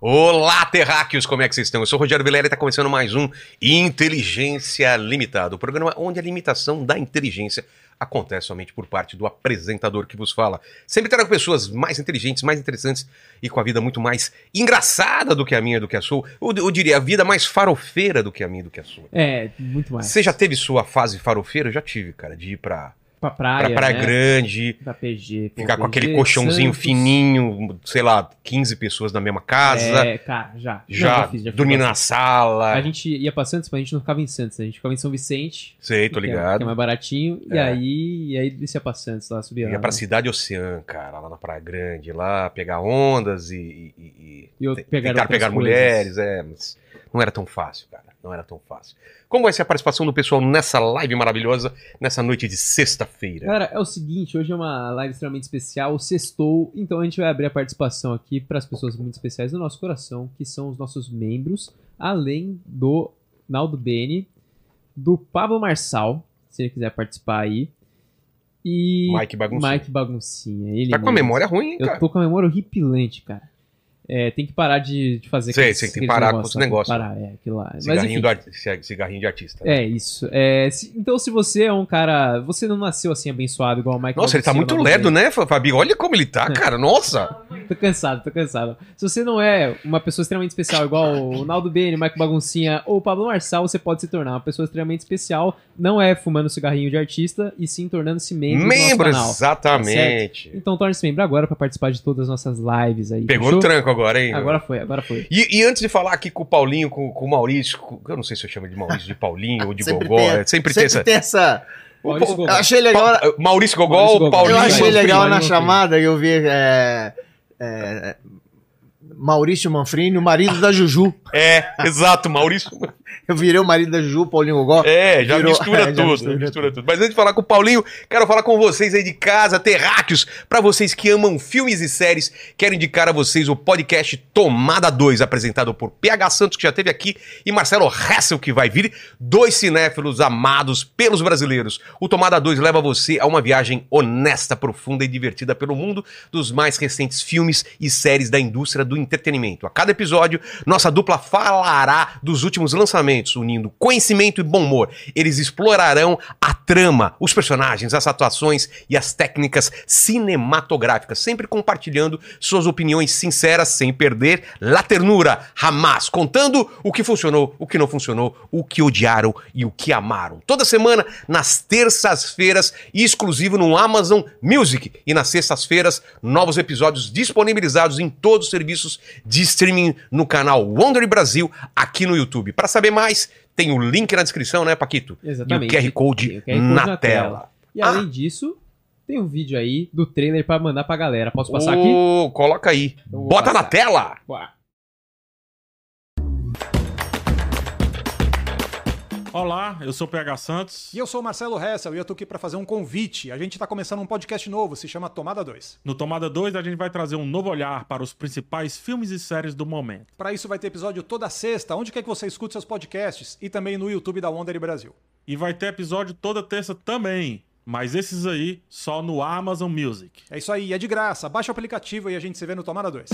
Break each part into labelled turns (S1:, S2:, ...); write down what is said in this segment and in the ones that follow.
S1: Olá, terráqueos, como é que vocês estão? Eu sou o Rogério Vilela e está começando mais um Inteligência Limitada, o programa onde a limitação da inteligência acontece somente por parte do apresentador que vos fala. Sempre trago pessoas mais inteligentes, mais interessantes e com a vida muito mais engraçada do que a minha, do que a sua. Eu, eu diria, a vida mais farofeira do que a minha, do que a sua.
S2: É, muito mais.
S1: Você já teve sua fase farofeira? Eu já tive, cara, de ir pra,
S2: pra praia,
S1: pra Praia
S2: né?
S1: Grande,
S2: Pra PG. pô,
S1: ficar com
S2: PG,
S1: aquele colchãozinho
S2: Santos.
S1: fininho, sei lá, 15 pessoas na mesma casa.
S2: É, cara, já.
S1: Já,
S2: Não,
S1: dormi
S2: fiz, fiz
S1: na
S2: bastante.
S1: sala.
S2: A gente ia pra Santos, mas a gente não ficava em Santos, né? a gente ficava em São Vicente.
S1: Sei, tô
S2: que é- Que é
S1: ligado.
S2: mais baratinho. E
S1: É.
S2: aí, e aí descia pra Santos lá, subia
S1: Ia
S2: lá.
S1: pra
S2: né?
S1: Cidade Oceã, cara, lá na Praia Grande, lá pegar ondas e, e- e-
S2: E eu
S1: e te-
S2: pegar
S1: tentar
S2: outras
S1: pegar
S2: coisas.
S1: mulheres, é, mas não era tão fácil, cara, não era tão fácil. Como vai ser a participação do pessoal nessa live maravilhosa, nessa noite de sexta-feira?
S2: Galera, é o seguinte, hoje é uma live extremamente especial, sextou, então a gente vai abrir a participação aqui para as pessoas muito especiais do nosso coração, que são os nossos membros, além do Naldo Bene, do Pablo Marçal, se ele quiser participar aí, e
S1: Mike Baguncinha.
S2: Mike Baguncinha. Ele
S1: Tá com a
S2: mesmo.
S1: memória ruim, hein,
S2: Eu
S1: cara?
S2: tô com a memória horripilante, cara. É, tem que parar de, de fazer
S1: Sei,
S2: aqueles-
S1: sei, tem que
S2: aqueles
S1: parar com os
S2: negócios lá, tem que
S1: negócios.
S2: Parar, é, aquilo lá. Mas
S1: Cigarrinho,
S2: enfim,
S1: do arti- ci- cigarrinho de artista. né?
S2: é isso. É, se- então, se você é um cara. Você não nasceu assim abençoado igual o Michael.
S1: Nossa, ele tá muito ledo, né, Fa- Fabi? Olha como ele
S2: É.
S1: tá, cara, nossa!
S2: Tô cansado, tô cansado. Se você não é uma pessoa extremamente especial, igual o Naldo Bene, Michael Baguncinha ou o Pablo Marçal, você pode se tornar uma pessoa extremamente especial. Não é fumando cigarrinho de artista e sim tornando-se membro,
S1: Membro,
S2: do nosso canal.
S1: exatamente.
S2: Então torne-se membro agora pra participar de todas as nossas lives aí.
S1: Pegou né?
S2: fechou?
S1: o tranco agora, hein?
S2: Agora foi, agora foi.
S1: E, e antes de falar aqui com o Paulinho, com, com o Maurício, com- eu não sei se eu chamo ele de Maurício, de Paulinho ou de
S3: Sempre
S1: Gogó,
S3: tem-
S1: é, sempre tem essa.
S3: essa.
S1: O-
S2: Maurício
S1: o-
S2: Gogó.
S3: Eu achei legal.
S1: Pa- Maurício Gogol,
S2: Maurício Gogol.
S1: Paulinho.
S3: Eu achei
S2: Manfrini,
S3: legal na
S2: Manfrini.
S3: chamada eu vi. é, é, Maurício Manfrini, o marido da Juju.
S1: É, exato, Maurício.
S3: Eu virei o marido da Juju, Paulinho Gogó.
S1: É, já
S3: Virou-
S1: mistura
S3: é, já
S1: tudo,
S3: mistura
S1: mistura, tudo. Mas antes de falar com o Paulinho, quero falar com vocês aí de casa, terráqueos, pra vocês que amam filmes e séries, quero indicar a vocês o podcast Tomada 2, apresentado por PH Santos, que já esteve aqui, e Marcelo Hessel, que vai vir, dois cinéfilos amados pelos brasileiros. O Tomada 2 leva você a uma viagem honesta, profunda e divertida pelo mundo dos mais recentes filmes e séries da indústria do entretenimento. A cada episódio, nossa dupla falará dos últimos lançamentos, unindo conhecimento e bom humor. Eles explorarão a trama, os personagens, as atuações e as técnicas cinematográficas, sempre compartilhando suas opiniões sinceras, sem perder la ternura, Hamas, contando o que funcionou, o que não funcionou, o que odiaram e o que amaram. Toda semana, nas terças-feiras, exclusivo no Amazon Music. E nas sextas-feiras, novos episódios disponibilizados em todos os serviços de streaming no canal Wonder Brasil, aqui no YouTube. Para saber mais, tem o link na descrição, né, Paquito?
S2: Exatamente.
S1: E o QR Code,
S2: E o QR Code
S1: na, tela.
S2: na tela. E
S1: Ah.
S2: além disso, tem um vídeo aí do trailer pra mandar pra galera. Posso passar aqui?
S1: Ô, Coloca aí.
S2: Eu vou
S1: Bota na
S2: passar.
S1: tela!
S2: Bora.
S4: Olá, eu sou o PH Santos.
S5: E eu sou o Marcelo Hessel e eu tô aqui pra fazer um convite. A gente tá começando um podcast novo, se chama Tomada 2.
S4: No Tomada 2, a gente vai trazer um novo olhar para os principais filmes e séries do momento.
S5: Pra isso vai ter episódio toda sexta, onde quer que você escute seus podcasts e também no YouTube da Wonder Brasil.
S4: E vai ter episódio toda terça também, mas esses aí só no Amazon Music.
S5: É isso aí, é de graça. Baixa o aplicativo e a gente se vê no Tomada 2.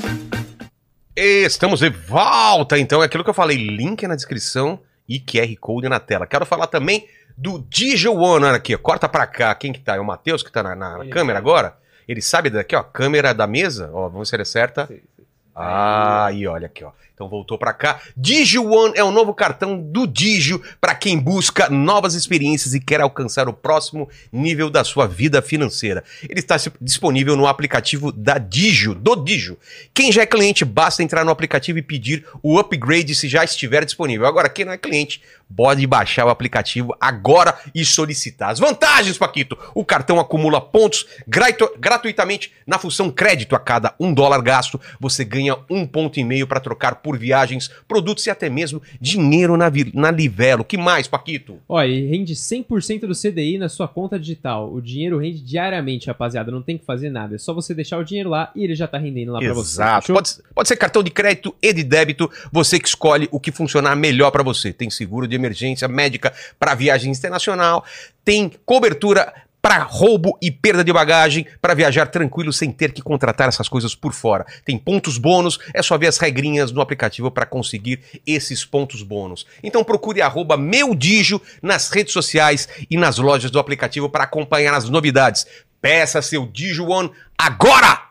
S1: Estamos de volta, então. É aquilo que eu falei, link na descrição e QR Code na tela. Quero falar também do Digione, olha aqui, ó, corta pra cá. Quem que tá? É o Matheus que tá na, na
S2: Ele.
S1: câmera agora? Ele sabe daqui, ó, câmera da mesa, ó, vamos ver se ele acerta.
S2: Sei, sei.
S1: Ah, aí olha aqui, ó. Então voltou pra cá. Digio One é o novo cartão do Digio para quem busca novas experiências e quer alcançar o próximo nível da sua vida financeira. Ele está se- disponível no aplicativo da Digio, do Digio. Quem já é cliente, basta entrar no aplicativo e pedir o upgrade se já estiver disponível. Agora, quem não é cliente, pode baixar o aplicativo agora e solicitar. As vantagens, Paquito! O cartão acumula pontos graito- gratuitamente na função crédito. A cada um dólar gasto, você ganha um ponto e meio para trocar por viagens, produtos e até mesmo dinheiro na, vi- na Livelo. que mais, Paquito?
S2: Ó, e rende 100% do CDI na sua conta digital. O dinheiro rende diariamente, rapaziada. Não tem que fazer nada. É só você deixar o dinheiro lá e ele já tá rendendo lá pra você.
S1: Exato.
S2: fechou?
S1: Pode, pode ser cartão de crédito e de débito, você que escolhe o que funcionar melhor para você. Tem seguro de emergência médica para viagem internacional, tem cobertura para roubo e perda de bagagem, para viajar tranquilo sem ter que contratar essas coisas por fora. Tem pontos bônus, é só ver as regrinhas no aplicativo para conseguir esses pontos bônus. Então procure arroba meu Digio nas redes sociais e nas lojas do aplicativo para acompanhar as novidades. Peça seu Digio One agora!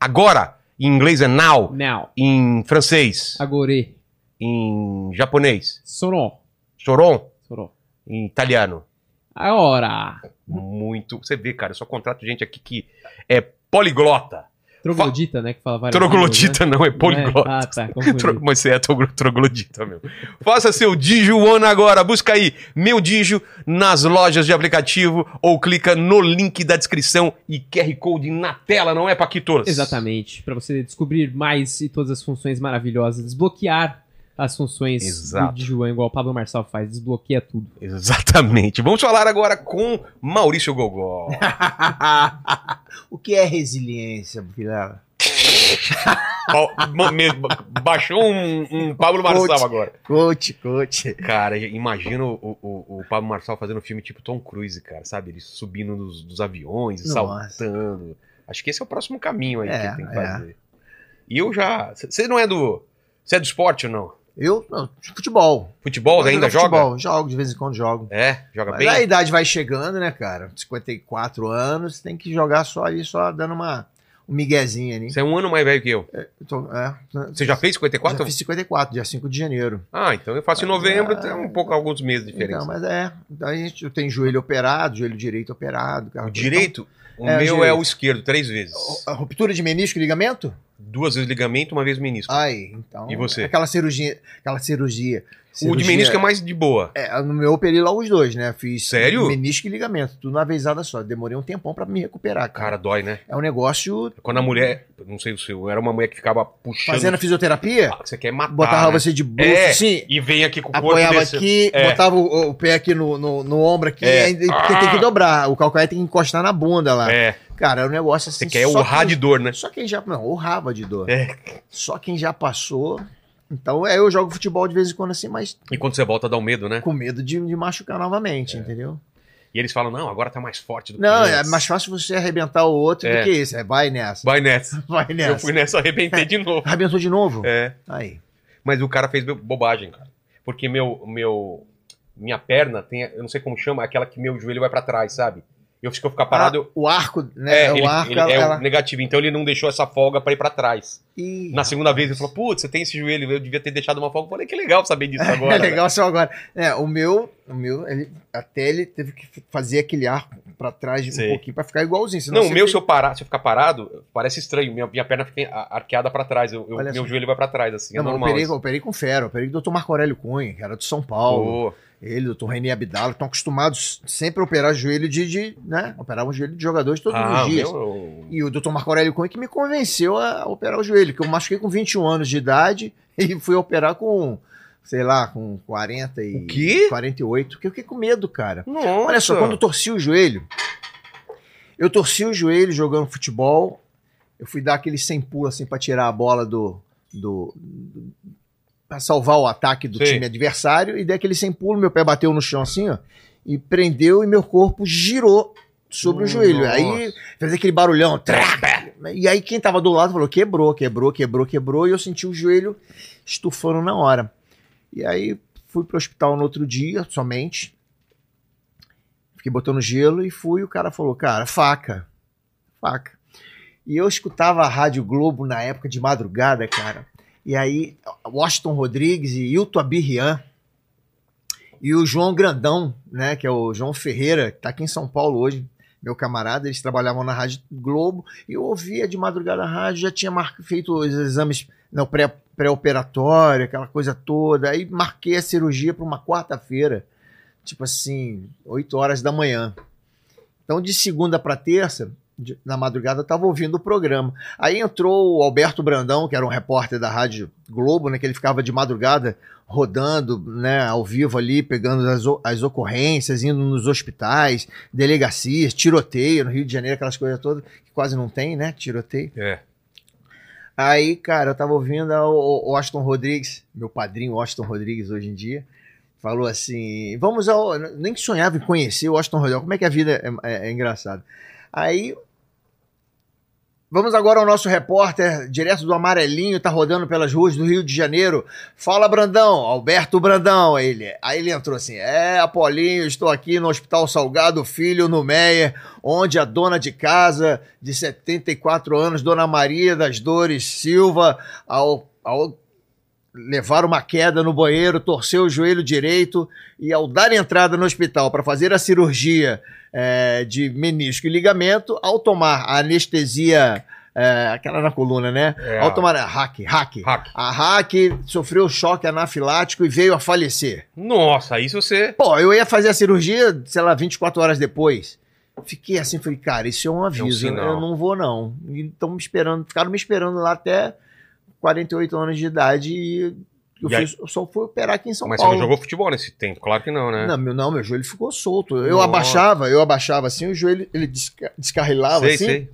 S1: Agora! Em inglês é now,
S2: Now.
S1: em francês,
S2: Agore.
S1: em japonês,
S2: Sono.
S1: choron,
S2: Sono.
S1: em italiano.
S2: Agora.
S1: Muito. Você vê, cara, eu só contrato gente aqui que é poliglota.
S2: Troglodita, né? Que fala várias
S1: Troglodita não, é
S2: línguas, né?
S1: poliglota.
S2: Ah, tá. confundi.
S1: Tro- Mas você é tro- troglodita, meu. Faça seu Digio One agora. Busca aí Meu Digio nas lojas de aplicativo ou clica no link da descrição e QR Code na tela, não é, Paquitos?
S2: Exatamente. Para você descobrir mais e todas as funções maravilhosas, desbloquear as funções
S1: Exato.
S2: de João, igual o Pablo Marçal faz, desbloqueia tudo.
S1: Exatamente. Vamos falar agora com Maurício Gogol.
S3: o que é resiliência, Vilela?
S1: Ba- ma- me- ba- Baixou um, um Pablo Marçal
S3: Coach.
S1: agora.
S3: Coach, coach.
S1: Cara, imagina o, o, o Pablo Marçal fazendo um filme tipo Tom Cruise, cara, sabe? Ele subindo nos, dos aviões,
S3: Nossa.
S1: saltando. Acho que esse é o próximo caminho aí
S3: É,
S1: que tem que
S3: é.
S1: fazer. E eu já. Você não é do. Você é do esporte ou não?
S3: Eu, não, futebol.
S1: Futebol
S3: Eu
S1: ainda
S3: jogo
S1: joga?
S3: futebol, Jogo, de vez em quando jogo.
S1: É, joga
S3: Mas
S1: bem?
S3: a idade vai chegando, né, cara? 54 anos, tem que jogar só ali, só dando uma um miguezinho ali.
S1: Você é um ano mais velho que eu.
S3: Eu tô- é,
S1: Você já fez 54?
S3: Já fiz 54, dia 5 de janeiro.
S1: Ah, então eu faço em
S3: Mas,
S1: novembro,
S3: ah,
S1: tem um pouco, alguns meses de diferença.
S3: Então, mas é. Daí a gente tem joelho operado, joelho direito operado. cara.
S1: O direito, o
S3: É, o
S1: meu é
S3: direito.
S1: o esquerdo, três vezes.
S3: Então, a ruptura de menisco e ligamento?
S1: Duas vezes ligamento, uma vez menisco.
S3: Ai, então.
S1: E você?
S3: Aquela cirurgia. Aquela cirurgia.
S1: o de
S3: cirurgia-
S1: menisco é mais de boa.
S3: É, no meu eu operei lá os dois, né? Fiz
S1: Sério?
S3: menisco e ligamento, tudo na vezada só. Demorei um tempão pra me recuperar,
S1: Cara,
S3: cara.
S1: dói, né?
S3: É um negócio.
S1: Quando a mulher, não sei o seu, era uma mulher que ficava puxando.
S3: Fazendo a fisioterapia,
S1: Ah, que Você quer matar.
S3: botava
S1: né?
S3: você de bruxo
S1: É,
S3: assim,
S1: E vem aqui com o corpo
S3: apoiava
S1: desse.
S3: aqui,
S1: É.
S3: botava o, o pé aqui no, no, no ombro aqui,
S1: É.
S3: aí tem- tem que dobrar. O calcanhar tem que encostar na bunda lá.
S1: É,
S3: Cara, é um negócio
S1: você
S3: assim.
S1: quer
S3: só
S1: urrar
S3: quem-
S1: de dor, né?
S3: Só quem já. Não, urrava de dor.
S1: É.
S3: Só quem já passou. Então, é, eu jogo futebol de vez em quando assim, mas
S1: E quando você volta, dá um medo, né?
S3: com medo de, de machucar novamente,
S1: É.
S3: entendeu?
S1: E eles falam, não, agora tá mais forte do que
S3: Não, é
S1: antes.
S3: mais fácil você arrebentar o outro
S1: É.
S3: do que isso. É, vai nessa.
S1: Vai nessa.
S3: Vai nessa. É.
S1: Eu fui nessa, arrebentei de novo.
S3: Arrebentou de novo?
S1: É.
S3: Aí.
S1: Mas o cara fez bo- bobagem, cara. Porque meu, meu, minha perna tem, eu não sei como chama, é aquela que meu joelho vai pra trás, sabe? Eu fico ficar parado...
S3: Ah, o arco, né?
S1: É,
S3: o
S1: ele,
S3: arco,
S1: ele
S3: ela,
S1: é o negativo. Então ele não deixou essa folga pra ir pra trás.
S3: Ih,
S1: Na segunda vez ele falou: Putz, você tem esse joelho, eu devia ter deixado uma folga. Eu falei: Que legal saber disso agora. né?"
S3: é legal só agora. É, o meu, o meu, ele, até ele teve que f- fazer aquele arco pra trás de
S1: Sei.
S3: um pouquinho pra ficar igualzinho. senão
S1: Não, o
S3: você
S1: meu, se
S3: fica-
S1: eu, parar, se eu ficar parado, parece estranho. Minha, minha perna fica a- arqueada pra trás. Eu, eu-
S3: Olha
S1: meu
S3: só.
S1: joelho vai pra trás, assim. é
S3: Não, eu
S1: normal.
S3: operei, eu
S1: isso.
S3: operei com fera, eu operei com o Dr. Marco Aurélio Cunha, que era de São Paulo.
S1: Pô,
S3: Ele, doutor René Abdala, estão acostumados sempre a operar joelho de, de, né? Operar um joelho de jogadores todos
S1: ah,
S3: os
S1: o
S3: dias.
S1: meu-
S3: E o doutor Marco Aurélio Cunha que me convenceu a operar o joelho, que eu machuquei com 21 anos de idade e fui operar com, sei lá, com 40 e...
S1: O quê?
S3: 48, porque eu fiquei com medo, cara.
S1: Nossa.
S3: Olha só, quando eu torci o joelho, eu torci o joelho jogando futebol, eu fui dar aquele sem pulo assim pra tirar a bola do... do, do- pra salvar o ataque do
S1: Sim.
S3: time adversário, e dei aquele sem pulo, meu pé bateu no chão assim, ó, e prendeu e meu corpo girou sobre o joelho. Aí fez aquele barulhão. Traca! E aí quem tava do lado falou: quebrou, quebrou, quebrou, quebrou. E eu senti o joelho estufando na hora. E aí fui pro hospital no outro dia, somente. Fiquei botando gelo e fui. O cara falou: cara, faca. Faca. E eu escutava a Rádio Globo na época de madrugada, cara. E aí, Washington Rodrigues e Hilton Abirrian. E o João Grandão, né? Que é o João Ferreira, que tá aqui em São Paulo hoje meu camarada, eles trabalhavam na Rádio Globo, e eu ouvia de madrugada a rádio, já tinha mar- feito os exames não, pré- pré-operatório, aquela coisa toda, aí marquei a cirurgia para uma quarta-feira, tipo assim, 8 horas da manhã. Então, de segunda para terça, de- na madrugada, eu estava ouvindo o programa. Aí entrou o Alberto Brandão, que era um repórter da Rádio Globo, né, que ele ficava de madrugada rodando, né, ao vivo ali, pegando as, o- as ocorrências, indo nos hospitais, delegacias, tiroteio no Rio de Janeiro, aquelas coisas todas que quase não tem, né? Tiroteio.
S1: É.
S3: ah, Aí, cara, eu tava ouvindo o- o Washington Rodrigues, meu padrinho Washington Rodrigues hoje em dia, falou assim: vamos ao. Nem que sonhava em conhecer o Aston Rodel. Como é que a vida é, é- é engraçada? Aí. Vamos agora ao nosso repórter, direto do Amarelinho, tá rodando pelas ruas do Rio de Janeiro. Fala, Brandão, Alberto Brandão, aí ele. Aí ele entrou assim: É, Apolinho, estou aqui no Hospital Salgado Filho, no Meia, onde a dona de casa, de 74 anos, Dona Maria das Dores Silva, ao- ao levar uma queda no banheiro, torceu o joelho direito e ao dar entrada no hospital para fazer a cirurgia eh, de menisco e ligamento, ao tomar a anestesia, eh, aquela na coluna, né?
S1: É.
S3: Ao tomar a hack, hack.
S1: Hack.
S3: A hack sofreu choque anafilático e veio a falecer.
S1: Nossa, aí se você.
S3: Pô, eu ia fazer a cirurgia, sei lá, 24 horas depois. Fiquei assim, falei, cara, isso é um aviso,
S1: sinal.
S3: eu não vou não. E estão me esperando, ficaram me esperando lá até 48 anos de idade e eu
S1: E aí?
S3: fiz- eu só fui operar aqui em São
S1: Mas você
S3: Paulo.
S1: não jogou futebol nesse tempo? Claro que não, né?
S3: Não, meu, não, meu joelho ficou solto. Eu
S1: Nossa.
S3: abaixava, eu abaixava assim, o joelho ele desca- descarrilava
S1: sei,
S3: assim,
S1: sei.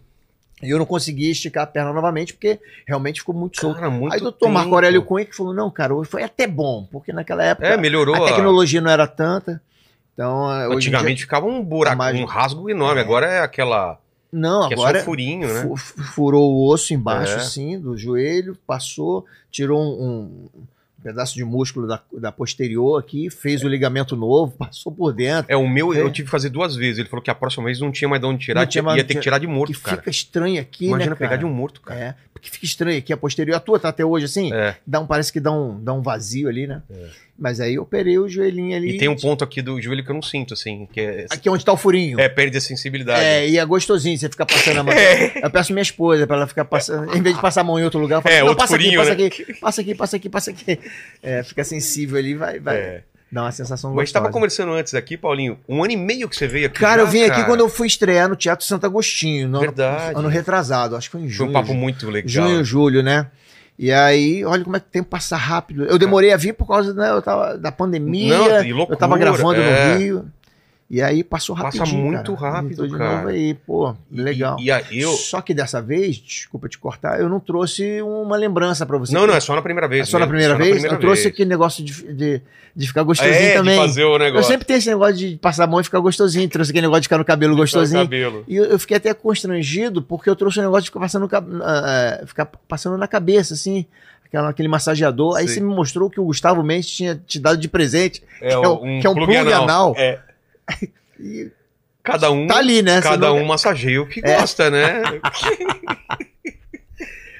S3: e eu não conseguia esticar a perna novamente porque realmente ficou muito solto.
S1: Cara, muito
S3: Aí o doutor
S1: tempo.
S3: Marco Aurélio Cunha que falou: não, cara, hoje foi até bom, porque naquela época
S1: É, melhorou.
S3: a
S1: a-
S3: tecnologia não era tanta. Então, eh, hoje em dia-
S1: Antigamente ficava um buraco,
S3: imagem-
S1: um rasgo enorme. Agora é aquela.
S3: Não,
S1: Que é
S3: agora
S1: só um furinho, né?
S3: fu- fu- furou o osso embaixo,
S1: É.
S3: assim, do joelho, passou, tirou um, um pedaço de músculo da, da posterior aqui, fez o ligamento novo, passou por dentro.
S1: É, o meu
S3: É.
S1: eu tive que fazer duas vezes. Ele falou que a próxima vez não tinha mais de onde tirar,
S3: Não
S1: tinha-
S3: tinha mais
S1: ia
S3: de
S1: ter que
S3: tirar.
S1: tirar de
S3: que
S1: morto, cara.
S3: fica estranho aqui,
S1: Imagina
S3: né, cara?
S1: pegar de um morto, cara.
S3: É, porque fica estranho aqui a posterior. A tua tá até hoje assim?
S1: É.
S3: Dá um, parece que dá um, dá um vazio ali, né? Mas aí eu operei o joelhinho ali.
S1: E tem um ponto aqui do joelho que eu não sinto, assim, que é,
S3: Aqui é onde tá o furinho.
S1: é perde a sensibilidade. É.
S3: É, e é gostosinho você ficar passando a mão. Eu peço minha esposa pra ela ficar passando. Em vez de passar a mão em outro lugar, eu falo,
S1: É,
S3: não,
S1: outro
S3: passa, aqui,
S1: furinho,
S3: passa,
S1: né?
S3: aqui, passa aqui, passa aqui, passa aqui, É, fica sensível ali, vai, vai.
S1: É.
S3: Dá uma sensação
S1: Mas a gente
S3: gostosa.
S1: tava conversando antes aqui, Paulinho, um ano e meio que você veio aqui.
S3: Cara,
S1: já,
S3: eu vim aqui quando eu fui estrear no Teatro Santo Agostinho, no ano-
S1: Verdade.
S3: ano, retrasado, acho que foi em
S1: Foi
S3: junho.
S1: um papo muito legal.
S3: junho, julho, né? E aí, olha como é que o tempo passa rápido. Eu demorei a vir por causa né, eu tava, da pandemia.
S1: Não, e loucura,
S3: eu tava gravando
S1: é.
S3: no Rio. E aí passou
S1: Passa
S3: rapidinho.
S1: muito
S3: cara.
S1: rápido,
S3: Tô de
S1: cara.
S3: novo aí, pô. Legal.
S1: E, e aí eu.
S3: Só que dessa vez, desculpa te cortar, eu não trouxe uma lembrança pra você.
S1: Não, não, é só na primeira vez.
S3: É só na
S1: mesmo,
S3: primeira vez? eu trouxe
S1: vez.
S3: aquele negócio de, de, de ficar gostosinho
S1: É,
S3: também.
S1: de fazer o
S3: Eu
S1: negócio.
S3: sempre tenho esse negócio de passar a mão e ficar gostosinho. Trouxe aquele negócio de ficar no cabelo
S1: Só o
S3: gostosinho.
S1: cabelo.
S3: E eu, eu fiquei até constrangido porque eu trouxe um negócio de ficar passando, no cab- ah, ah, ficar passando na cabeça, assim. Aquela, aquele massageador. Aí
S1: Sim.
S3: você me mostrou que o Gustavo Mendes tinha te dado de presente.
S1: É,
S3: o-
S1: um,
S3: que é um
S1: plug
S3: plug anal.
S1: É.
S3: E
S1: Cada um,
S3: tá ali, né? Você
S1: cada
S3: não-
S1: um massageia o que
S3: É.
S1: gosta, né?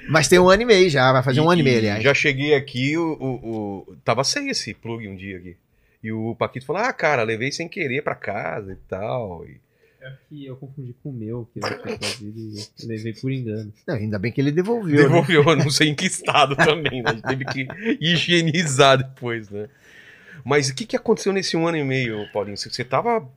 S3: Mas tem um ano e meio já, vai fazer um ano e meio, aliás.
S1: Já cheguei aqui, o, o- o- tava sem esse plug um dia aqui. E o Paquito falou: Ah, cara, levei sem querer pra casa e tal. E-
S2: Que eu confundi com o meu, que eu tinha trazido e levei por engano.
S3: Não, ainda bem que ele devolveu. né?
S1: Devolveu, eu não sei em que estado também, né? A gente teve que higienizar depois, né? Mas o que, que aconteceu nesse um ano e meio, Paulinho? Você, você tava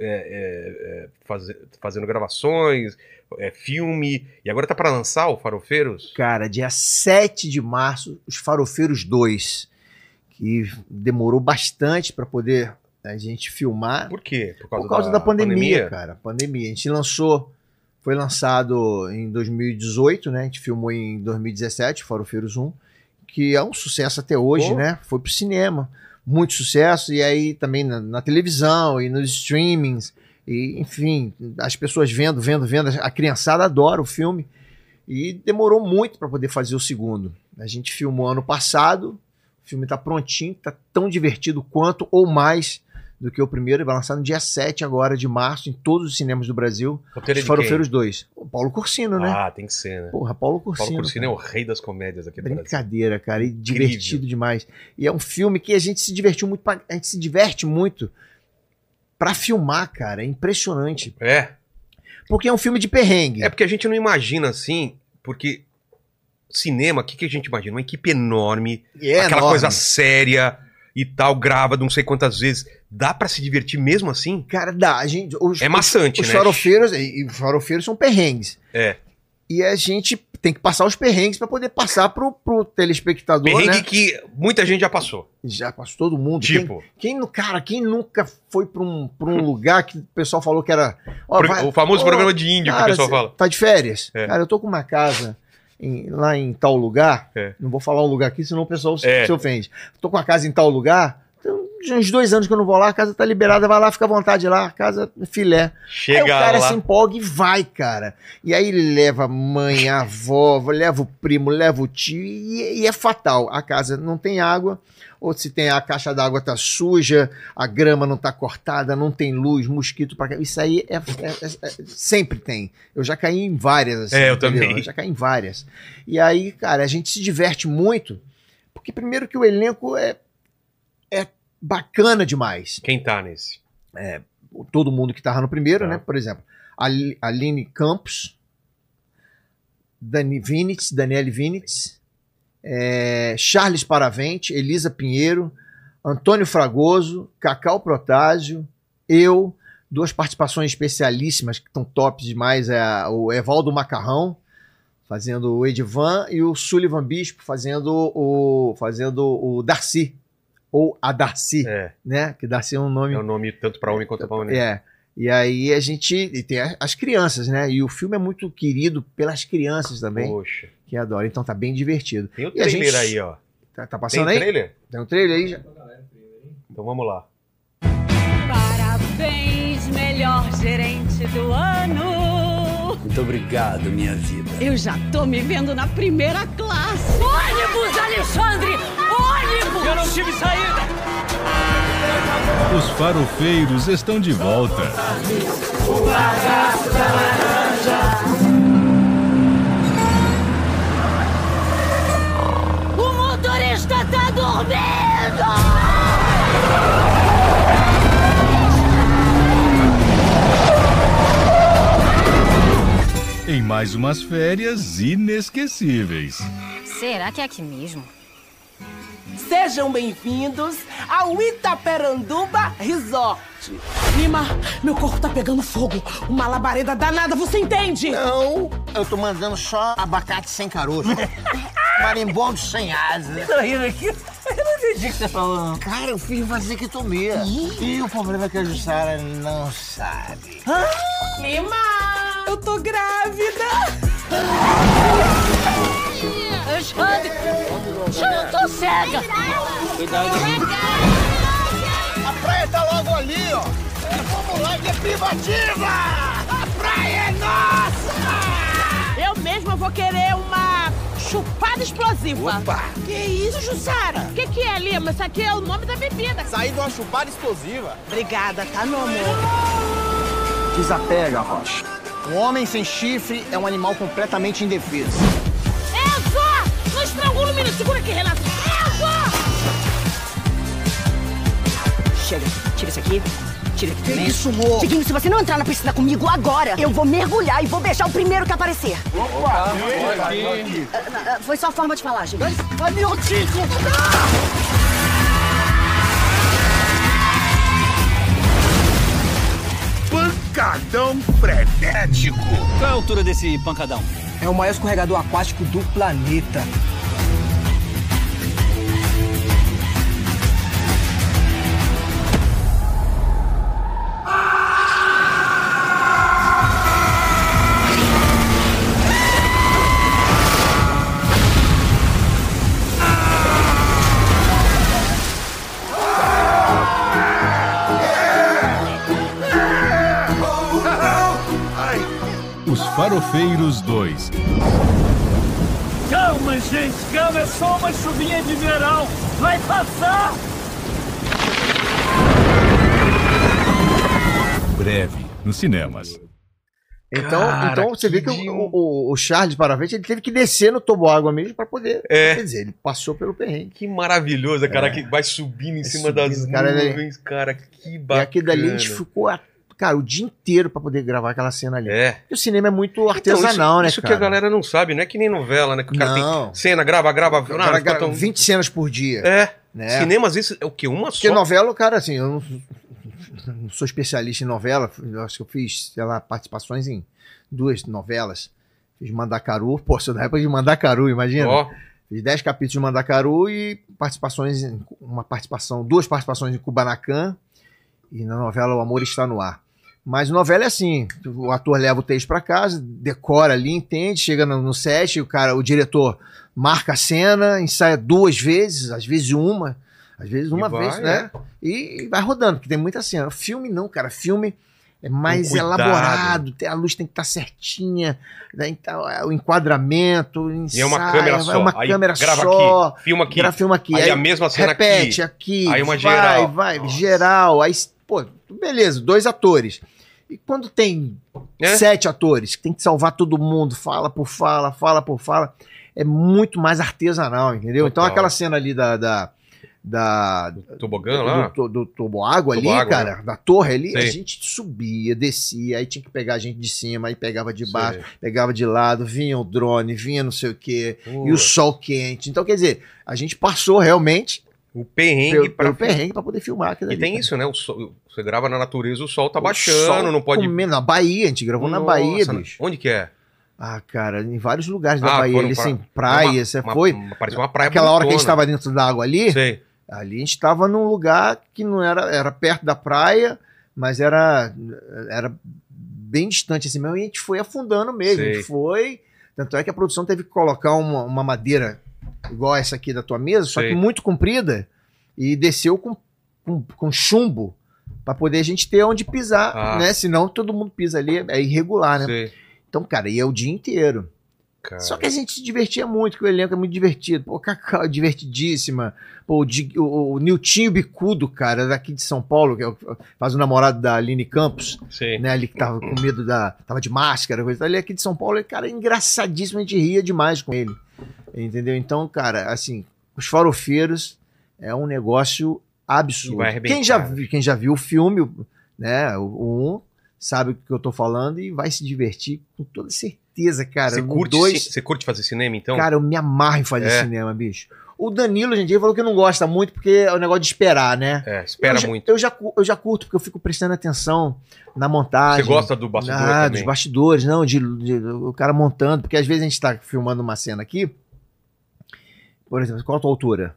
S1: é, é, é, faze- fazendo gravações, é, filme, e agora tá pra lançar o Farofeiros?
S3: Cara, dia 7 de março, os Farofeiros 2, que demorou bastante para poder né, a gente filmar por
S1: Por quê? Por
S3: causa, da, pandemia, cara. Pandemia. A gente lançou, foi lançado em 2018, né? A gente filmou em 2017, Farofeiros 1, que é um sucesso até hoje,
S1: Pô.
S3: né? Foi pro cinema, muito sucesso, e aí também na, na televisão e nos streamings, e enfim, as pessoas vendo, vendo, vendo, a criançada adora o filme. E demorou muito para poder fazer o segundo. A gente filmou ano passado, o filme tá prontinho, tá tão divertido quanto ou mais do que o primeiro. Ele vai lançar no dia 7 agora de março em todos os cinemas do Brasil.
S1: Roteiro é
S3: Os
S1: de quem?
S3: Farofeiros 2. O Paulo Cursino, né?
S1: Ah, tem que ser, né?
S3: Porra, Paulo Cursino.
S1: Paulo Cursino é
S3: cara.
S1: o rei das comédias aqui do Brasil.
S3: Brincadeira, cara, e
S1: Incrível.
S3: divertido demais. E é um filme que a gente se divertiu muito, pra- a gente se diverte muito pra filmar, cara, é impressionante.
S1: É.
S3: Porque é um filme de perrengue.
S1: É porque a gente não imagina assim, porque cinema, o que, que a gente imagina? Uma equipe enorme,
S3: E é
S1: aquela
S3: enorme.
S1: coisa séria e tal, grava não sei quantas vezes. Dá pra se divertir mesmo assim?
S3: Cara, dá, a gente, os,
S1: É maçante,
S3: Os
S1: né?
S3: farofeiros, e, e os farofeiros são perrengues.
S1: É.
S3: E a gente tem que passar os perrengues pra poder passar pro, pro telespectador,
S1: Perrengue
S3: né?
S1: que muita gente já passou.
S3: Já passou todo mundo.
S1: Tipo,
S3: Quem, quem, nu- cara, quem nunca foi pra um, pra um lugar que o pessoal falou que era... ó,
S1: pro-
S3: vai-
S1: o famoso
S3: ó,
S1: programa de índio que
S3: cara,
S1: o pessoal
S3: cê
S1: fala.
S3: Tá de férias?
S1: É.
S3: Cara, eu tô com uma casa em- lá em tal lugar.
S1: É.
S3: Não vou falar o lugar aqui, senão o pessoal se,
S1: É.
S3: se ofende. Tô com uma casa em tal lugar. Então, de uns dois anos que eu não vou lá, a casa tá liberada, vai lá, fica à vontade lá, a casa é filé.
S1: Chega
S3: aí o cara
S1: lá.
S3: se empolga e vai, cara. E aí ele leva a mãe, a avó, leva o primo, leva o tio, e, e é fatal. A casa não tem água, ou se tem a caixa d'água tá suja, a grama não tá cortada, não tem luz, mosquito pra cá. Isso aí é, é- é- é- sempre tem. Eu já caí em várias, assim.
S1: É, eu
S3: entendeu?
S1: também.
S3: Eu já caí em várias. E aí, cara, a gente se diverte muito, porque primeiro que o elenco é, é bacana demais
S1: Quem tá nesse?
S3: todo mundo que estava no primeiro,
S1: Tá.
S3: né? Por exemplo, Ali- Aline Campos, Dani Vinitz, Daniele Vinitz, eh, Charles Paravente, Elisa Pinheiro, Antônio Fragoso, Cacau Protásio, eu, duas participações especialíssimas que estão top demais, é a- o Evaldo Macarrão fazendo o Edivan e o Sullivan Bispo fazendo o fazendo o Darcy ou a Darcy,
S1: É,
S3: né? Que Darcy é um nome
S1: é o nome tanto pra homem quanto pra mulher.
S3: é. E aí a gente. E tem a- as crianças, né? E o filme é muito querido pelas crianças também,
S1: Poxa.
S3: que adoram. Então tá bem divertido.
S1: Tem o
S3: E a
S1: trailer
S3: gente-
S1: aí, ó.
S3: Tá, tá
S1: Tem
S3: passando aí?
S1: trailer?
S3: Tem um trailer aí? já?
S1: Então vamos lá.
S6: Parabéns, melhor gerente do ano!
S7: Muito obrigado, minha vida.
S6: Eu já tô me vendo na primeira classe! Ônibus, Alexandre! Ônibus! Eu não tive saída!
S8: Os farofeiros estão de volta.
S6: O motorista tá dormindo!
S8: Em mais umas férias inesquecíveis.
S9: Será que é aqui mesmo?
S10: Sejam bem-vindos ao Itaperanduba Resort. Lima, meu corpo tá pegando fogo. Uma labareda danada, você entende?
S3: Não, eu tô mandando só abacate sem caroço. Marimbondo sem asa.
S10: Tá rindo aqui? Eu não entendi o que você falou.
S3: Cara, eu fiz vasectomia. E o problema é que a Jussara não sabe.
S10: Lima, eu tô grávida.
S6: Alexandre! Eu tô cega!
S3: A praia tá logo ali, ó. Vamos lá, que é privativa! A praia é nossa!
S10: Eu mesma vou querer uma chupada explosiva.
S3: Opa!
S10: Que isso, Jussara? O que, que é, Lima? Isso aqui é o nome da bebida.
S3: Saí de uma chupada explosiva.
S10: Obrigada, tá, meu amor?
S3: Desapega, Rocha. Um homem sem chifre é um animal completamente indefeso.
S10: É
S6: Eu vou! Não
S10: um
S6: estrangula o menino! Segura aqui, Renato! Eu vou!
S9: Chega, tira isso aqui. Tira aqui também.
S3: Isso, amor.
S9: Seguindo, se você não entrar na piscina comigo agora, eu vou mergulhar e vou beijar o primeiro que aparecer. Opa! Ah, ah, Foi só forma de falar, gente. Ai, meu
S7: Qual é a altura desse pancadão?
S10: É o maior escorregador aquático do planeta.
S8: Os Farofeiros 2.
S7: Calma, gente, calma, é só uma chuvinha de verão. Vai passar!
S8: Breve, nos cinemas.
S3: Então,
S1: Cara,
S3: então você vê
S1: que
S3: que o-
S1: dia.
S3: o, o- o Charles Paravente ele teve que descer no toboágua mesmo pra poder.
S1: É.
S3: Quer dizer, ele passou pelo perrengue.
S1: Que maravilhoso, cara, que vai subindo em cima
S3: É. subindo,
S1: das
S3: cara, ele- é-
S1: nuvens, cara. Que
S3: E
S1: bacana.
S3: aquilo dali é a gente ficou, a- cara, o dia inteiro pra poder gravar aquela cena ali.
S1: É.
S3: E o cinema é muito artesanal,
S1: Então, isso,
S3: né,
S1: Isso
S3: cara?
S1: que a galera não sabe, não é que nem novela, né? Que o cara
S3: Não.
S1: tem cena, grava, grava.
S3: O
S1: Não,
S3: cara
S1: não fica
S3: grava
S1: tão...
S3: 20 cenas por dia.
S1: É.
S3: né?
S1: Cinema, às vezes, é o quê? Uma
S3: Porque
S1: só?
S3: novela, o cara, assim, eu não, não sou especialista em novela. eu acho que eu fiz, sei lá, participações em duas novelas. Fiz Mandacaru. Pô, sou da época de Mandacaru, imagina.
S1: Ó,
S3: Fiz 10 capítulos de Mandacaru e participações em, uma participação, duas participações em Kubanacan e na novela O Amor Está no Ar. Mas novela é assim, o ator leva o texto pra casa, decora ali, entende, chega no, no set, o cara, o diretor marca a cena, ensaia duas vezes, às vezes uma, Às vezes uma
S1: E vai, é.
S3: vez, né? E, e vai rodando, porque tem muita cena. Filme não, cara. Filme é mais
S1: cuidado.
S3: elaborado, tem- a luz tem que estar certinha, né? Então, é, o enquadramento, o
S1: E é uma
S3: ensaio,
S1: câmera só.
S3: É uma
S1: aí
S3: câmera
S1: grava
S3: só.
S1: aqui, filma aqui.
S3: Gra- filma aqui.
S1: Aí, a mesma cena
S3: repete
S1: aqui.
S3: aqui.
S1: Aí uma
S3: vai,
S1: geral.
S3: Vai, geral. Aí, pô, beleza, dois atores. E quando tem
S1: É?
S3: sete atores, que tem que salvar todo mundo, fala por fala, fala por fala, é muito mais artesanal, entendeu? Então
S1: Total.
S3: aquela cena ali da... da da,
S1: Tobogã lá?
S3: do, to- do toboágua ali,
S1: Toboágua,
S3: cara,
S1: né?
S3: da torre ali, a
S1: Sei.
S3: gente subia, descia, aí tinha que pegar a gente de cima, aí pegava de baixo, pegava de lado, vinha o drone, vinha não sei o quê, e o
S1: Putz.
S3: sol quente. Então, quer dizer, a gente passou realmente
S1: O perrengue
S3: pelo,
S1: pra.
S3: pelo perrengue pra poder filmar aquilo
S1: E
S3: ali,
S1: tem
S3: cara.
S1: isso, né? O sol- você grava na natureza, o sol tá
S3: O
S1: baixando,
S3: sol
S1: não pode.
S3: comendo. Na Bahia, a gente gravou na
S1: Nossa,
S3: Bahia, bicho.
S1: Onde que é?
S3: Ah, cara, em vários lugares da
S1: Ah,
S3: Bahia,
S1: foram
S3: ali
S1: pra-
S3: sem praia, você
S1: Uma-
S3: foi.
S1: uma- Parecia uma praia
S3: Aquela hora que a gente
S1: bonitona.
S3: estava dentro da água ali,
S1: Sei.
S3: ali a gente estava num lugar que não era, era perto da praia, mas era, era bem distante assim mesmo, e a gente foi afundando mesmo, a gente
S1: Sei.
S3: foi, tanto é que a produção teve que colocar uma, uma madeira igual essa aqui da tua mesa, só
S1: Sei.
S3: que muito comprida, e desceu com, com, com chumbo, para poder a gente ter onde pisar,
S1: Ah.
S3: né, senão todo mundo pisa ali, é irregular, né,
S1: Sei.
S3: então cara, ia o dia inteiro,
S1: Cara.
S3: só que a gente se divertia muito, que o elenco é muito divertido. Pô, Cacau é divertidíssima. Pô, o, Dig- o- o Niltinho Bicudo, cara, daqui de São Paulo, que é o- faz o namorado da Aline Campos,
S1: Sei.
S3: né? Ali que tava com medo da. tava de máscara, coisa. e tal. Ele é aqui de São Paulo, ele, cara, é engraçadíssimo, a gente ria demais com ele. Entendeu? Então, cara, assim, os farofeiros é um negócio absurdo.
S1: Vai arrebentar. né?
S3: Quem já, vi- quem já viu o filme, né? O, o um, sabe o que eu tô falando e vai se divertir com toda certeza, cara.
S1: você,
S3: O
S1: curte,
S3: dois-
S1: ci- você curte fazer cinema, então?
S3: Cara, eu me amarro em fazer
S1: É.
S3: cinema, bicho. O Danilo, gente, ele falou que não gosta muito porque é o negócio de esperar, né?
S1: é, espera
S3: eu já,
S1: muito.
S3: Eu já, cu- eu já curto porque eu fico prestando atenção na montagem.
S1: Você gosta do bastidor
S3: Ah,
S1: também?
S3: dos bastidores, não, de, de- o cara montando, porque às vezes a gente tá filmando uma cena aqui. Por exemplo, qual a tua altura?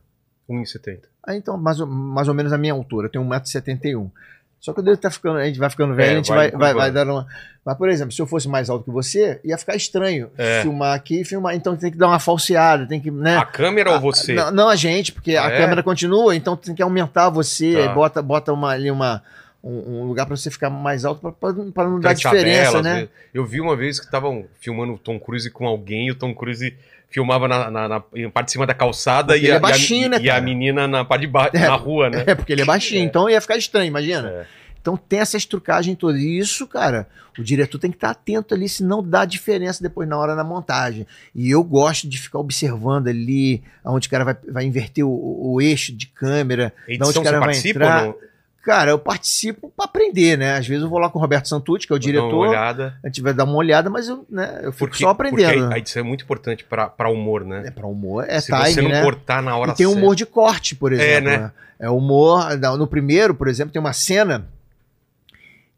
S1: 1,70.
S3: Ah, então, mais, ou- mais ou menos a minha altura. Eu tenho 1,71m. Só que eu devo estar ficando. A gente vai ficando velho,
S1: É,
S3: a gente vai,
S1: vai
S3: vai, vai
S1: curvando.
S3: dar uma. Mas, por exemplo, se eu fosse mais alto que você, ia ficar estranho
S1: É.
S3: filmar aqui e filmar. Então tem que dar uma falseada, tem que. Né?
S1: A câmera ou
S3: Ah,
S1: você?
S3: Não, não a gente, porque
S1: Ah,
S3: a
S1: é?
S3: câmera continua, então tem que aumentar você,
S1: Tá.
S3: aí bota, bota uma, ali uma, um, um lugar pra você ficar mais alto pra- pra pra não dar
S1: Trechadela,
S3: diferença,
S1: às
S3: né?
S1: vezes. Eu vi uma vez que estavam filmando o Tom Cruise com alguém e o Tom Cruise filmava na, na- na- em parte de cima da calçada
S3: Porque
S1: e
S3: ele
S1: a,
S3: é baixinho,
S1: e a-
S3: né,
S1: e a
S3: cara?
S1: menina na parte de baixo,
S3: É.
S1: na rua, né?
S3: É, porque ele é baixinho, então ia ficar estranho, imagina.
S1: É.
S3: Então tem essa estrucagem toda. E isso, cara, o diretor tem que estar atento ali, senão dá diferença depois na hora na montagem. E eu gosto de ficar observando ali aonde o cara vai, vai inverter o, o eixo de câmera.
S1: Edição,
S3: onde o cara
S1: você
S3: vai
S1: participa
S3: entrar,
S1: ou não?
S3: Cara, eu participo pra aprender, né? Às vezes eu vou lá com o Roberto Santucci, que é o
S1: Dá uma
S3: diretor,
S1: olhada.
S3: a gente vai dar uma olhada, mas eu, né, eu fico
S1: Porque,
S3: só
S1: porque
S3: aprendendo.
S1: a- a edição é muito importante pra, pra humor, né?
S3: É pra humor, é
S1: Se
S3: time,
S1: você não
S3: né?
S1: cortar na hora
S3: E tem
S1: certa.
S3: humor de corte, por exemplo.
S1: né?
S3: né? É humor. da- No primeiro, por exemplo, tem uma cena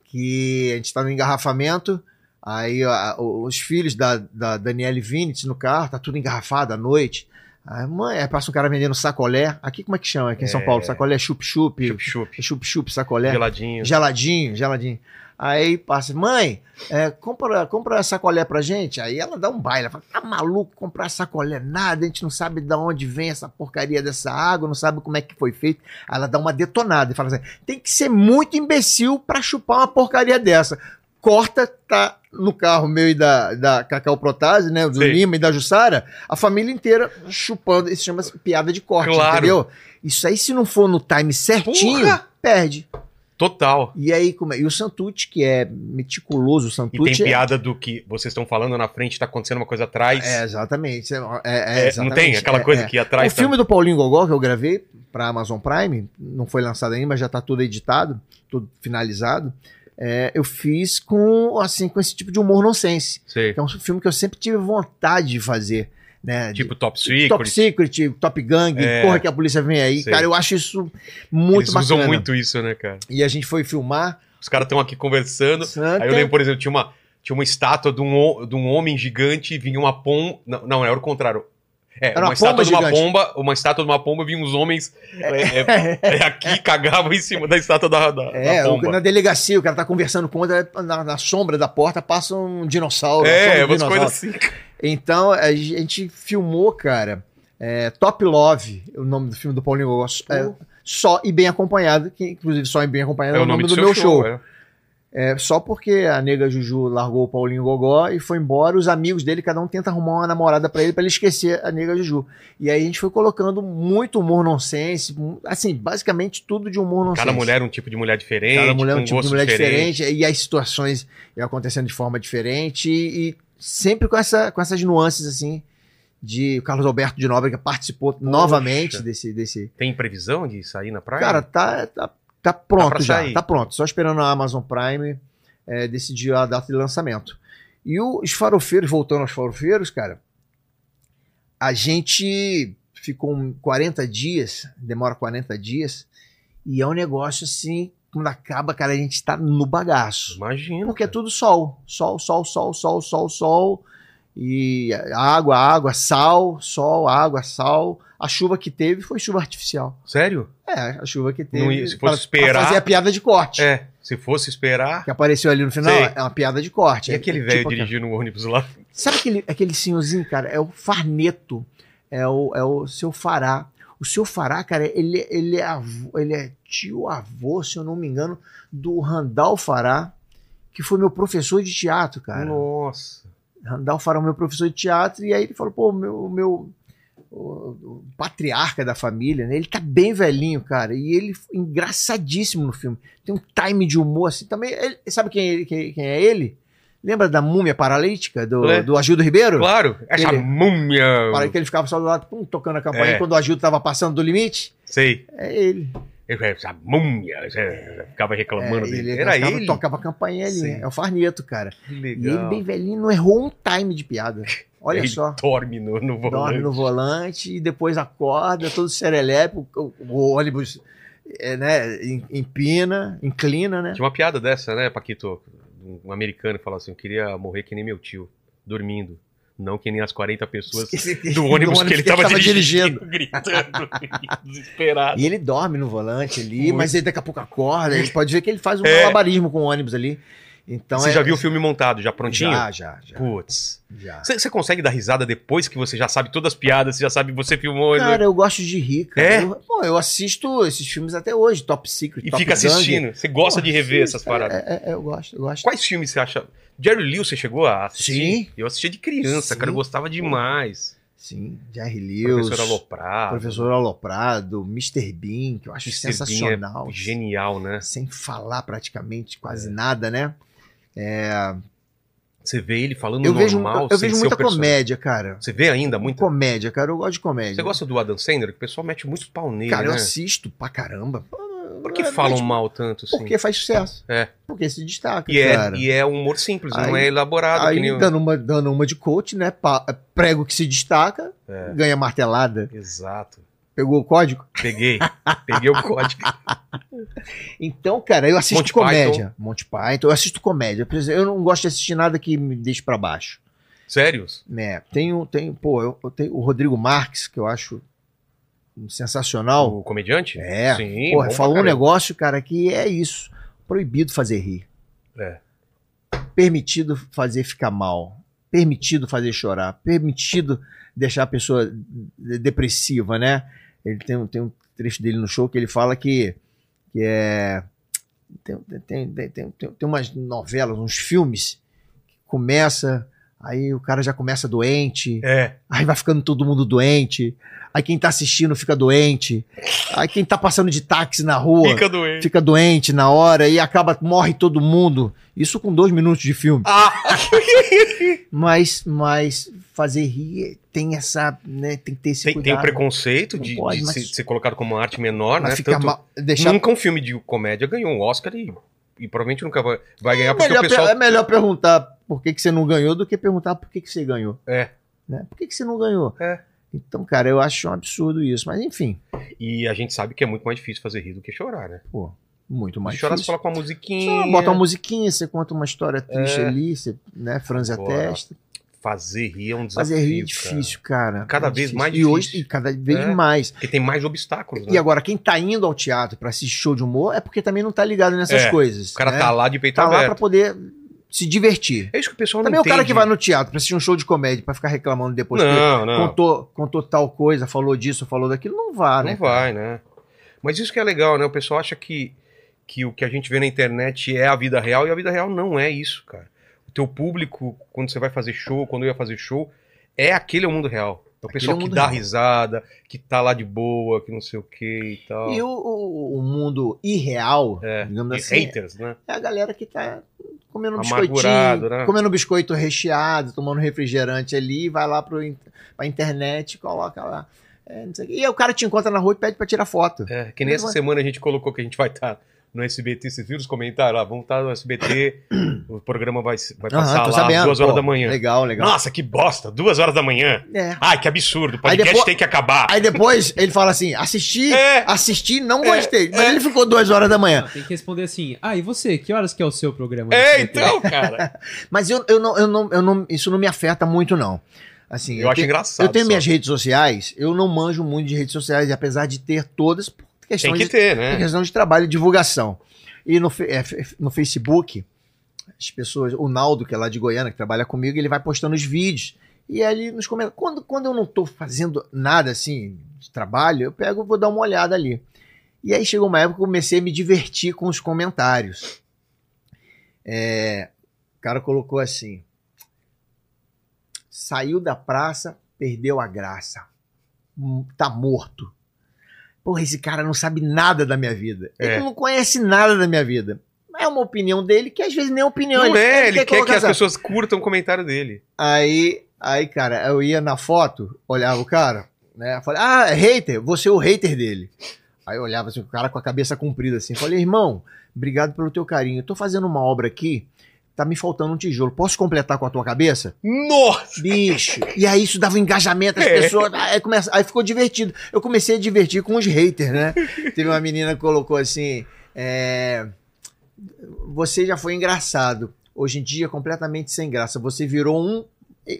S3: que a gente tá no engarrafamento. Aí ó, o- os filhos da, da Daniele Vinitz no carro, tá tudo engarrafado à noite. Aí, mãe, aí passa um cara vendendo sacolé. Aqui como é que chama? Aqui em São
S1: É.
S3: Paulo, sacolé chup-chup. É
S1: Chup-chup,
S3: Chup-chup, sacolé.
S1: geladinho.
S3: Geladinho, geladinho. Aí passa, mãe, é, compra, compra sacolé pra gente. Aí ela dá um baile. Ela fala, tá maluco comprar sacolé? Nada, a gente não sabe de onde vem essa porcaria dessa água, não sabe como é que foi feito. Aí ela dá uma detonada e fala assim: tem que ser muito imbecil pra chupar uma porcaria dessa. Corta, tá no carro meu e da, da Cacau Protase, né? Do
S1: Sim.
S3: Lima e da Jussara, a família inteira chupando. Isso chama piada de corte,
S1: Claro.
S3: entendeu? Isso aí, se não for no time certinho,
S1: Porra!
S3: perde.
S1: Total.
S3: E aí, como é? E o Santucci, que é meticuloso, o
S1: E
S3: Santucci.
S1: tem
S3: é-
S1: piada do que vocês estão falando na frente, tá acontecendo uma coisa atrás.
S3: É, exatamente. É,
S1: É,
S3: é, é,
S1: não
S3: exatamente.
S1: tem aquela
S3: É,
S1: coisa
S3: é.
S1: que atrás
S3: O filme do Paulinho Gogol que eu gravei pra Amazon Prime, não foi lançado ainda, mas já tá tudo editado, tudo finalizado. é, eu fiz com, assim, com esse tipo de humor nonsense.
S1: tá, Sei.
S3: Que é um filme que eu sempre tive vontade de fazer. Né?
S1: tipo Top
S3: de,
S1: Secret.
S3: Top Secret, Top Gang,
S1: É.
S3: porra que a polícia vem aí.
S1: Sei.
S3: Cara, eu acho isso muito
S1: Eles
S3: bacana.
S1: usam muito isso, né, cara?
S3: E a gente foi filmar.
S1: Os caras estão aqui conversando. Aí eu lembro, por exemplo, tinha uma, tinha uma estátua de um, ho- de um homem gigante e vinha uma pomba. Não, não, era o contrário. É,
S3: Era
S1: uma,
S3: uma
S1: estátua
S3: pomba
S1: de uma
S3: gigante.
S1: pomba, uma estátua de uma pomba e vinha uns homens é, é, é, aqui cagavam em cima da estátua da, da,
S3: É,
S1: da
S3: o-
S1: pomba.
S3: na delegacia, o cara tá conversando com outra, na, na sombra da porta passa um dinossauro. a sombra
S1: é,
S3: do
S1: umas
S3: dinossauro.
S1: coisas assim.
S3: Então, a gente filmou, cara, é, Top Love, o nome do filme do Paulinho Gogol. É, Só e Bem Acompanhado, que inclusive Só e Bem Acompanhado é, o nome, do,
S1: seu
S3: meu show.
S1: é.
S3: É, só porque a nega Juju largou o Paulinho Gogó e foi embora, os amigos dele, cada um tenta arrumar uma namorada pra ele, pra ele esquecer a nega Juju. E aí a gente foi colocando muito humor nonsense, mu- assim, basicamente tudo de humor nonsense.
S1: Cada mulher é um tipo de mulher diferente.
S3: Cada mulher é
S1: com
S3: um tipo de
S1: gosto
S3: mulher diferente. e as situações iam acontecendo de forma diferente, e, e sempre com, essa, com essas nuances, assim, de o Carlos Alberto de Nóbrega participou novamente desse... desse
S1: Tem previsão de sair na praia?
S3: Cara, tá, tá, tá pronto
S1: pra
S3: já.
S1: sair.
S3: Tá pronto. Só esperando a Amazon Prime eh, decidir a data de lançamento. E os farofeiros, voltando aos farofeiros, cara, a gente ficou um 40 dias, demora 40 dias, e é um negócio assim, quando acaba, cara, a gente tá no bagaço.
S1: Imagina.
S3: Porque é tudo sol. Sol, sol, sol, sol, sol, sol. E água, água, sal, sol, água, sal. A chuva que teve foi chuva artificial.
S1: Sério?
S3: É, a chuva que
S1: Não
S3: teve.
S1: ia- se fosse esperar-
S3: fazer a piada de corte.
S1: É, se fosse esperar.
S3: Que apareceu ali no final,
S1: Sei.
S3: é uma piada de corte.
S1: E aquele
S3: É,
S1: velho
S3: tipo aquela-
S1: dirigindo o ônibus lá?
S3: Sabe aquele, aquele senhorzinho, cara? É o Farneto. É o, é o seu Fará. O seu Fará, cara, ele, ele, é avô- ele é tio-avô, se eu não me engano, do Randall Fará, que foi meu professor de teatro, cara.
S1: Nossa.
S3: Randall Fará, meu professor de teatro, e aí ele falou, pô, meu, meu o, o patriarca da família, né? Ele tá bem velhinho, cara, e ele foi engraçadíssimo no filme. Tem um time de humor assim também. Ele- sabe quem, é ele- quem, quem é ele? Lembra da múmia paralítica do,
S1: É.
S3: do Agildo Ribeiro?
S1: Claro, é essa
S3: Ele-
S1: múmia.
S3: Para que ele ficava só do lado, pum, tocando a campainha
S1: É.
S3: quando o Agildo tava passando do limite.
S1: Sei.
S3: É ele.
S1: Essa múmia. essa- Ficava reclamando
S3: É,
S1: dele.
S3: ele
S1: Era
S3: ficava-
S1: ele.
S3: tocava a campainha ali.
S1: Sim.
S3: É o Farneto, cara.
S1: Que
S3: E ele
S1: legal.
S3: bem velhinho, não errou um time de piada. Olha
S1: ele
S3: só.
S1: Dorme no, no volante.
S3: dorme no volante e depois acorda, todo serelepe, o, o- o ônibus é, né, em- empina, inclina, né?
S1: Tinha uma piada dessa, né, Paquito? Um- Um americano que falava assim: eu queria morrer que nem meu tio, dormindo. Não que nem as 40 pessoas
S3: Esse-
S1: do ônibus que ele tava,
S3: tava
S1: dirigindo, Gritando, desesperado.
S3: E ele dorme no volante ali,
S1: Muito.
S3: mas ele daqui a pouco acorda, a gente pode ver que ele faz um
S1: É.
S3: malabarismo com o ônibus ali. Então
S1: você
S3: é-
S1: já viu o filme montado, já prontinho?
S3: Já, já, já.
S1: Putz.
S3: já.
S1: Você você consegue dar risada depois que você já sabe todas as piadas, você já sabe que você filmou. né?
S3: Cara, eu gosto de rir, cara.
S1: É?
S3: Eu, pô, eu assisto esses filmes até hoje, Top Secret,
S1: e
S3: Top
S1: fica
S3: Gun.
S1: assistindo. Você gosta
S3: Pô,
S1: de rever
S3: assisto,
S1: essas paradas.
S3: É, é, eu gosto, eu gosto.
S1: Quais filmes você acha? Jerry Lee, você chegou a assistir?
S3: Sim.
S1: Eu assistia de criança,
S3: Sim.
S1: cara. Eu gostava demais.
S3: Sim, Jerry Lewis,
S1: Professor Aloprado.
S3: Professor Aloprado, Mr. Bean, que eu acho
S1: Mr. Bean é
S3: sensacional.
S1: Genial, né?
S3: sem falar praticamente quase
S1: É.
S3: nada, né?
S1: Você vê ele falando
S3: eu
S1: normal,
S3: vejo, eu, eu
S1: sem
S3: vejo
S1: ser
S3: muita
S1: o personagem.
S3: comédia, cara.
S1: Você vê ainda muita?
S3: Comédia, cara, eu gosto de comédia.
S1: Você gosta do Adam Sandler? Que o pessoal mete muito pau nele,
S3: Cara, eu
S1: né?
S3: assisto pra caramba. é
S1: Por que falam mal tanto assim?
S3: Porque faz sucesso.
S1: É.
S3: Porque se destaca,
S1: E é,
S3: cara.
S1: e é um humor simples, não
S3: Aí-
S1: é elaborado. que
S3: Aí
S1: nem o-
S3: dando, uma, dando uma de coach, né? Pa- prego que se destaca,
S1: É.
S3: ganha martelada.
S1: Exato.
S3: Pegou o código?
S1: Peguei. Peguei o código.
S3: Então, cara, eu assisto
S1: Monty
S3: comédia. Monty Python, eu assisto comédia. Por exemplo, Eu não gosto de assistir nada que me deixe pra baixo.
S1: Sério?
S3: né? Tem, o- tem, pô, eu, eu tenho o Rodrigo Marques, que eu acho sensacional.
S1: O comediante?
S3: É.
S1: Sim.
S3: Porra,
S1: bom
S3: falou
S1: pra
S3: um negócio, cara, que é isso. Proibido fazer rir.
S1: É.
S3: Permitido fazer ficar mal. Permitido fazer chorar. Permitido deixar a pessoa de- depressiva, né? Ele tem, um- tem um trecho dele no show que ele fala que, que é. Tem, tem, tem, tem, tem, tem umas novelas, uns filmes que começa, aí o cara já começa doente.
S1: É.
S3: Aí vai ficando todo mundo doente. Aí quem tá assistindo fica doente. Aí quem tá passando de táxi na rua fica,
S1: Fica doente.
S3: doente na hora e acaba, morre todo mundo. Isso com dois minutos de filme.
S1: Ah,
S3: Mas, mas fazer rir tem essa, né, tem que ter esse
S1: tem, tem
S3: cuidado.
S1: o preconceito
S3: Não
S1: de,
S3: pode,
S1: de
S3: mas-
S1: se- ser colocado como arte menor,
S3: Mas
S1: né?
S3: fica
S1: Tanto-
S3: mal, deixar...
S1: Nunca um filme de comédia ganhou um Oscar e, e provavelmente nunca vai, vai ganhar
S3: é,
S1: porque
S3: melhor,
S1: o pessoal.
S3: é melhor perguntar por que, que você não ganhou do que perguntar por que, que você ganhou.
S1: É.
S3: Né? Por que, que você não ganhou?
S1: É.
S3: Então, cara, eu acho um absurdo isso. Mas, enfim,
S1: E a gente sabe que é muito mais difícil fazer rir do que chorar, né?
S3: muito mais
S1: Se chorar, você
S3: difícil.
S1: coloca uma musiquinha.
S3: Só bota uma musiquinha, você conta uma história triste
S1: É.
S3: ali, você né, franze
S1: Agora,
S3: a testa.
S1: Fazer rir é um desafio.
S3: Fazer rir é
S1: cara.
S3: difícil, cara.
S1: Cada
S3: É
S1: vez
S3: difícil.
S1: mais
S3: E hoje,
S1: difícil.
S3: e cada vez
S1: É.
S3: mais.
S1: Porque tem mais obstáculos, né?
S3: E agora, quem tá indo ao teatro pra assistir show de humor é porque também não tá ligado nessas
S1: É,
S3: coisas.
S1: O cara
S3: né?
S1: tá lá de peito
S3: Tá lá
S1: aberto.
S3: pra poder se divertir.
S1: É isso que o pessoal
S3: Também
S1: não
S3: o cara que
S1: entende.
S3: vai no teatro pra assistir um show de comédia, pra ficar reclamando depois que
S1: Não, não.
S3: contou, contou tal coisa, falou disso, falou daquilo, não vá,
S1: não
S3: né?
S1: vai, né? Mas isso que é legal, né? O pessoal acha que, que o que a gente vê na internet é a vida real, e a vida real não é isso, cara. O teu público, quando você vai fazer show, quando eu ia fazer show, é aquele é o mundo real. É o
S3: Aquele
S1: pessoal
S3: é o
S1: que
S3: mundo
S1: dá
S3: real.
S1: risada, que tá lá de boa, que não sei o que e tal.
S3: E o, o- o mundo irreal, digamos
S1: É. E
S3: assim,
S1: haters, né?
S3: é a galera que tá comendo um
S1: Amargurado,
S3: biscoitinho,
S1: né?
S3: comendo um biscoito recheado, tomando um refrigerante ali, vai lá pro, in- pra internet, coloca lá. é, não sei o quê. E aí o cara te encontra na rua e pede pra tirar foto.
S1: É, que nem essa semana a gente colocou que a gente vai estar no SBT. Vocês viram os comentários lá? Vamos estar no SBT, o programa vai, vai
S3: Aham,
S1: passar
S3: tô
S1: lá às
S3: sabendo,
S1: duas horas
S3: pô.
S1: da manhã.
S3: Legal, legal.
S1: Nossa, que bosta! Duas horas da manhã.
S3: É.
S1: Ai, que absurdo. O podcast
S3: depois-
S1: tem que acabar.
S3: Aí depois ele fala assim: assisti, assisti, não
S1: É,
S3: gostei. Mas
S1: é.
S3: ele ficou duas horas da manhã.
S2: Tem que responder assim, ah, e você, que horas que é o seu programa?
S1: É, então, cara.
S3: Mas eu, eu, não, eu, não, eu não. Isso não me afeta muito, não. Assim,
S1: Eu acho
S3: tenho-
S1: engraçado
S3: Eu tenho
S1: só.
S3: minhas redes sociais, eu não manjo muito de redes sociais, apesar de ter todas, por questão
S1: Tem que
S3: de,
S1: ter, né?
S3: por É questão de trabalho e divulgação. E no, fe- é, fe- no Facebook, as pessoas, o Naldo, que é lá de Goiânia, que trabalha comigo, ele vai postando os vídeos. E aí ele nos comenta. Quando, quando eu não tô fazendo nada assim de trabalho, eu pego e vou dar uma olhada ali. E aí chegou uma época que eu comecei a me divertir com os comentários. É, o cara colocou assim: saiu da praça, perdeu a graça. Hum, Tá morto. Porra, esse cara não sabe nada da minha vida. Ele
S1: É.
S3: não conhece nada da minha vida. É uma opinião dele que às vezes nem é opinião.
S1: Não é, ele quer que
S3: colocar
S1: as
S3: essa-
S1: pessoas curtam o comentário dele.
S3: Aí, aí, cara, eu ia na foto, olhava o cara, né? eu Falei, ah, é hater, você é o hater dele. Aí eu olhava assim, o cara com a cabeça comprida assim. Falei, irmão, obrigado pelo teu carinho. Eu tô fazendo uma obra aqui, tá me faltando um tijolo. Posso completar com a tua cabeça?
S1: Nossa!
S3: Bicho! E aí isso dava um engajamento, as
S1: É.
S3: pessoas. Aí, começa, aí ficou divertido. Eu comecei a divertir com os haters, né? Teve uma menina que colocou assim: é, Você já foi engraçado. Hoje em dia, completamente sem graça. Você virou um.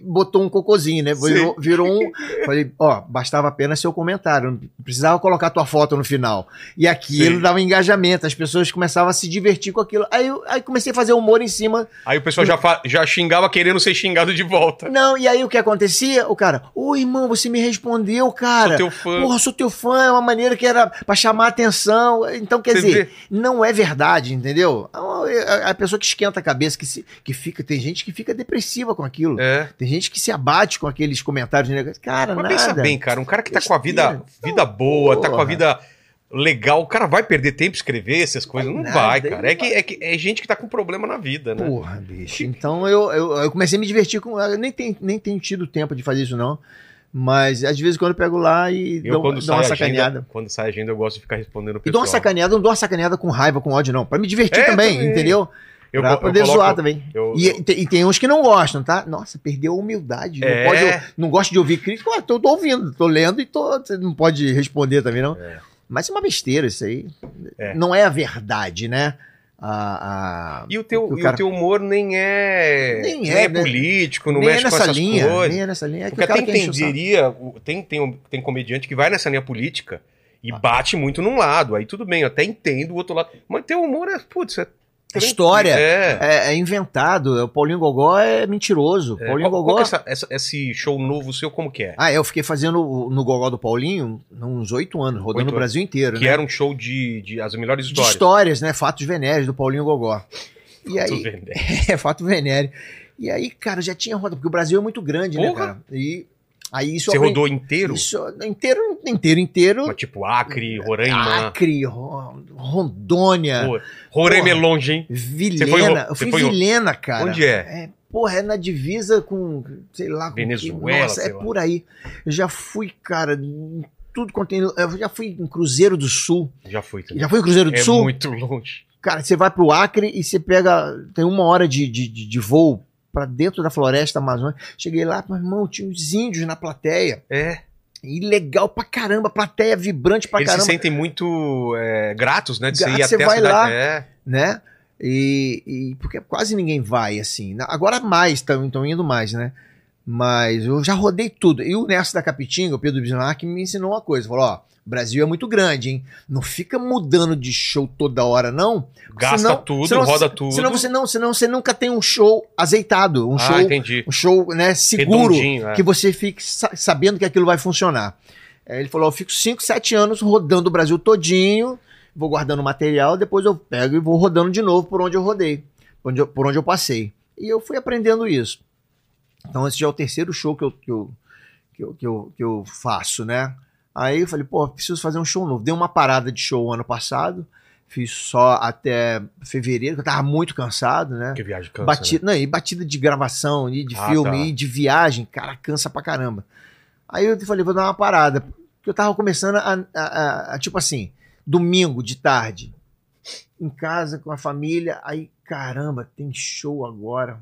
S3: Botou um cocôzinho, né? Virou, virou um. Falei, ó, bastava apenas seu comentário. Não precisava colocar tua foto no final. E aquilo
S1: Sim.
S3: dava um engajamento, as pessoas começavam a se divertir com aquilo. Aí, eu- aí comecei a fazer humor em cima
S1: Aí o pessoal já, fa- já xingava querendo ser xingado de volta.
S3: não, e aí o que acontecia? O cara, ô irmão, você me respondeu,
S1: Sou
S3: cara.
S1: teu fã.
S3: Porra, sou teu fã, é uma maneira que era pra chamar atenção. Então, quer
S1: Você
S3: dizer,
S1: vê?
S3: não é verdade, entendeu? A, a- a pessoa que esquenta a cabeça, que, se, que fica, tem gente que fica depressiva com aquilo.
S1: É.
S3: Tem gente que se abate com aqueles comentários de negócio. Cara,
S1: Mas
S3: nada.
S1: pensa bem, cara, um cara que tá com a vida, vida boa, tá com a
S3: porra.
S1: vida legal, o cara vai perder tempo escrever essas coisas? Não
S3: Vai
S1: vai,
S3: nada,
S1: cara. É, que, é, que, é gente que tá com problema na vida, né?
S3: Porra, bicho. Então eu, eu, eu comecei a me divertir com. Eu nem tenho, nem tenho tido tempo de fazer isso, não. Mas às vezes quando eu pego lá e
S1: Eu,
S3: dou,
S1: quando,
S3: dou
S1: sai
S3: uma
S1: a
S3: sacaneada.
S1: agenda, quando sai a agenda, eu gosto de ficar respondendo o
S3: E dou
S1: pessoal.
S3: uma sacaneada, não dou uma sacaneada com raiva, com ódio, não. Pra me divertir
S1: É,
S3: também,
S1: também.
S3: entendeu?
S1: Eu
S3: pra
S1: co- eu
S3: poder
S1: coloco-
S3: zoar também.
S1: eu-
S3: e, e tem, e tem uns que não gostam, tá? Nossa, perdeu a humildade.
S1: É.
S3: Não, pode, não gosto de ouvir crítica. Ué, tô, tô ouvindo, tô lendo e tô, você não pode responder também, não. Mas é uma besteira isso aí.
S1: É.
S3: Não é a verdade, né? A, a-
S1: E o teu,
S3: o
S1: e
S3: cara-
S1: o teu humor nem é,
S3: Nem
S1: nem
S3: é,
S1: é
S3: né?
S1: político, não
S3: nem é
S1: mexe com
S3: nessa
S1: essas
S3: linha.
S1: coisas.
S3: Nem é nessa linha. É que
S1: Porque
S3: o cara
S1: até
S3: quer encher o saco.
S1: entenderia, o- tem, tem, um- tem comediante que vai nessa linha política
S3: Ah.
S1: e bate muito num lado, aí tudo bem, eu até entendo o outro lado. Mas teu humor é, putz, é...
S3: A história
S1: É.
S3: é. é inventado. O Paulinho Gogó é mentiroso.
S1: é,
S3: Paulinho
S1: qual- qual
S3: Gogó.
S1: que é essa- essa- esse show novo seu, como que é?
S3: Ah, eu fiquei fazendo o- no Gogó do Paulinho uns oito anos, rodando
S1: Oito
S3: o Brasil inteiro,
S1: Que
S3: né?
S1: era um show de, de as melhores
S3: De
S1: histórias.
S3: histórias, né? Fatos venéreos do Paulinho Gogó. E
S1: Tudo
S3: aí,
S1: bem, né?
S3: é, fato venéreo. E aí, cara, eu já tinha roda, porque o Brasil é muito grande, né,
S1: Porra!
S3: cara? E aí isso
S1: Você
S3: eu aprendi-
S1: rodou inteiro?
S3: Isso, inteiro, inteiro, inteiro.
S1: Mas, tipo Acre, Roraima.
S3: Acre, Ro- Rondônia,
S1: Ro- Roraima é
S3: Porra.
S1: longe, hein?
S3: Vilena.
S1: Você foi em Ro-
S3: eu
S1: você
S3: fui em
S1: foi em Ro-
S3: Vilena, cara.
S1: Onde é?
S3: Porra, é na divisa com, sei lá, com
S1: Venezuela,
S3: que- Nossa,
S1: sei
S3: é
S1: lá.
S3: por aí. Eu já fui, cara, em tudo quanto tem. Eu já fui em Cruzeiro do Sul.
S1: Já fui também.
S3: Já fui em Cruzeiro do
S1: é
S3: Sul?
S1: muito longe.
S3: Cara, você vai pro Acre e você pega. Tem uma hora de, de, de, de voo pra dentro da floresta amazônica. Cheguei lá, meu irmão, tinha uns índios na plateia.
S1: É.
S3: E legal pra caramba, plateia vibrante pra
S1: Eles
S3: caramba,
S1: se sentem muito é, gratos, né? De
S3: Grato,
S1: você ir
S3: você
S1: até a
S3: vai
S1: cidade.
S3: lá.
S1: É.
S3: né? E, e- porque quase ninguém vai assim. Na- Agora mais, estão indo mais, né? Mas eu já rodei tudo. E o Nelson da Capitinga, o Pedro Bismarck, me ensinou uma coisa. Falou, ó, o Brasil é muito grande, hein? Não fica mudando de show toda hora, não.
S1: Gasta tudo, roda tudo.
S3: Senão você, não, senão você nunca tem um show azeitado, um
S1: ah,
S3: show
S1: entendi.
S3: um show né, seguro
S1: Redondinho, é.
S3: que você fique sa- sabendo que aquilo vai funcionar. É, ele falou: eu fico 5, 7 anos rodando o Brasil todinho, vou guardando material, depois eu pego e vou rodando de novo por onde eu rodei, por onde eu, por onde eu passei. E eu fui aprendendo isso. Então esse já é o terceiro show que eu, que eu, que eu, que eu, que eu faço, né? Aí eu falei, pô, preciso fazer um show novo. Dei uma parada de show ano passado, fiz só até fevereiro, que eu tava muito cansado, né?
S1: Que viagem cansa,
S3: Batida, não, e batida de gravação, e de
S1: Ah,
S3: filme,
S1: tá.
S3: e de viagem, cara, cansa pra caramba. Aí eu falei, vou dar uma parada. Porque eu tava começando a, a- a- a, tipo assim, domingo de tarde, em casa com a família, aí, caramba, tem show agora.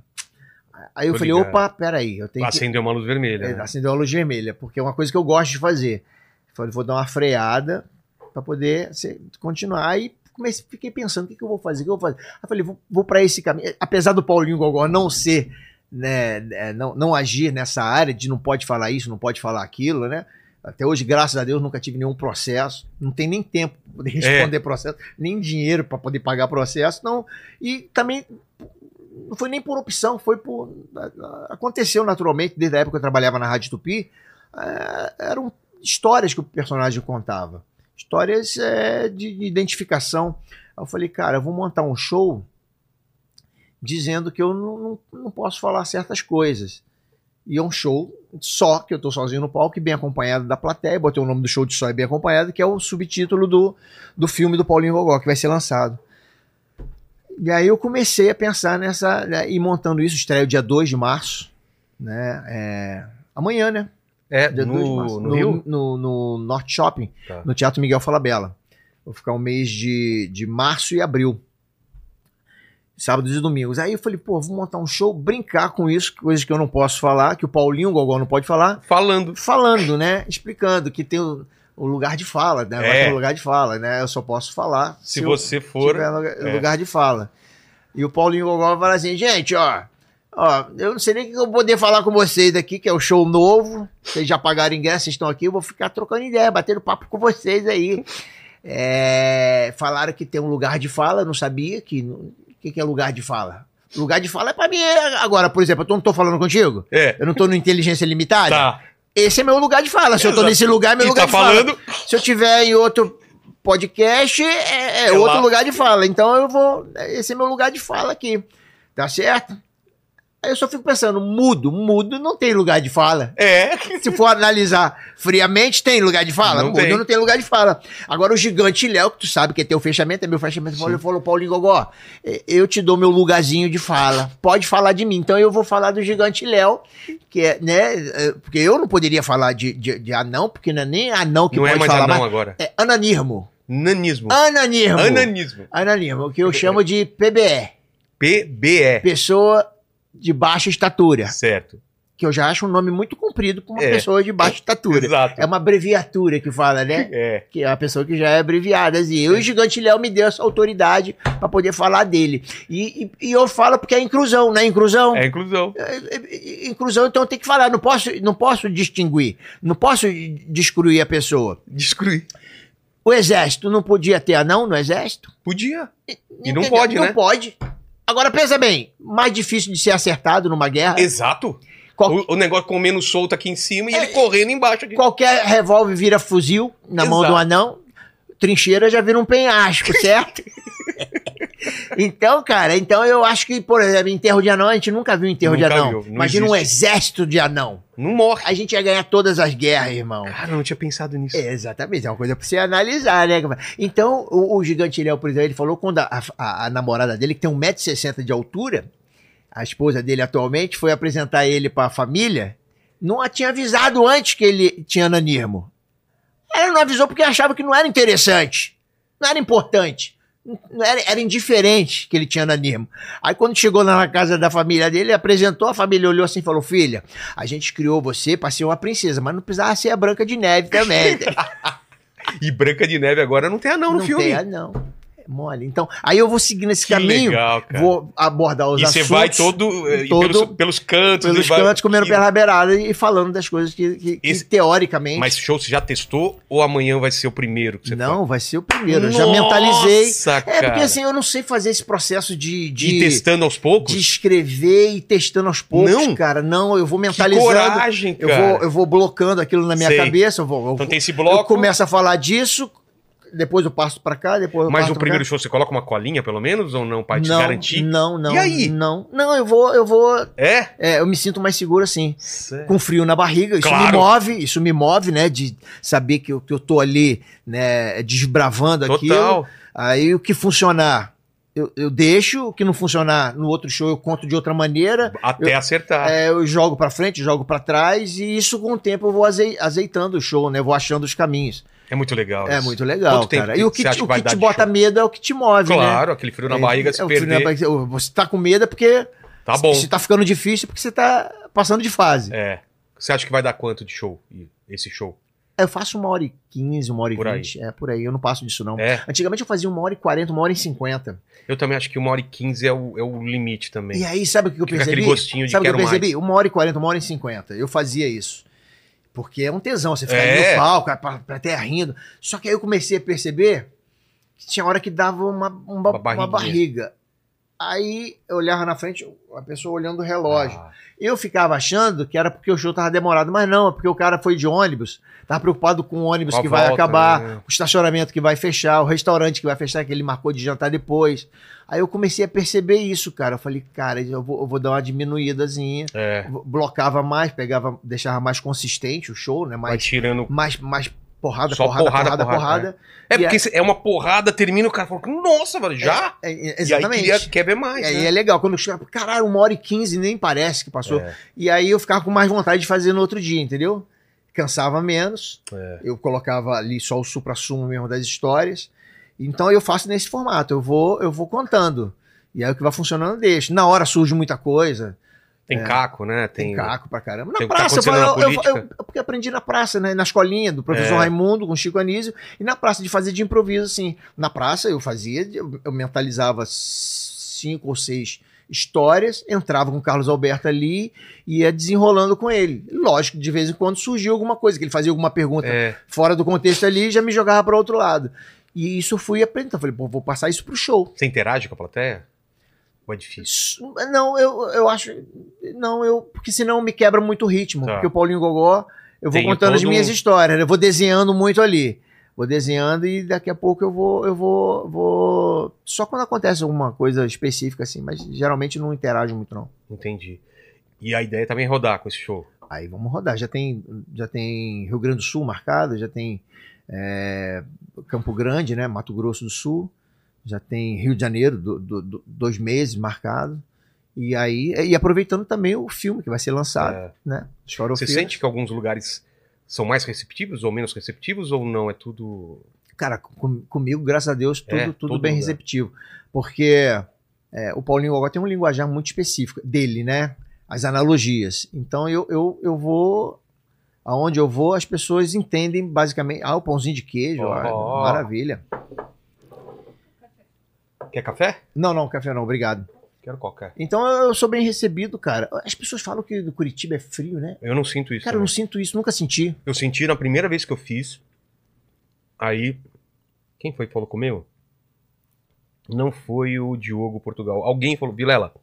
S3: Aí eu
S1: Tô
S3: falei,
S1: ligado.
S3: opa, peraí, eu tenho que...
S1: Acendeu uma luz vermelha.
S3: É,
S1: né?
S3: acendeu a luz vermelha, porque é uma coisa que eu gosto de fazer. Falei, vou dar uma freada pra poder se- continuar. Aí comecei, fiquei pensando, o que, que eu vou fazer? O que eu vou fazer? Aí falei, vou, vou para esse caminho. Apesar do Paulinho Gogó não ser, né, é, não, não agir nessa área de não pode falar isso, não pode falar aquilo, né? Até hoje, graças a Deus, nunca tive nenhum processo. Não tem nem tempo pra poder responder processo, nem dinheiro pra poder pagar processo. Não. E também não foi nem por opção, foi por. Aconteceu naturalmente, desde a época que eu trabalhava na Rádio Tupi, eh, eram histórias que o personagem contava. Histórias eh, de de identificação. Aí eu falei, cara, eu vou montar um show dizendo que eu não, não- não posso falar certas coisas. E é um show só, que eu tô sozinho no palco e bem acompanhado da plateia. Eu Botei o nome do show de Só e Bem Acompanhado, que é o subtítulo do, do filme do Paulinho Gogó, que vai ser lançado. E aí eu comecei a pensar nessa. Né, e montando isso, estreia o dia 2 de março, né? é, amanhã, né?
S1: É,
S3: Dia 2 de
S1: no,
S3: março.
S1: no Rio?
S3: No, no Norte Shopping,
S1: Tá.
S3: no Teatro Miguel Falabella. Vou ficar um mês de, de março e abril. Sábados e domingos. Aí eu falei, pô, vou montar um show, brincar com isso, coisas que eu não posso falar, que o Paulinho Gogol não pode falar.
S1: Falando.
S3: Falando, né? Explicando que tem o, o lugar de fala, né? Vai
S1: É.
S3: ter o lugar de fala, né? Eu só posso falar
S1: Se
S3: eu-
S1: você for.
S3: tiver lugar,
S1: é.
S3: lugar de fala. E o Paulinho Gogol fala assim, gente, ó, ó, eu não sei nem o que eu vou poder falar com vocês aqui, que é o show novo, vocês já pagaram ingresso, vocês estão aqui, eu vou ficar trocando ideia, batendo papo com vocês aí. É, falaram que tem um lugar de fala, eu não sabia que... O que, que é lugar de fala? Lugar de fala é pra mim agora, por exemplo, eu não tô falando contigo?
S1: É.
S3: Eu não tô no Inteligência Limitada?
S1: Tá.
S3: Esse é meu lugar de fala. Se eu tô
S1: Exato.
S3: nesse lugar, é meu
S1: E
S3: lugar
S1: tá
S3: de fala.
S1: falando?
S3: Se eu tiver em outro podcast, é, é
S1: É
S3: outro
S1: lá.
S3: lugar de fala. Então eu vou. Esse é meu lugar de fala aqui. Tá certo? Aí eu só fico pensando, mudo, mudo não tem lugar de fala.
S1: É.
S3: Se for analisar friamente, tem lugar de fala?
S1: Não
S3: mudo
S1: tem.
S3: não tem lugar de fala. Agora o gigante Léo, que tu sabe que é teu fechamento, é meu fechamento, falou, falou, Paulinho Gogó, eh, eu te dou meu lugarzinho de fala. Pode falar de mim. Então eu vou falar do gigante Léo, que é, né? eh, Porque eu não poderia falar de, de, de anão, porque não é nem anão que
S1: Não
S3: pode
S1: é mais
S3: falar. Ah,
S1: anão
S3: mas
S1: agora.
S3: É ananismo.
S1: Nanismo.
S3: Ananismo.
S1: Ananismo.
S3: Ananismo, o que eu chamo de PBE.
S1: PBE.
S3: Pessoa de baixa estatura.
S1: Certo.
S3: Que eu já acho um nome muito comprido para uma
S1: É.
S3: pessoa de baixa estatura.
S1: Exato.
S3: É uma abreviatura que fala, né?
S1: É.
S3: Que é uma pessoa que já é abreviada. E o Gigante Léo me deu essa autoridade pra poder falar dele. E, e- e eu falo porque é inclusão, né? Inclusão.
S1: É inclusão.
S3: É, é, é, Inclusão, então tem que falar. Não posso, não posso distinguir. Não posso descruir a pessoa.
S1: Destruir.
S3: O exército não podia ter anão no exército?
S1: Podia. E não
S3: Entendeu?
S1: pode, né?
S3: Não pode. Agora pensa bem, mais difícil de ser acertado numa guerra.
S1: Exato.
S3: Qual- É.
S1: O, o negócio comendo solto aqui em cima e ele correndo embaixo aqui.
S3: Qualquer revólver vira fuzil na mão
S1: Exato.
S3: do anão. Trincheira já vira um penhasco, certo? então, cara, então eu acho que, por exemplo, enterro de anão, a gente nunca viu enterro de
S1: Nunca
S3: anão.
S1: viu, não
S3: Imagina um
S1: existe.
S3: exército de anão.
S1: Não morre.
S3: A gente ia ganhar todas as guerras, irmão.
S1: Cara, eu Ah, não tinha pensado nisso.
S3: É, exatamente, é uma coisa pra você analisar, né? Então, o, o gigante Léo, por exemplo, ele falou quando a, a- a namorada dele, que tem 1,60m de altura, a esposa dele atualmente, foi apresentar ele pra família, não a tinha avisado antes que ele tinha ananismo. Ela não avisou porque achava que não era interessante, não era importante. não Era, era indiferente que ele tinha ananismo. Aí quando chegou lá na casa da família dele, ele apresentou, a família olhou assim e falou: Filha, a gente criou você pra ser uma princesa, mas não precisava ser a Branca de Neve também.
S1: E Branca de Neve agora não tem anão no
S3: não
S1: É um filme.
S3: tem, ah, não. mole. Então, aí eu vou seguir nesse
S1: Que
S3: caminho,
S1: legal, cara.
S3: vou abordar os
S1: E você
S3: assuntos.
S1: vai todo, eh, e
S3: todo-
S1: pelos, pelos cantos.
S3: pelos
S1: e vai-
S3: cantos, comendo
S1: e-
S3: pela beirada e falando das coisas que, que- que
S1: Esse-
S3: teoricamente.
S1: Mas show, você já testou ou amanhã vai ser o primeiro que você
S3: não, vai ser o primeiro.
S1: faz?
S3: eu já mentalizei.
S1: Nossa,
S3: É, porque
S1: cara.
S3: assim, eu não sei fazer esse processo de. de
S1: E testando aos poucos?
S3: de escrever e testando aos poucos,
S1: Não?
S3: cara. Não, eu vou mentalizando.
S1: coragem,
S3: eu
S1: cara.
S3: vou, eu vou blocando aquilo na minha
S1: Sei.
S3: cabeça. Eu vou, eu,
S1: Então tem esse
S3: eu
S1: bloco,
S3: começo a falar disso, depois eu passo pra cá, depois eu
S1: mas
S3: passo
S1: o
S3: pra
S1: primeiro
S3: cá.
S1: show você coloca uma colinha, pelo menos, ou não, pra te
S3: não, hum,
S1: garantir?
S3: Não, não.
S1: E aí?
S3: Não, não, eu vou, eu vou.
S1: É?
S3: é, eu me sinto mais seguro assim.
S1: Sério?
S3: Com frio na barriga, isso me
S1: Claro.
S3: move, isso me move, né? De saber que eu, que eu tô ali, né, desbravando
S1: Total.
S3: aquilo. Aí o que funcionar, eu, eu deixo, o que não funcionar no outro show eu conto de outra maneira.
S1: Até
S3: Eu-
S1: acertar.
S3: É, eu jogo pra frente, jogo pra trás, e isso com o tempo eu vou azei- azeitando o show, né? Vou achando os caminhos.
S1: É muito legal.
S3: É
S1: isso.
S3: muito legal,
S1: Quanto tempo
S3: cara. E o que,
S1: você acha
S3: te- o
S1: vai
S3: que
S1: dar
S3: te
S1: de
S3: bota
S1: show?
S3: medo é o que te move, né?
S1: Claro, aquele frio na
S3: É,
S1: barriga se
S3: é o frio na
S1: perder.
S3: barriga. Eu- Você tá com medo é porque.
S1: Tá bom.
S3: Se tá ficando difícil, é porque você tá passando de fase.
S1: É. Você acha que vai dar quanto de show? E- Esse show?
S3: Eu faço uma hora e quinze, uma hora e
S1: Por aí.
S3: vinte. É, por aí. Eu não passo disso, não.
S1: É.
S3: Antigamente eu fazia uma hora e quarenta, uma hora e cinquenta.
S1: Eu também acho que uma hora e quinze é o, é o limite também.
S3: E aí, sabe o que eu
S1: Fica
S3: percebi?
S1: aquele gostinho de
S3: sabe o que eu
S1: quero
S3: percebi? Uma hora e quarenta, uma hora e cinquenta. Eu fazia isso. Porque é um tesão, você ficar
S1: É.
S3: no palco, a pla- plateia rindo. Só que aí eu comecei a perceber que tinha hora que dava uma, uma,
S1: Uma
S3: uma
S1: barriguinha.
S3: barriga. Aí eu olhava na frente, a pessoa olhando o relógio.
S1: Ah.
S3: Eu ficava achando que era porque o show tava demorado, mas não, é porque o cara foi de ônibus, tava preocupado com o ônibus
S1: Com a
S3: que vai
S1: volta,
S3: acabar,
S1: né?
S3: o estacionamento que vai fechar, o restaurante que vai fechar, que ele marcou de jantar depois. Aí eu comecei a perceber isso, cara. Eu falei, cara, eu vou, eu vou dar uma diminuídazinha.
S1: É.
S3: Vo- Blocava mais, pegava, deixava mais consistente o show, né?
S1: Vai
S3: Mais,
S1: tirando
S3: mais, mais porrada,
S1: Só
S3: porrada,
S1: porrada,
S3: porrada, porrada,
S1: porrada, É
S3: E
S1: porque se- é uma porrada, termina o cara fala, nossa, velho, já?
S3: É, é,
S1: E aí
S3: exatamente.
S1: queria- quer ver mais.
S3: E aí
S1: né?
S3: é legal, quando chega, caralho, uma hora e quinze, nem parece que passou.
S1: É.
S3: E aí eu ficava com mais vontade de fazer no outro dia, entendeu? Cansava menos,
S1: É.
S3: eu colocava ali só o supra-sumo mesmo das histórias. Então eu faço nesse formato, eu vou, eu vou contando. E aí o que vai funcionando eu deixo. Na hora surge muita coisa,
S1: Tem caco, né?
S3: é- tem,
S1: Tem,
S3: caco pra caramba.
S1: tem
S3: Na
S1: o que tá
S3: praça, eu,
S1: acontecendo
S3: falo-
S1: na
S3: eu- eu-
S1: política.
S3: eu- porque aprendi na praça, né? Na escolinha do professor
S1: É.
S3: Raimundo, com Chico Anísio, e na praça de fazer de improviso, assim. Na praça eu fazia, de- eu, eu mentalizava cinco ou seis histórias, entrava com o Carlos Alberto ali e ia desenrolando com ele. Lógico, de vez em quando surgia alguma coisa, que ele fazia alguma pergunta
S1: É.
S3: fora do contexto ali e já me jogava para outro lado. E isso eu fui aprendendo. Então, Eu falei, pô, vou passar isso pro show.
S1: Você interage com a plateia? Ou é difícil?
S3: Isso- Não, eu, eu acho. Não, eu. Porque senão me quebra muito o ritmo.
S1: Tá.
S3: Porque o Paulinho Gogó, eu vou
S1: Tem
S3: contando as
S1: todo
S3: minhas
S1: um-
S3: histórias, né? eu vou desenhando muito ali. Vou desenhando e daqui a pouco eu vou. Eu vou, vou... Só quando acontece alguma coisa específica, assim, mas geralmente não interajo muito, não.
S1: Entendi. E a ideia também é rodar com esse show.
S3: Aí vamos rodar. Já tem, já tem Rio Grande do Sul marcado, já tem é, Campo Grande, né? Mato Grosso do Sul, já tem Rio de Janeiro, do- do- do- dois meses marcado. E aí, e aproveitando também o filme que vai ser lançado,
S1: É.
S3: né? Chora o
S1: Você
S3: filme.
S1: sente que alguns lugares são mais receptivos ou menos receptivos ou não? É tudo.
S3: Cara, com- comigo, graças a Deus, tudo,
S1: É,
S3: tudo
S1: todo
S3: bem
S1: lugar.
S3: receptivo. Porque é, o Paulinho Gogó tem um linguajar muito específico dele, né? As analogias. Então eu, eu, eu vou. Aonde eu vou, as pessoas entendem basicamente. Ah, o pãozinho de queijo, ó,
S1: Ó.
S3: maravilha.
S1: Quer café?
S3: Não, não, café não, obrigado.
S1: Quero qualquer.
S3: Então eu sou bem recebido, cara. As pessoas falam que do Curitiba é frio, né?
S1: Eu não sinto isso.
S3: Cara, eu
S1: também.
S3: não sinto isso, nunca senti.
S1: Eu senti na primeira vez que eu fiz. Aí. Quem foi que falou comigo? Não foi o Diogo Portugal. Alguém falou, Vilela,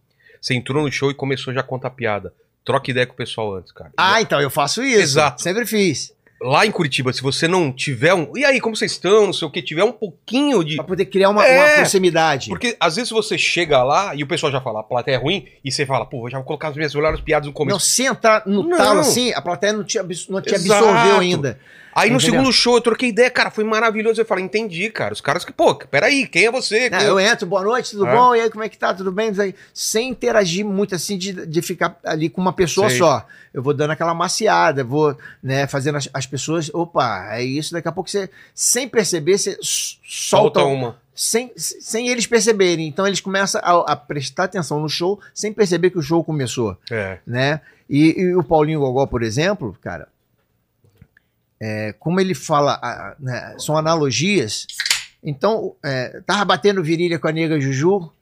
S1: você entrou no show e começou já a contar piada. Troca ideia com o pessoal antes, cara.
S3: Ah, então eu faço isso.
S1: Exato.
S3: Sempre fiz.
S1: Lá em Curitiba, se você não tiver um. E aí, como vocês estão? Não sei o que, tiver um pouquinho de.
S3: Pra poder criar uma,
S1: É.
S3: uma proximidade.
S1: Porque às vezes você chega lá e o pessoal já fala, a plateia é ruim, e você fala, pô, eu já vou colocar as minhas melhores piadas no começo.
S3: Não, se entrar no
S1: Não.
S3: talo assim, a plateia não te, abs- não te
S1: Exato.
S3: absorveu ainda.
S1: Aí no
S3: Entendeu?
S1: segundo show eu troquei ideia, cara, foi maravilhoso. Eu falei, entendi, cara. Os caras que, pô, peraí, quem é você?
S3: Não, eu entro, boa noite, tudo
S1: É.
S3: bom? E aí, como é que tá? Tudo bem? Sem interagir muito, assim, de, de ficar ali com uma pessoa
S1: Sei.
S3: só. Eu vou dando aquela maciada, vou né, fazendo as, as pessoas. Opa, é isso. Daqui a pouco você, sem perceber, você s- solta.
S1: Solta
S3: um-
S1: uma.
S3: Sem, sem eles perceberem. Então eles começam a, a prestar atenção no show sem perceber que o show começou.
S1: É.
S3: né? E, e o Paulinho Gogó, por exemplo, cara, é, como ele fala, a- a- né, são analogias, Então, é, tava batendo virilha com a nega Juju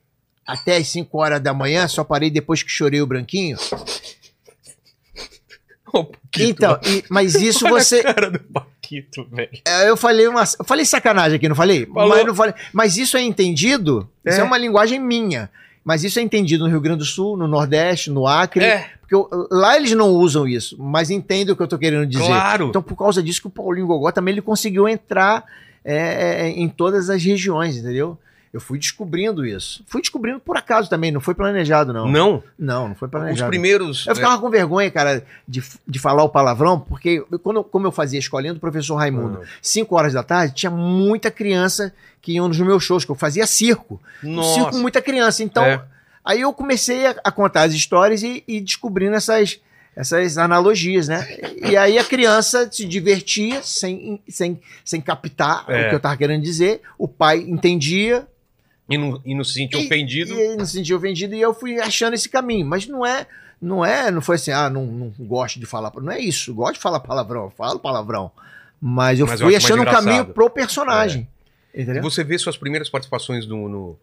S3: até as 5 horas da manhã, só parei depois que chorei o branquinho. então, e- mas isso
S1: Olha
S3: você.
S1: A cara do Paquito, velho.
S3: É, Eu falei uma, eu falei sacanagem aqui, não falei?
S1: Falou.
S3: Mas, não falei- mas isso é entendido? Isso
S1: É.
S3: é uma linguagem minha. Mas isso é entendido no Rio Grande do Sul, no Nordeste, no Acre.
S1: É.
S3: Porque eu- lá eles não usam isso, mas entendem o que eu tô querendo dizer.
S1: Claro.
S3: Então, por causa disso que o Paulinho Gogó também ele conseguiu entrar é, é, em todas as regiões, entendeu? Eu fui descobrindo isso. Fui descobrindo por acaso também, não foi planejado, não.
S1: Não?
S3: Não, não foi
S1: Os
S3: planejado.
S1: primeiros. é, né?
S3: Eu ficava com vergonha, cara, de, de falar o palavrão, porque eu- quando, eu- como eu fazia a escolinha do professor Raimundo,
S1: Uhum.
S3: 5 horas da tarde, tinha muita criança que iam nos meus shows, que eu fazia circo.
S1: Nossa.
S3: Circo com muita criança. Então,
S1: É.
S3: aí eu comecei a, a contar as histórias e, e descobrindo essas, essas analogias, né? E aí a criança se divertia sem, sem, sem captar
S1: É.
S3: o que eu tava querendo dizer, o pai entendia,
S1: E não, e não se sentiu ofendido.
S3: e ele não se sentiu ofendido e eu fui achando esse caminho. Mas não é, não é, não foi assim, ah, não, não gosto de falar. Não é isso, eu gosto de falar palavrão, eu falo palavrão. Mas eu
S1: Mas eu
S3: fui
S1: acho mais
S3: achando um
S1: engraçado. É.
S3: caminho pro personagem. Entendeu?
S1: Você vê suas primeiras participações no, no-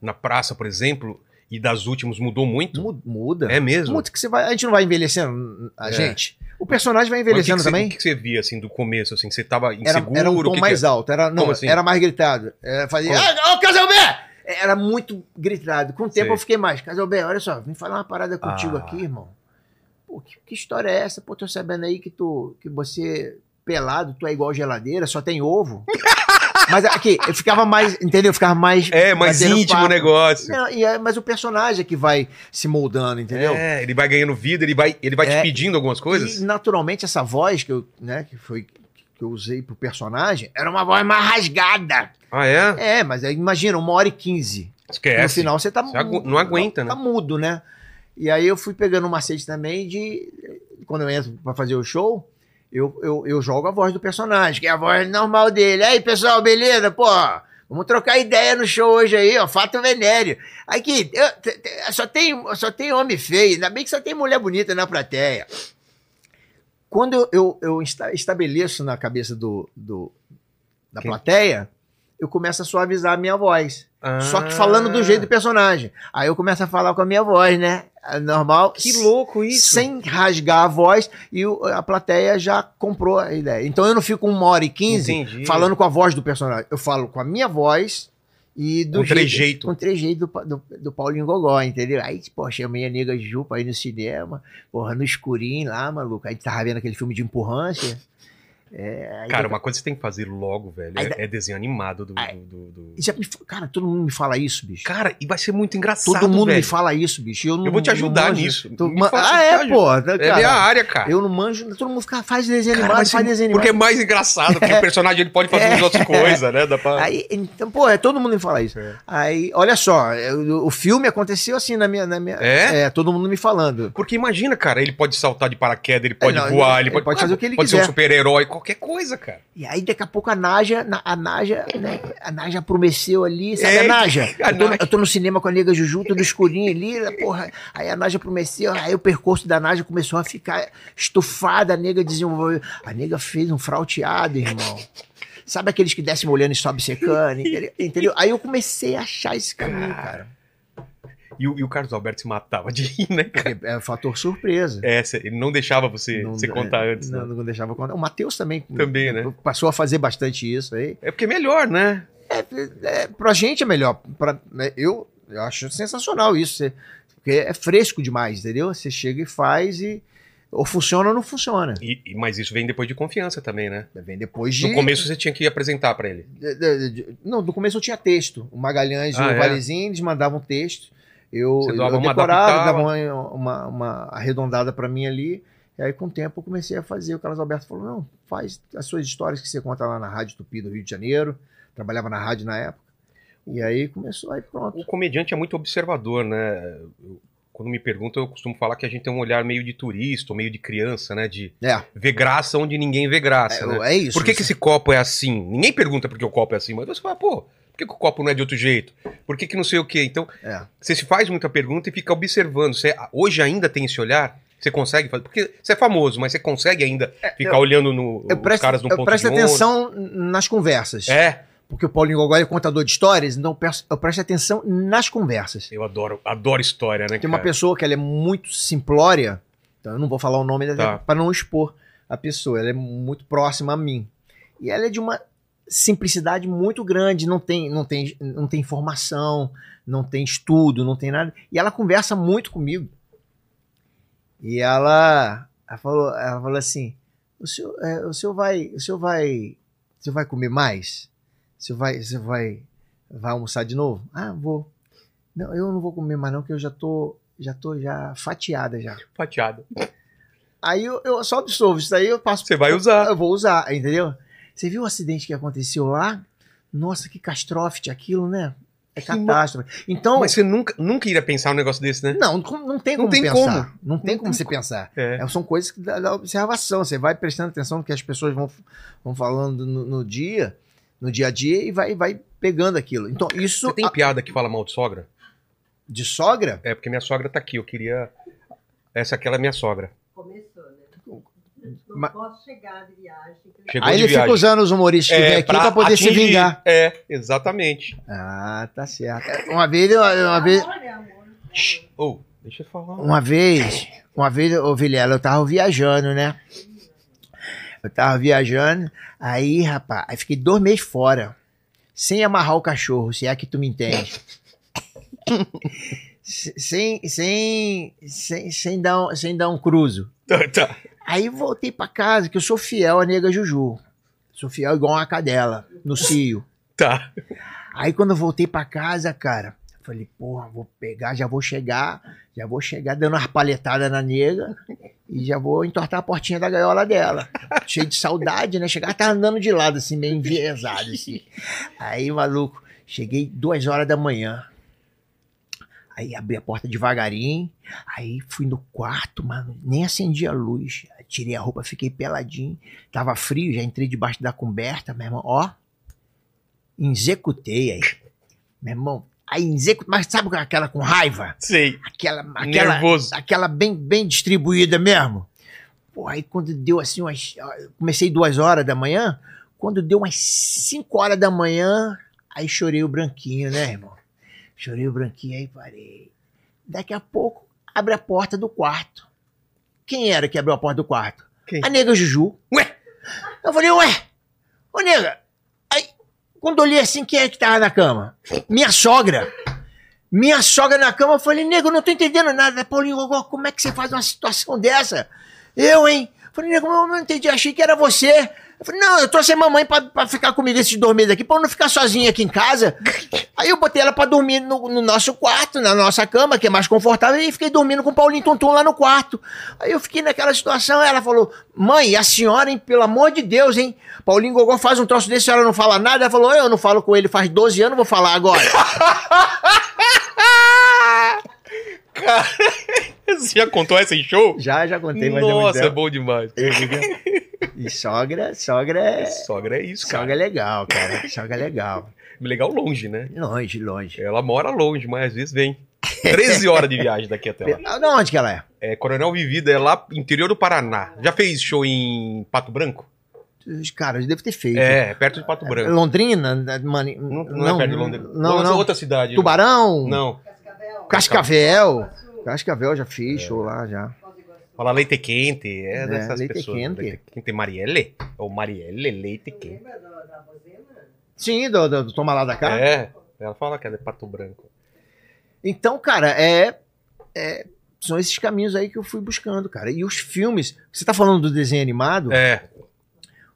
S1: na praça, por exemplo, e das últimas mudou muito?
S3: Mu- Muda.
S1: É mesmo?
S3: Muito que você vai. A gente não vai envelhecendo, hum, a
S1: É.
S3: gente. O personagem vai
S1: Mas o que que
S3: envelhecendo
S1: você-
S3: também.
S1: O que que você via, assim, do começo, assim? Você tava
S3: era,
S1: inseguro?
S3: era um
S1: o
S3: tom
S1: que que
S3: mais
S1: é?
S3: alto, era, não,
S1: Como assim?
S3: era mais gritado. Era, fazia,
S1: Como?
S3: ah, ô Casalbé! Era muito gritado. Com o tempo
S1: Sei.
S3: eu fiquei mais, Casalbé, olha só, vim falar uma parada contigo
S1: Ah.
S3: aqui, irmão. Pô, que, que história é essa? Pô, tô sabendo aí que, tu, que você, pelado, tu é igual geladeira, só tem ovo. Mas aqui, eu ficava mais, entendeu? Eu ficava mais.
S1: É, mais
S3: batendo
S1: íntimo o
S3: papo.
S1: negócio.
S3: Não, e é, mas o personagem é que vai se moldando, entendeu?
S1: É, ele vai ganhando vida, ele vai, ele vai te
S3: É.
S1: pedindo algumas coisas.
S3: E naturalmente essa voz que eu, né, que foi que eu usei pro personagem era uma voz mais rasgada.
S1: Ah, é?
S3: É, mas aí imagina, uma hora e quinze.
S1: Esquece.
S3: no final você tá
S1: Você agu-
S3: mudo,
S1: não aguenta,
S3: tá,
S1: né?
S3: Tá mudo, né? E aí eu fui pegando um macete também de. Quando eu entro pra fazer o show, eu, eu, eu jogo a voz do personagem, que é a voz normal dele. Aí, pessoal, beleza? Pô, vamos trocar ideia no show hoje aí, ó. Fato venéreo. Aqui, eu- te- te- só, tem, só tem homem feio, ainda bem que só tem mulher bonita na plateia. Quando eu, eu, eu esta- estabeleço na cabeça do, do, da
S1: Quem?
S3: plateia, eu começo a suavizar a minha voz. Só que falando
S1: Ah.
S3: do jeito do personagem. Aí eu começo a falar com a minha voz, né? Normal.
S1: Que louco isso.
S3: Sem rasgar a voz e o- a plateia já comprou a ideia. Então eu não fico uma hora e quinze
S1: Entendi.
S3: falando com a voz do personagem. Eu falo com a minha voz e do
S1: Com trejeito.
S3: Com trejeito do, pa- do, do Paulinho Gogó, entendeu? Aí, pô, chamei a nega Ju pra ir no cinema, porra, no escurinho lá, maluco. A gente tava vendo aquele filme de empurrância. É, aí
S1: Cara, uma coisa que você tem que fazer logo, velho,
S3: Aí da-
S1: é, é desenho animado do.
S3: Aí-
S1: do- do- do-
S3: já me fa- é, Cara, todo mundo me fala isso, bicho.
S1: Cara, e vai ser muito engraçado.
S3: Todo mundo
S1: velho.
S3: me fala isso, bicho. e Eu, não,
S1: Eu vou te ajudar
S3: não manjo.
S1: nisso.
S3: Tu-
S1: Me
S3: ma-
S1: fala,
S3: ah,
S1: eu
S3: é,
S1: te
S3: pô.
S1: É minha área, cara.
S3: Eu não manjo. Todo mundo fica, faz desenho
S1: Cara, vai
S3: animado,
S1: ser-
S3: faz desenho
S1: Porque é
S3: animado. É.
S1: mais engraçado, porque o personagem ele pode fazer umas outras coisas, né? Dá pra...
S3: Aí, então, pô, é todo mundo me fala isso. Aí, olha só, eu- o filme aconteceu assim na minha. Na minha
S1: É?
S3: todo mundo me falando.
S1: Porque imagina, cara, ele pode saltar de paraquedas, ele pode
S3: É, não,
S1: voar, ele,
S3: ele
S1: pode,
S3: pode fazer o que ele
S1: pode ser
S3: quiser.
S1: um super-herói, qualquer coisa, cara.
S3: E aí, daqui a pouco, a Naja, na- a Naja, né, a Naja promeceu ali, sabe
S1: É,
S3: a Naja?
S1: a
S3: Eu tô, no-
S1: Naja.
S3: eu tô no cinema com a nega Juju, tudo escurinho ali, né, porra. Aí a Naja promeceu, aí o percurso da Naja começou a ficar estufada, a nega desenvolveu. A nega fez um frauteado, irmão. Sabe aqueles que descem olhando e sobe secando, entendeu? entendeu? Aí eu comecei a achar esse caminho,
S1: Ah.
S3: cara.
S1: E, o- e o Carlos Alberto se matava de rir, né, cara?
S3: Porque é o fator surpresa.
S1: Essa, ele não deixava você, você contar
S3: é,
S1: antes.
S3: Não,
S1: né?
S3: não deixava contar. O Matheus também,
S1: Também, né?
S3: passou a fazer bastante isso aí.
S1: É porque é melhor, né?
S3: É, é, pra gente é melhor. Pra, né, eu, eu acho sensacional isso. cê- porque é fresco demais, entendeu? Você chega e faz e. Ou funciona ou não funciona.
S1: E- e- mas isso vem depois de confiança também, né?
S3: Vem depois de.
S1: No começo você tinha que apresentar pra ele.
S3: de- de- de- não, no começo eu tinha texto. O Magalhães
S1: Ah,
S3: e
S1: é?
S3: o Valezinho, eles mandavam um texto. Eu,
S1: Você
S3: eu
S1: dava uma
S3: decorava,
S1: adaptada.
S3: dava uma, uma, uma arredondada pra mim ali. E aí, com o tempo, eu comecei a fazer. O Carlos Alberto falou: não, faz as suas histórias que você conta lá na Rádio Tupi do Rio de Janeiro. Trabalhava na rádio na época. E aí começou, aí pronto.
S1: O comediante é muito observador, né? Eu- quando me perguntam, eu costumo falar que a gente tem um olhar meio de turista, ou meio de criança, né? De
S3: É.
S1: ver graça onde ninguém vê graça, né?
S3: É, é isso.
S1: Por que, que
S3: você-
S1: esse copo é assim? Ninguém pergunta por que o copo é assim, mas você fala, pô, por que, que o copo não é de outro jeito? Por que, que não sei o quê? Então,
S3: É.
S1: você se faz muita pergunta e fica observando. Você hoje ainda tem esse olhar? Você consegue fazer? Porque você é famoso, mas você consegue ainda ficar olhando no,
S3: É, Eu
S1: os
S3: presto,
S1: caras num
S3: eu
S1: ponto
S3: presto
S1: de ônibus?
S3: atenção nas conversas.
S1: É,
S3: porque o Paulinho Gogó é contador de histórias, então eu presto- eu presto atenção nas conversas.
S1: Eu adoro, adoro história, né,
S3: Tem uma
S1: cara?
S3: pessoa que ela é muito simplória, então eu não vou falar o nome
S1: Tá.
S3: dela para não expor a pessoa, ela é muito próxima a mim. E ela é de uma simplicidade muito grande, não tem não tem não tem informação, não tem estudo, não tem nada. E ela conversa muito comigo. E ela, ela falou, ela falou assim: "O senhor, é, o senhor vai, o senhor vai, o senhor vai comer mais? O senhor vai, o senhor vai vai almoçar de novo?" "Ah, vou." Não, eu não vou comer mais não, que eu já tô, já tô já fatiada já.
S1: Fatiada.
S3: Aí eu, eu só absorvo isso daí, eu passo.
S1: Você vai usar.
S3: Eu vou usar, entendeu? Você viu o acidente que aconteceu lá? Nossa, que catástrofe aquilo, né? É catástrofe. Então,
S1: Mas você nunca, nunca iria pensar um negócio desse, né?
S3: não, como- não tem
S1: Não
S3: como
S1: tem
S3: pensar.
S1: como.
S3: Não tem como você pensar.
S1: É.
S3: É, São coisas que da, da observação. Você vai prestando atenção no que as pessoas vão, vão falando no, no dia, no dia a dia, e vai, vai pegando aquilo. Então, isso
S1: Você tem
S3: a-
S1: piada que fala mal de sogra?
S3: de sogra,
S1: É, porque minha sogra tá aqui, eu queria... Essa aqui ela é minha sogra.
S11: Começou, né? Não
S3: Ma-
S11: posso chegar de viagem.
S1: Chegou
S3: aí
S1: de
S3: ele
S1: viagem. É,
S3: fica usando os humoristas que vem aqui pra poder se
S1: atingir.
S3: vingar.
S1: É, exatamente.
S3: Ah, tá certo. Uma vez, uma, uma vez,
S1: Ô, deixa eu falar.
S3: uma vez, uma vez, ô Vilela, eu tava viajando, né? Eu tava viajando, aí, rapaz, aí fiquei dois meses fora, sem amarrar o cachorro, se é que tu me entende. Se- sem, sem, sem, sem, dar um, sem dar um cruzo.
S1: Tá, tá.
S3: Aí voltei pra casa, que eu sou fiel à nega Juju. Sou fiel igual uma cadela, no cio.
S1: Tá.
S3: Aí quando eu voltei pra casa, cara, falei, porra, vou pegar, já vou chegar, já vou chegar dando umas palhetadas na nega e já vou entortar a portinha da gaiola dela. Cheio de saudade, né? Chegar, tá andando de lado, assim, meio enviesado, assim. Aí, maluco, cheguei duas horas da manhã. Aí abri a porta devagarinho, aí fui no quarto, mano, nem acendi a luz. Tirei a roupa, fiquei peladinho. Tava frio, já entrei debaixo da coberta, meu irmão, ó. Executei aí. Meu irmão, aí executei, mas sabe aquela com raiva?
S1: Sei.
S3: Aquela, aquela,
S1: Nervoso.
S3: aquela bem, bem distribuída mesmo. Pô, aí quando deu assim umas. Comecei duas horas da manhã, quando deu umas cinco horas da manhã, aí chorei o branquinho, né, irmão? Chorei o branquinho, aí parei. Daqui a pouco, abre a porta do quarto. Quem era que abriu a porta do quarto?
S1: Quem?
S3: A nega Juju. Ué! Eu falei, ué! Ô, nega! Aí, quando eu olhei assim, quem é que tava na cama? Minha sogra! Minha sogra na cama, eu falei, nego, eu não tô entendendo nada. Paulinho Gogó, como é que você faz uma situação dessa? Eu, hein? Eu Falei, nego, eu não entendi, achei que era você. Eu falei, não, eu trouxe a mamãe pra, pra ficar comigo esses dois meses aqui, pra eu não ficar sozinha aqui em casa. Aí eu botei ela pra dormir no, no nosso quarto, na nossa cama, que é mais confortável, e fiquei dormindo com o Paulinho Tuntum lá no quarto. Aí eu fiquei naquela situação, ela falou, mãe, a senhora, hein, pelo amor de Deus, hein? Paulinho Gogó faz um troço desse, a senhora não fala nada. Ela falou, eu não falo com ele faz 12 anos, vou falar agora.
S1: Cara, você já contou essa em show?
S3: Já, já contei, mas
S1: Nossa, é
S3: é muito tempo.
S1: bom demais.
S3: E sogra, sogra é.
S1: Sogra é isso, cara.
S3: Sogra é legal, cara. Sogra é legal.
S1: Legal longe, né?
S3: Longe, longe.
S1: Ela mora longe, mas às vezes vem. 13 horas de viagem daqui até lá.
S3: Ah, De onde que ela é?
S1: É Coronel Vivida, é lá interior do Paraná. Já fez show em Pato Branco?
S3: Cara, eu devo ter feito.
S1: É, perto de Pato Branco.
S3: Londrina? né, Mani...
S1: Não,
S3: Não,
S1: não é perto de Londrina.
S3: Não,
S1: Mas é
S3: não.
S1: outra cidade. né?
S3: Tubarão?
S1: Não.
S3: Cascavel? Cascavel já fiz,
S1: É.
S3: show lá já.
S1: Fala leite quente, é,
S3: É,
S1: dessas
S3: leite
S1: pessoas.
S3: quente.
S1: Leite quente Marielle? Ou Marielle, leite quente.
S3: Sim, do, do, do Toma Lá da Cá.
S1: É, ela fala que ela é de Pato Branco.
S3: Então, cara, é, é- São esses caminhos aí que eu fui buscando, cara. E os filmes. Você tá falando do desenho animado?
S1: É,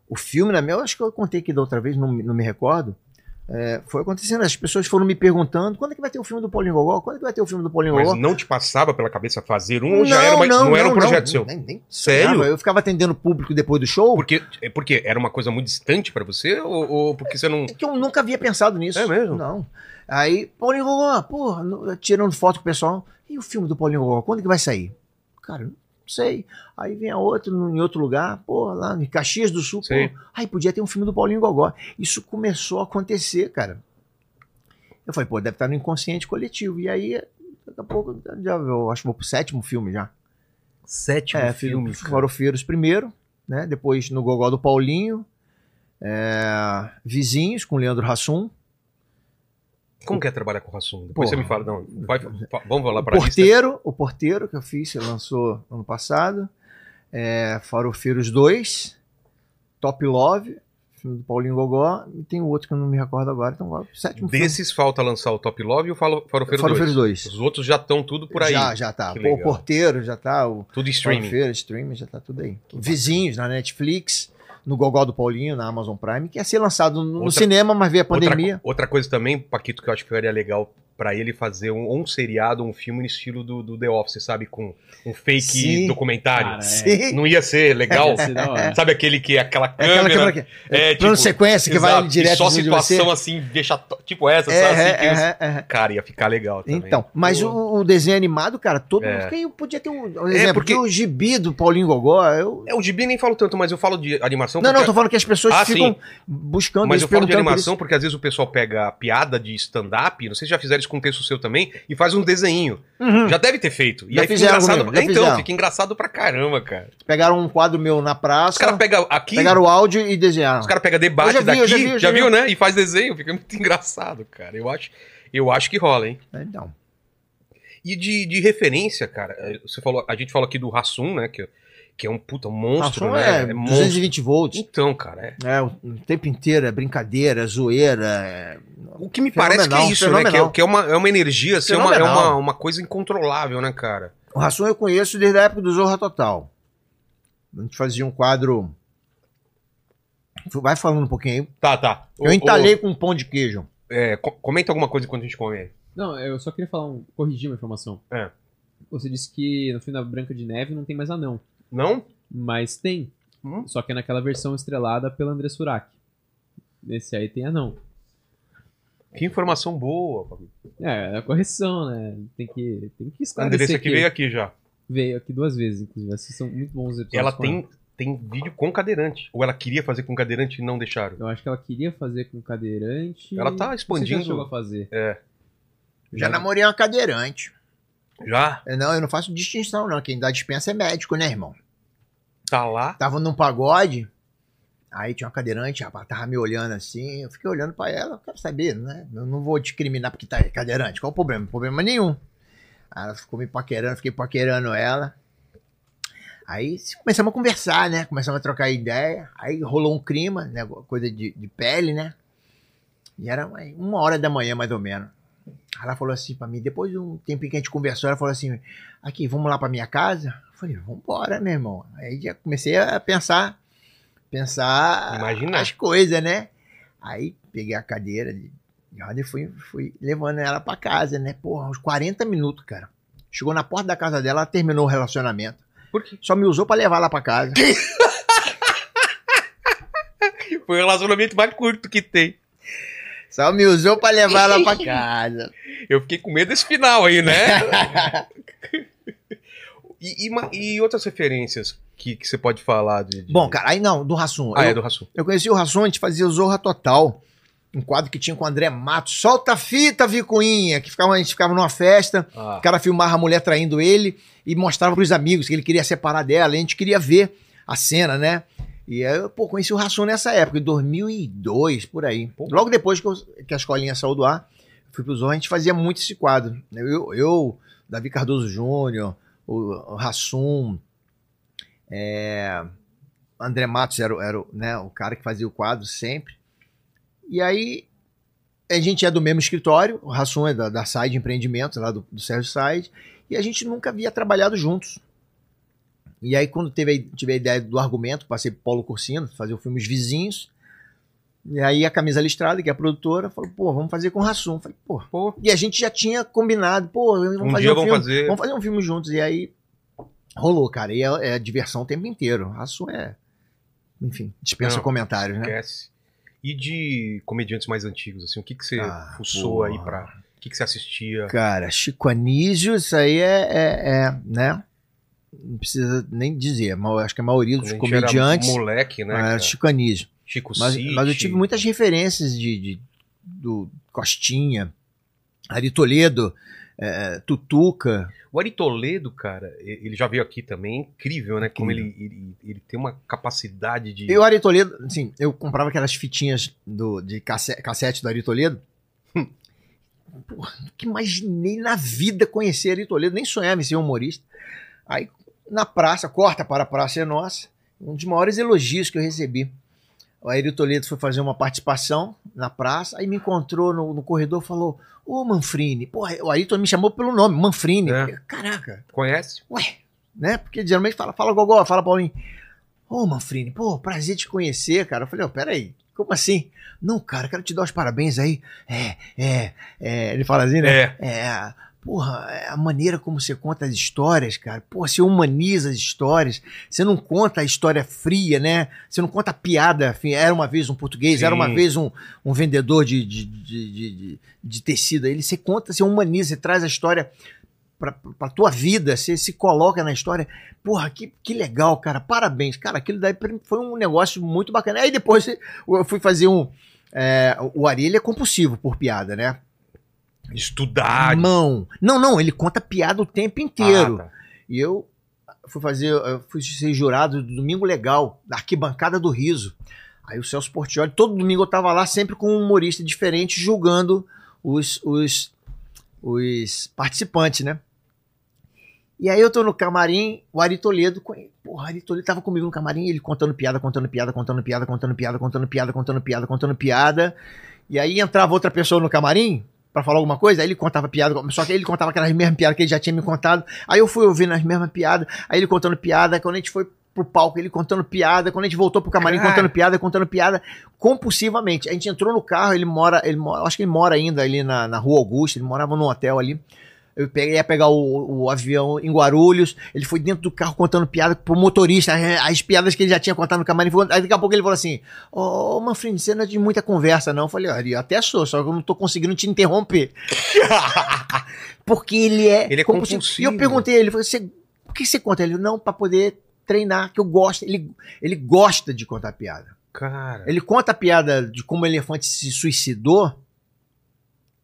S3: O filme, na minha, eu acho que eu contei aqui da outra vez, não, me- não me recordo. É, foi acontecendo, as pessoas foram me perguntando quando é que vai ter o filme do Paulinho Gogó? Quando é que vai ter o filme do Paulinho Gogó?
S1: mas não te passava pela cabeça fazer um ou já era, uma, não, era um projeto seu?
S3: Nem, nem
S1: Sério?
S3: sonhava. Eu ficava atendendo o público depois do show,
S1: Porque, é porque era uma coisa muito distante pra você ou, ou porque você não.
S3: é que eu nunca havia pensado nisso.
S1: É mesmo?
S3: Não. Aí, Paulinho Gogó, porra, no- tirando foto com o pessoal, e o filme do Paulinho Gogó, quando que vai sair? Cara, não sei. Aí vem a outra, num- em outro lugar, porra, lá em Caxias do Sul,
S1: Sim.
S3: porra, aí podia ter um filme do Paulinho Gogó. Isso começou a acontecer, cara. Eu falei, pô, deve estar no inconsciente coletivo. E aí, daqui a pouco, já, eu acho que vou pro sétimo filme já.
S1: Sétimo
S3: É,
S1: filme.
S3: Farofeiros primeiro, né? Depois no Gogó do Paulinho. É, Vizinhos, com Leandro Hassum.
S1: Como que é trabalhar com o Rassum? Depois
S3: Porra.
S1: você me fala. Não, vai- fa- vamos lá
S3: O
S1: pra lista.
S3: porteiro, o porteiro que eu fiz, você lançou ano passado. É, Farofeiros 2, Top Love, filme do Paulinho Gogó, e tem outro que eu não me recordo agora, então agora o sétimo filme.
S1: Desses falta lançar o Top Love e o Faro- Farofeiro 2.
S3: Farofeiros dois.
S1: Os outros já estão tudo por aí.
S3: Já, já tá.
S1: Que
S3: Pô, o
S1: legal.
S3: porteiro já tá. O
S1: Tudo streaming.
S3: Farofeiros, streaming, já tá tudo aí. Vizinhos na Netflix, no Gogó do Paulinho, na Amazon Prime, que ia ser lançado no
S1: Outra-
S3: cinema, mas veio a
S1: Outra-
S3: pandemia.
S1: Outra, coisa também, Paquito, que eu acho que ficaria legal pra ele fazer um, um seriado, um filme no estilo do, do The Office, sabe? Com um fake
S3: Sim.
S1: documentário.
S3: Cara, é. Sim.
S1: Não ia ser legal?
S3: Ia ser da hora.
S1: sabe aquele que é aquela
S3: É
S1: câmera... tipo,
S3: aquela câmera que- plano sequência que vai
S1: exato,
S3: direto
S1: E só
S3: em cima de
S1: situação
S3: você.
S1: assim, deixa, to- tipo essa,
S3: É,
S1: sabe?
S3: é,
S1: Assim, que eles-
S3: é, é.
S1: Cara, ia ficar legal Tipo, também.
S3: Então, mas o, o desenho animado, cara, todo
S1: É.
S3: mundo quem podia ter um. um
S1: É,
S3: exemplo,
S1: porque-
S3: porque o gibi do Paulinho Gogó, eu.
S1: É, o gibi nem falo tanto, mas eu falo de animação...
S3: Não, não,
S1: porque-
S3: eu tô falando que as pessoas
S1: Ah,
S3: ficam
S1: sim.
S3: buscando
S1: Mas
S3: isso,
S1: eu falo de
S3: perguntando por
S1: animação porque às vezes o pessoal pega a piada de stand-up, não sei se já fizeram isso com texto seu também, e faz um desenho.
S3: Uhum.
S1: Já deve ter feito. E
S3: Já
S1: aí fica
S3: fizeram
S1: engraçado.
S3: comigo, já
S1: É, então,
S3: fizeram.
S1: fica engraçado pra caramba, cara.
S3: isso. Pegaram um quadro meu na praça.
S1: Os caras pegam aqui,
S3: Pegaram o áudio e desenharam.
S1: os caras pegam debate
S3: Eu já vi,
S1: daqui,
S3: eu
S1: já,
S3: já vi, eu já
S1: viu,
S3: vi.
S1: né? E faz desenho, fica muito engraçado, cara. Eu acho, eu acho que rola, hein?
S3: Então.
S1: E de, de referência, cara, eh, você falou, a gente falou aqui do Rassum, né? Que, que é um puta monstro,
S3: Rassum
S1: né?
S3: é
S1: monstro.
S3: 220 volts.
S1: Então, cara, é.
S3: É, o o tempo inteiro é brincadeira, é zoeira. É...
S1: O que me Parece que é isso, né? Que é, que é uma, é uma energia, assim, é uma, é
S3: Fenomenal.
S1: uma, uma coisa incontrolável, né, cara?
S3: O Rassum eu conheço desde a época do Zorra Total. A gente fazia um quadro. Vai falando um pouquinho aí.
S1: Tá, tá.
S3: Eu
S1: O-
S3: entalhei
S1: o-
S3: com um pão de queijo.
S1: É, co- comenta alguma coisa enquanto a gente come.
S2: Não, eu só queria falar um, corrigir uma informação.
S1: É.
S2: Você disse que no filme da Branca de Neve não tem mais anão.
S1: Não?
S2: Mas tem.
S1: Hum?
S2: Só que é naquela versão estrelada pela André Surak. Nesse aí tem anão.
S1: Que informação boa, Fabinho.
S2: É, é a correção, né? Tem que, tem que
S1: A Andressa
S2: esclarecer
S1: que veio aqui já.
S2: Veio aqui duas vezes, inclusive. Esses são muito bons episódios.
S1: Ela
S2: com
S1: tem, tem vídeo com cadeirante. Ou ela queria fazer com cadeirante e não deixaram.
S2: Eu acho que ela queria fazer com cadeirante.
S1: Ela tá
S2: Não sei se
S1: expandindo.
S2: ela chegou a fazer.
S1: É.
S3: Já
S2: Né?
S3: namorei uma cadeirante.
S1: Já?
S3: É, Não, eu não faço distinção, não. Quem dá dispensa é médico, né, irmão?
S1: Tá lá.
S3: Tava num pagode, aí tinha uma cadeirante, rapaz, tava me olhando assim. Eu fiquei olhando pra ela, eu quero saber, né? Eu não vou discriminar porque tá aí, cadeirante. Qual o problema? Problema nenhum. Aí ela ficou me paquerando, fiquei paquerando ela. Aí se- começamos a conversar, né? Começamos a trocar ideia. Aí rolou um clima, né? coisa de, de pele, né? E era uma- uma hora da manhã, mais ou menos. Aí Ela falou assim pra mim, depois de um tempinho que a gente conversou, ela falou assim, aqui, vamos lá pra minha casa? Eu falei, vambora, meu irmão. Aí já comecei a pensar, pensar
S1: Imaginar.
S3: as coisas, né? Aí peguei a cadeira de de roda e fui, fui levando ela pra casa, né? Porra, uns 40 minutos, cara. Chegou na porta da casa dela, ela terminou o relacionamento.
S1: Por quê?
S3: Só me usou pra levar lá pra casa.
S1: Foi o relacionamento mais curto que tem.
S3: Só me usou pra levar ela pra casa.
S1: Eu fiquei com medo desse final aí, né? e, e ma- e outras referências que, que você pode falar de. de-
S3: Bom, cara, aí não, do Rassum.
S1: Ah,
S3: eu,
S1: é do Rassum.
S3: eu conheci o Rassum, a gente fazia o Zorra Total. Um quadro que tinha com o André Matos. Solta a fita, Vicuinha! Que ficava, a gente ficava numa festa,
S1: Ah.
S3: o cara filmava a mulher traindo ele e mostrava pros amigos que ele queria separar dela. E a gente queria ver a cena, né? E aí, eu, pô, conheci o Rassum nessa época, em 2002, por aí. Logo depois que, eu- que a escolinha saiu do ar, fui pro Zorra, a gente fazia muito esse quadro. Eu, eu Davi Cardoso Júnior, o o Rassum, é, André Matos era, o- era o, né, o cara que fazia o quadro sempre. E aí, a gente é do mesmo escritório, o Rassum é da, da Side Empreendimentos, lá do, do Sérgio Side, e a gente nunca havia trabalhado juntos. E aí, quando teve, a- tive a ideia do argumento, passei pro Paulo Corsino, fazer o filme Os Vizinhos. E aí a Camisa Listrada, que é a produtora, falou, pô, vamos fazer com o Rassum. Falei, pô. E a gente já tinha combinado, pô, vamos
S1: Um
S3: fazer
S1: dia
S3: um
S1: vamos
S3: filme.
S1: fazer.
S3: Vamos fazer um filme juntos. E aí rolou, cara. E é, é diversão o tempo inteiro. O Rassum é. Enfim, dispensa
S1: Não,
S3: comentários, né?
S1: Esquece. E de comediantes mais antigos, assim, o que, que você
S3: Ah,
S1: fuçou
S3: porra.
S1: aí pra. O que, que você assistia?
S3: Cara, Chico Anísio, isso aí é, é- é, né? Não precisa nem dizer, mas eu acho que a maioria
S1: Quando
S3: dos
S1: a gente era
S3: comediantes.
S1: moleque, né,
S3: era
S1: cara?
S3: Chico Anísio.
S1: Chico
S3: mas,
S1: City.
S3: mas eu tive muitas referências de, de- do Costinha, Ari Toledo, é, Tutuca.
S1: O Ari Toledo, cara, e- ele já veio aqui também, é incrível, né? Como ele, ele, ele tem uma capacidade de.
S3: E o Ari Toledo, assim, eu comprava aquelas fitinhas do, de casse- cassete do Ari Toledo. Hum. Porra, nunca imaginei na vida conhecer Ari Toledo, nem sonhava em ser humorista. Aí, na praça, corta para a Praça é Nossa, um dos maiores elogios que eu recebi. O Ari Toledo foi fazer uma participação na praça, aí me encontrou no, no corredor e falou, ô Manfrini, porra, o Ari Toledo me chamou pelo nome, Manfrini. Caraca.
S1: Conhece?
S3: Ué, né? Porque geralmente fala, fala Gogó, fala Paulinho. Ô, Manfrini, pô, prazer te conhecer, cara. Eu falei, ó, peraí, como assim? Não, cara, quero te dar os parabéns aí. É, é, é. Ele fala assim, né? É. porra, é a maneira como você conta as histórias, cara. Pô, você humaniza as histórias. Você não conta a história fria, né? Você não conta a piada. Enfim, era uma vez um português,
S1: Sim.
S3: era uma vez um, um vendedor de, de, de, de, de- de tecido. Ele, você conta, você humaniza, você traz a história pra, pra tua vida, você se coloca na história. Porra, que, que legal, cara. Parabéns. Cara, aquilo daí pra mim foi um negócio muito bacana. Aí depois eu fui fazer um. é, o Ari ele é compulsivo por piada, né?
S1: Estudar.
S3: Mão. Não, não, ele conta piada o tempo inteiro.
S1: Ah, tá.
S3: E eu fui fazer, eu fui ser jurado do Domingo Legal, da Arquibancada do Riso. Aí o Celso Portioli, todo domingo eu tava lá sempre com um humorista diferente julgando os, os, os participantes, né? E aí eu tô no camarim, o Ari Toledo, co- porra, o Ari Toledo tava comigo no camarim, ele contando piada, contando piada, contando piada, contando piada, contando piada, contando piada, contando piada. E aí entrava outra pessoa no camarim pra falar alguma coisa, aí ele contava piada, só que ele contava aquelas mesmas piadas que ele já tinha me contado. Aí eu fui ouvindo as mesmas piadas, aí ele contando piada, quando a gente foi pro palco, ele contando piada, quando a gente voltou pro camarim,
S1: Cara.
S3: contando piada, contando piada, compulsivamente. A gente entrou no carro, ele mora, ele mora, acho que ele mora ainda ali na, na Rua Augusta, ele morava num hotel ali. Eu peguei, ia pegar o, o avião em Guarulhos, ele foi dentro do carro contando piada pro motorista, as, as piadas que ele já tinha contado no camarim. Ficou- Aí daqui a pouco ele falou assim: Ô, oh, Manfred, você não é de muita conversa, não. Eu falei: Olha, eu até sou, só que eu não tô conseguindo te interromper. Porque ele é.
S1: Ele é
S3: E eu
S1: compulsivo.
S3: perguntei a ele: falou, "Você- Por que você conta? Ele não, pra poder treinar, que eu gosto. Ele, ele gosta de contar piada.
S1: Cara.
S3: Ele é conta a piada de como o elefante se suicidou,